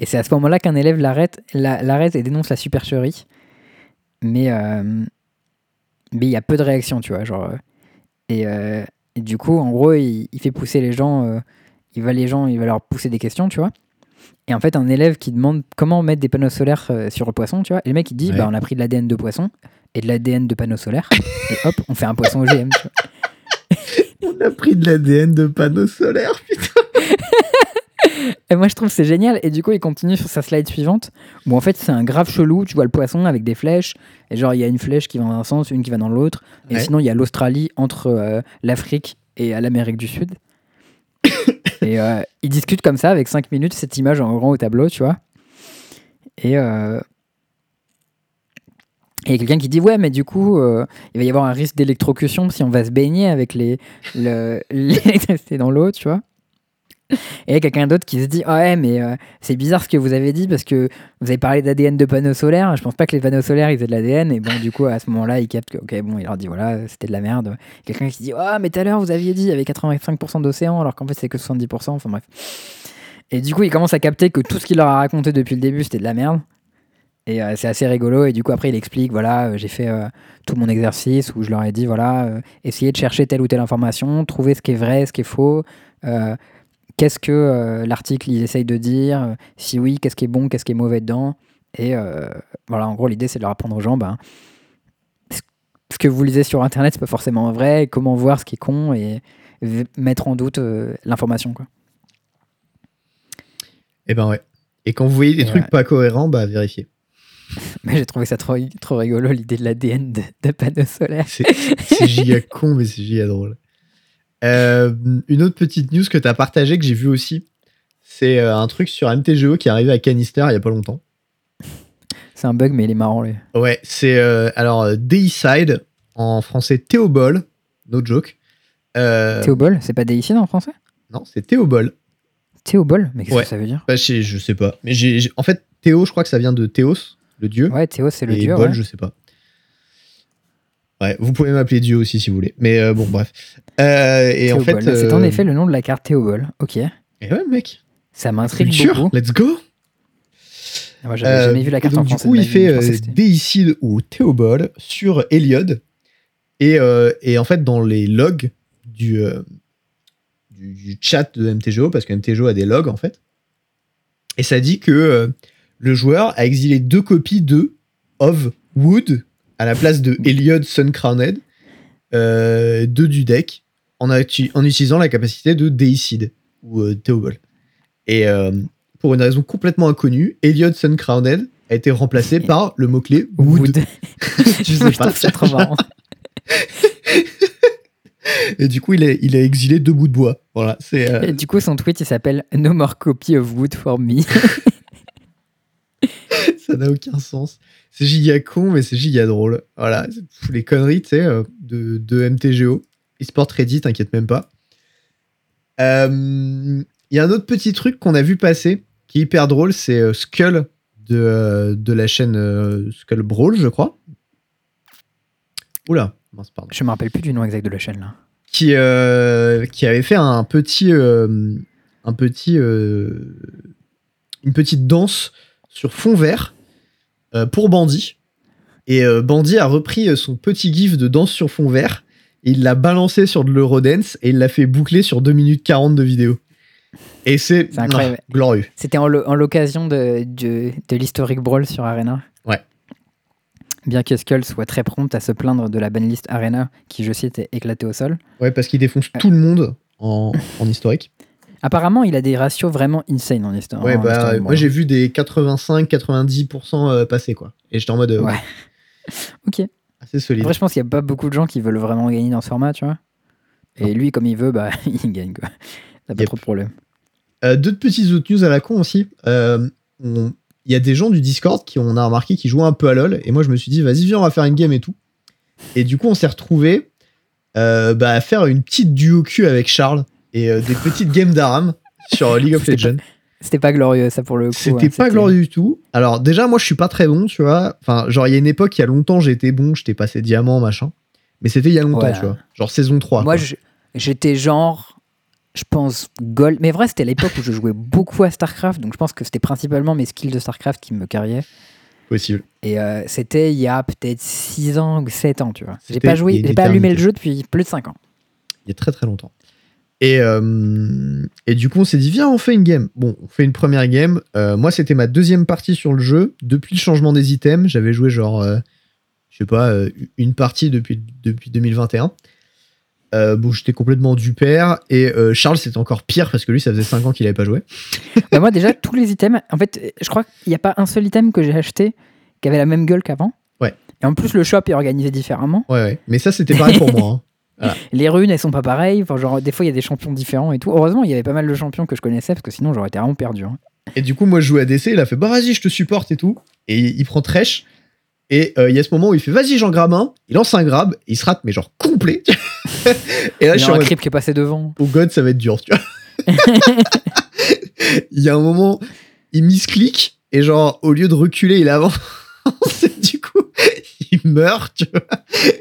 Et c'est à ce moment-là qu'un élève l'arrête, la- l'arrête et dénonce la supercherie. Mais euh, mais il y a peu de réactions, tu vois. Genre, euh, et, euh, et du coup, en gros, il, il fait pousser les gens, euh, il va les gens, il va leur pousser des questions, tu vois. Et en fait, un élève qui demande comment mettre des panneaux solaires euh, sur le poisson, tu vois, et le mec il dit, Ouais. bah, on a pris de l'ADN de poisson et de l'ADN de panneaux solaires, et hop, on fait un poisson OGM. tu vois. On a pris de l'ADN de panneaux solaires. Et moi, je trouve que c'est génial. Et du coup, il continue sur sa slide suivante, où en fait, c'est un grave chelou. Tu vois le poisson avec des flèches, et genre, il y a une flèche qui va dans un sens, une qui va dans l'autre, et Ouais. sinon, il y a l'Australie entre euh, l'Afrique et à l'Amérique du Sud. et euh, ils discutent comme ça, avec 5 minutes, cette image en grand au tableau, tu vois. Et. euh, et il y a quelqu'un qui dit ouais mais du coup euh, il va y avoir un risque d'électrocution si on va se baigner avec les le- l'électricité dans l'eau tu vois et il y a quelqu'un d'autre qui se dit Ah ouais mais euh, c'est bizarre ce que vous avez dit parce que vous avez parlé d'ADN de panneaux solaires je pense pas que les panneaux solaires ils aient de l'ADN et bon du coup à ce moment là il capte que ok bon il leur dit voilà c'était de la merde quelqu'un qui dit ah mais tout à l'heure vous aviez dit il y avait 85% d'océan alors qu'en fait c'est que 70% enfin bref et du coup il commence à capter que tout ce qu'il leur a raconté depuis le début c'était de la merde Et euh, c'est assez rigolo. Et du coup, après, il explique voilà, euh, j'ai fait euh, tout mon exercice où je leur ai dit voilà, euh, essayez de chercher telle ou telle information, trouver ce qui est vrai, ce qui est faux. euh, qu'est-ce que euh, l'article il essaye de dire euh, Si oui, qu'est-ce qui est bon, qu'est-ce qui est mauvais dedans Et euh, voilà, en gros, l'idée, c'est de leur apprendre aux gens ben, ce- ce que vous lisez sur Internet, c'est pas forcément vrai, et comment voir ce qui est con et v- mettre en doute euh, l'information. quoi. Et ben ouais. Et quand vous voyez des Et trucs ouais. pas cohérents, bah vérifiez. Mais j'ai trouvé ça trop, trop rigolo, l'idée de l'ADN de, de panneau solaire. C'est c'est giga con, mais c'est giga drôle. Euh, une autre petite news que t'as partagée que j'ai vue aussi, c'est euh, un truc sur MTGO qui est arrivé à Canister il y a pas longtemps. C'est un bug, mais il est marrant, lui. Ouais, c'est euh, alors euh, Deicide en français Théobol, no joke. Euh, Théobol, c'est pas déicide en français non, c'est Théobol. Théobol Mais qu'est-ce Ouais. que ça veut dire Bah, je, sais- je sais pas. Mais j'ai j'ai- en fait, Théo, je crois que ça vient de Théos, le dieu. Ouais, Théo, c'est le et dieu. Bol, ouais. je sais pas. Ouais, vous pouvez m'appeler Dieu aussi si vous voulez. Mais euh, bon, bref. Euh, et en Théobol. fait, C'est en euh, effet le nom de la carte Théobol. Ok. Et ouais, mec. Ça m'intrigue Culture, beaucoup. let's go. Ah, Moi, j'avais jamais Euh, vu la et carte donc, en français. Du coup, de ma il vie, fait je pensais euh, que c'était- Déicide ou Théobol sur Héliode. Et, euh, et en fait, dans les logs du, euh, du, du chat de MTGO, parce que MTGO a des logs en fait, et ça dit que euh, le joueur a exilé deux copies de Of Wood à la place de Héliode Suncrowned, euh, deux du deck, en, actu- en utilisant la capacité de Déicide ou euh, Théobol. Et euh, pour une raison complètement inconnue, Elliot Suncrowned a été remplacé par le mot-clé Wood. Wood. tu sais Moi, je pas. trouve ça trop marrant. Et du coup, il a, il a exilé deux bouts de bois. Voilà, c'est. euh, Et du coup, son tweet, il s'appelle No more copy of Wood for me. ça n'a aucun sens. C'est giga con, mais c'est giga drôle. Voilà, c'est- pff, les conneries, tu sais, euh, de, de MTGO. eSport Reddit, t'inquiète même pas. Euh, Il y a un autre petit truc qu'on a vu passer, qui est hyper drôle, c'est euh, Skull de, euh, de la chaîne euh, Skull Brawl, je crois. Oula, mince, pardon. Je me rappelle plus du nom exact de la chaîne là. qui, euh, qui avait fait un petit, euh, un petit, euh, une petite danse sur fond vert euh, pour Bandit. Et euh, Bandit a repris euh, son petit gif de danse sur fond vert. et il l'a balancé sur de l'Eurodance et il l'a fait boucler sur 2 minutes 40 de vidéo. Et c'est C'est incroyable. ah, glorieux. C'était en l'o- en l'occasion de, de, de l'historique brawl sur Arena. Ouais. Bien que Skull soit très prompte à se plaindre de la banlist Arena, qui, je cite, est éclatée au sol. Ouais, parce qu'il défonce tout le monde en, en historique. Apparemment, il a des ratios vraiment insane en histoire. Ouais, en bah, historique euh, moi brawl. j'ai vu des 85-90% euh, passer quoi. Et j'étais en mode euh, Ouais. Ok. assez solide. Après, je pense qu'il n'y a pas beaucoup de gens qui veulent vraiment gagner dans ce format, tu vois. Et lui, comme il veut, bah, il gagne, quoi. T'as pas Yep. trop de problème. Euh, deux petites autres news à la con aussi. Euh, on- Il y a des gens du Discord qui on a remarqué qui jouaient un peu à LoL et moi je me suis dit vas-y viens on va faire une game et tout. Et du coup on s'est retrouvé bah, à faire une petite duo cul avec Charles et euh, des petites games d'Aram sur League of C'était pas- Legends. C'était pas glorieux, ça, pour le coup. hein. C'était pas glorieux du tout. Alors déjà moi je suis pas très bon tu vois. Enfin genre il y a une époque il y a longtemps j'étais bon j'étais passé diamant machin. Mais c'était il y a longtemps Voilà. tu vois. Genre saison 3. Moi, quoi. je- j'étais genre, je pense, gold. Mais vrai, c'était à l'époque où je jouais beaucoup à StarCraft, donc je pense que c'était principalement mes skills de StarCraft qui me carriaient. Possible. Et euh, c'était il y a peut-être 6 ans ou 7 ans, tu vois. J'ai C'était pas il y joué, a une j'ai pas allumé le éternité. jeu depuis plus de 5 ans. il y a très très longtemps. Et, euh, et du coup, on s'est dit, viens, on fait une game. Bon, on fait une première game. Euh, moi, c'était ma deuxième partie sur le jeu. Depuis le changement des items, j'avais joué genre, euh, je sais pas, euh, une partie depuis, depuis 2021. Euh, bon, j'étais complètement du père. Et euh, Charles, c'était encore pire parce que lui, ça faisait 5 ans qu'il avait pas joué. Bah, moi, déjà, tous les items, en fait, euh, je crois qu'il n'y a pas un seul item que j'ai acheté qui avait la même gueule qu'avant. Ouais. Et en plus, le shop est organisé différemment. Ouais, ouais. Mais ça, c'était pareil pour moi. hein. Les runes, elles sont pas pareilles. Enfin, genre, des fois, il y a des champions différents et tout. Heureusement, il y avait pas mal de champions que je connaissais parce que sinon, j'aurais été vraiment perdu. hein. Et du coup, moi, je jouais à DC. Il a fait, bah, vas-y, je te supporte et tout. Et il prend Trèche. Et euh, il y a ce moment où il fait, vas-y, j'en grabe un. Il lance un grab. Il se rate, mais genre complet. et là, Il je y suis a en un mode, creep qui est passé devant. oh god, ça va être dur, tu vois. il y a un moment, il misclic. Et genre, au lieu de reculer, il avance. Et du coup, il meurt, tu vois.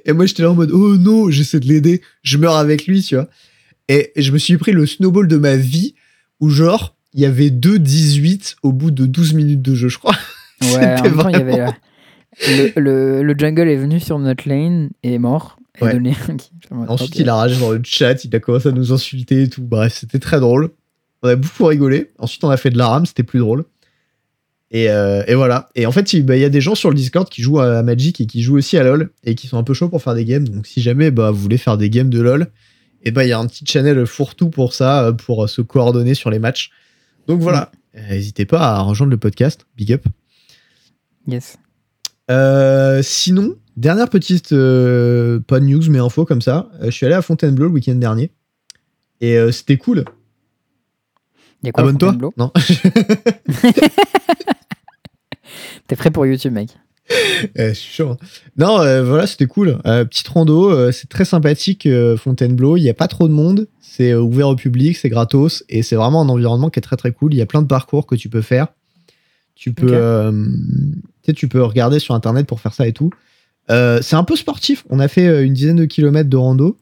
Et moi, j'étais là en mode, oh non, j'essaie de l'aider. Je meurs avec lui, tu vois. Et je me suis pris le snowball de ma vie où genre, il y avait 2-18 au bout de 12 minutes de jeu, je crois. Ouais, en même temps, il y avait la- le, le- le jungle est venu sur notre lane et est mort. Et Ouais. donné un kill. Je me dis, Ensuite, ok. il a ragé dans le chat, il a commencé à nous insulter et tout. Bref, c'était très drôle. On a beaucoup rigolé. Ensuite, on a fait de la rame, c'était plus drôle. Et, euh, et voilà. Et en fait, il bah, il y a des gens sur le Discord qui jouent à Magic et qui jouent aussi à LoL et qui sont un peu chauds pour faire des games. Donc, si jamais bah, vous voulez faire des games de LoL, et bah, il y a un petit channel fourre-tout pour ça, euh, pour se coordonner sur les matchs. Donc voilà. Euh, N'hésitez pas à rejoindre le podcast. Big up. Yes. Euh, sinon, dernière petite, euh, pas de news, mais info comme ça. Euh, je suis allé à Fontainebleau le week-end dernier. Et euh, c'était cool. Il y a quoi, Abonne-toi. Fontainebleau Non. T'es prêt pour YouTube, mec Euh, je suis chaud, hein. Non, euh, voilà, c'était cool. Euh, petite rando, euh, c'est très sympathique euh, Fontainebleau. Il n'y a pas trop de monde. C'est euh, ouvert au public, c'est gratos. Et c'est vraiment un environnement qui est très très cool. Il y a plein de parcours que tu peux faire. Tu peux, Ok. euh, tu sais, tu peux regarder sur internet pour faire ça et tout. Euh, c'est un peu sportif. On a fait euh, une dizaine de kilomètres de rando.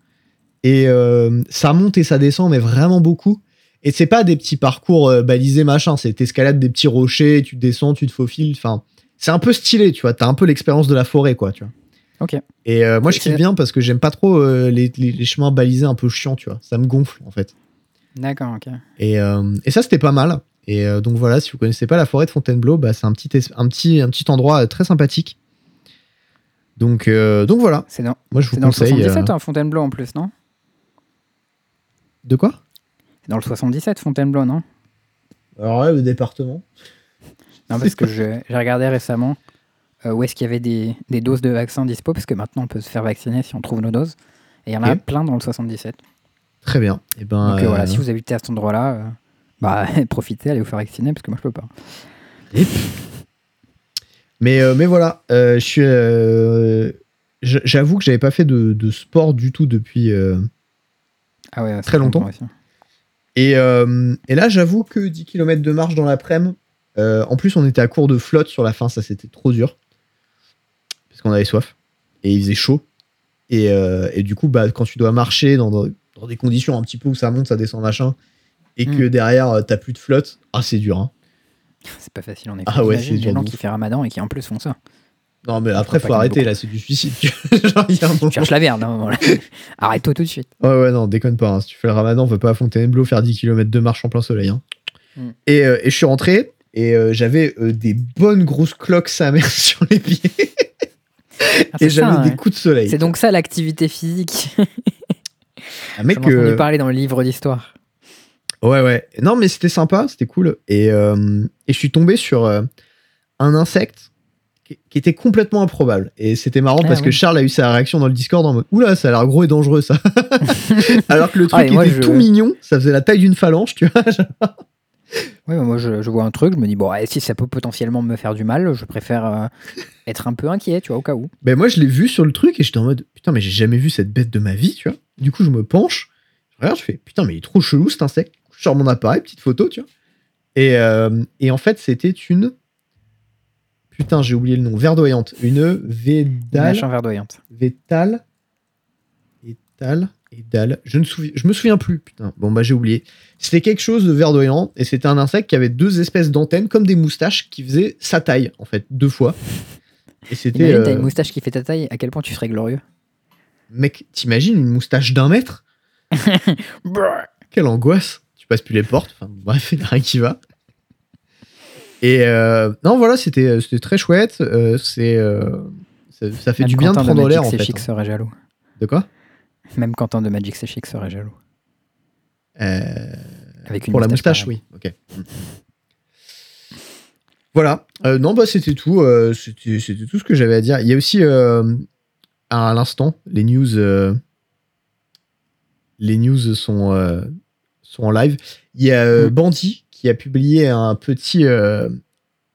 Et euh, ça monte et ça descend, mais vraiment beaucoup. Et c'est pas des petits parcours euh, balisés, machin. C'est t'escalades des petits rochers, tu descends, tu te faufiles. Enfin, c'est un peu stylé, tu vois. T'as un peu l'expérience de la forêt, quoi, tu vois. Ok. Et euh, moi, je C'est- kiffe bien parce que j'aime pas trop euh, les, les- les chemins balisés un peu chiants, tu vois. Ça me gonfle, en fait. D'accord, ok. Et, euh, et ça, c'était pas mal. Et euh, donc voilà, si vous connaissez pas la forêt de Fontainebleau, bah, c'est un petit, es- un, petit, un petit endroit euh, très sympathique. Donc, euh, donc voilà, C'est dans, moi je vous c'est dans le conseille. euh, 77, hein, Fontainebleau en plus, non hein. De quoi C'est dans le 77, Fontainebleau, non Alors ouais, le département. Non, parce que je- j'ai regardé récemment euh, où est-ce qu'il y avait des, des doses de vaccins dispo, parce que maintenant on peut se faire vacciner si on trouve nos doses. Et il y en a Ok. plein dans le 77. Très bien. Et ben, Donc euh, voilà, euh, si vous habitez à cet endroit-là, euh, bah, profitez, allez vous faire vacciner, parce que moi je peux pas. euh, Mais, euh, mais voilà, euh, je suis. euh, j- J'avoue que j'avais pas fait de, de sport du tout depuis. euh, Ah ouais, Très longtemps. Et, euh, et là, j'avoue que 10 km de marche dans l'après-midi. euh, en plus, on était à court de flotte sur la fin, ça c'était trop dur. Parce qu'on avait soif. Et il faisait chaud. Et, euh, et du coup, bah, quand tu dois marcher dans, dans- dans des conditions un petit peu où ça monte, ça descend, machin, et Hmm. que derrière, euh, t'as plus de flotte, ah, c'est dur. hein. C'est pas facile en effet. Ah ouais, J'imagine c'est les dur gens de qui ouf. font ramadan et qui en plus font ça. Non, mais après, crois Ah, pas faut qu'il y en ait beaucoup. arrêter, là, c'est du suicide. Genre, il y a un moment- Cherche la merde à un moment là. Arrête-toi tout de suite. Ouais, ouais, non, déconne pas. hein. Si tu fais le ramadan, on va pas à Fontainebleau faire 10 km de marche en plein soleil. hein. Mm. Et, euh, et je suis rentré et euh, j'avais euh, des bonnes grosses cloques sa mère sur les pieds Ah, et c'est ça, j'avais des hein. coups de soleil. C'est donc ça l'activité physique. Un Mec, mec, J'en ai entendu euh, parler dans le livre d'histoire. Ouais, ouais. Non, mais c'était sympa, c'était cool. Et, euh, et je suis tombé sur euh, un insecte qui, qui était complètement improbable. Et c'était marrant Ah, parce que oui. Charles a eu sa réaction dans le Discord en mode Oula, ça a l'air gros et dangereux ça. Alors que le Ah, truc et moi, était je- tout mignon, ça faisait la taille d'une phalange, tu vois. Oui, moi je, je vois un truc, je me dis, bon, eh, si ça peut potentiellement me faire du mal, je préfère euh, être un peu inquiet, tu vois, au cas où. Ben moi, je l'ai vu sur le truc et j'étais en mode putain, mais j'ai jamais vu cette bête de ma vie, tu vois. Du coup, je me penche, je regarde, je fais putain, mais il est trop chelou cet insecte. Du coup, Je sors mon appareil, petite photo, tu vois. Et, euh, et en fait, c'était une. Putain, j'ai oublié le nom, verdoyante. Une Machin Védale. verdoyante. Vétale. Étale. Édale. Je, ne souvi- je me souviens plus, putain. Bon, bah, j'ai oublié. C'était quelque chose de verdoyant et c'était un insecte qui avait deux espèces d'antennes comme des moustaches qui faisaient sa taille, en fait, deux fois. Et c'était. Imagine, t'as euh, une moustache qui fait ta taille, à quel point tu serais glorieux. Mec, t'imagines une moustache d'un mètre Quelle angoisse Tu passes plus les portes. Enfin, bref, il n'y a rien qui va. Et euh, non, voilà, c'était c'était très chouette. Euh, c'est euh, ça, ça fait Même du bien de Quentin prendre l'air en Magic fait. hein. Séchic serait jaloux. De quoi Même Quentin de Magic Séchic serait jaloux. Euh, Avec une Pour la moustache, oui. Ok. Voilà. Euh, non, bah c'était tout. euh, c'était c'était tout ce que j'avais à dire. Il y a aussi euh, à l'instant les news. euh, les news sont euh, sont en live. Il y a euh, Mm. Bandy qui a publié un petit euh,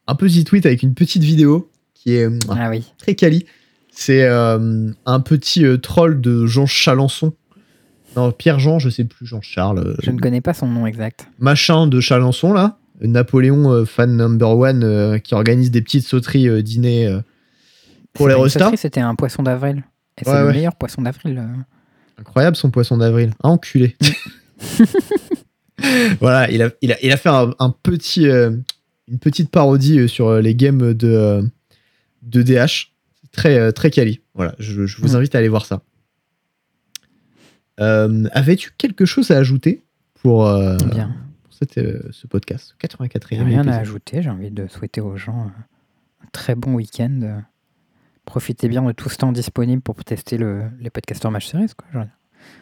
un petit tweet avec une petite vidéo qui est euh, pareille. Ah oui. très quali. C'est euh, un petit euh, troll de Jean Chalençon. Non, Pierre-Jean, je sais plus, Jean-Charles. euh, Je ne connais pas son nom exact. machin de Chalençon là, Napoléon euh, fan number one euh, qui organise des petites sauteries euh, dîner. euh. Pour C'est les pas une restas sauterie, C'était un poisson d'avril. Et c'est Ouais, le ouais. meilleur poisson d'avril. euh. Incroyable son poisson d'avril, un enculé. voilà, il a, il a, il a fait un, un petit, euh, une petite parodie euh, sur euh, les games de, euh, de DH. C'est Très, euh, très quali. Voilà, je, je vous Mm. invite à aller voir ça. Euh, Avais-tu quelque chose à ajouter pour, euh, Bien. pour cette, euh, ce podcast 84 e Rien à ajouter, j'ai envie de souhaiter aux gens euh, un très bon week-end. euh. Profitez bien de tout ce temps disponible pour tester le, les podcasters match series. Quoi. Genre,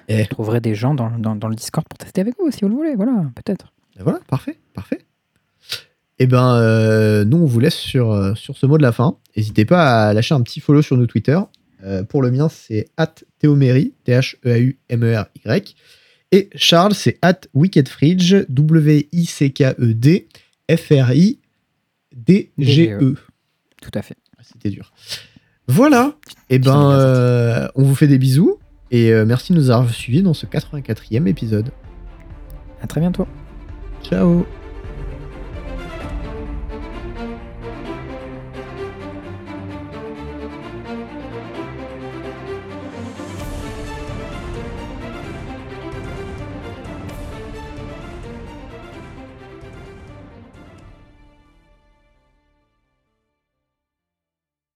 Eh. Vous trouverez des gens dans, dans- dans le Discord pour tester avec vous si vous le voulez, voilà, peut-être. Ben Voilà, parfait, parfait. Et ben, euh, nous, on vous laisse sur, euh, sur ce mot de la fin. N'hésitez pas à lâcher un petit follow sur nos Twitter. Euh, pour le mien, c'est at Théoméry, E T-H-E-A-U-M-E-R-Y. Et Charles, c'est at Wickedfridge, W-I-C-K-E-D, F-R-I, D-G-E. Tout à fait. Ah, E. C'était dur. Voilà. Et Je l'ai ben, pas euh, on vous fait des bisous. Et euh, merci de nous avoir suivis dans ce 84e épisode. À très bientôt. Ciao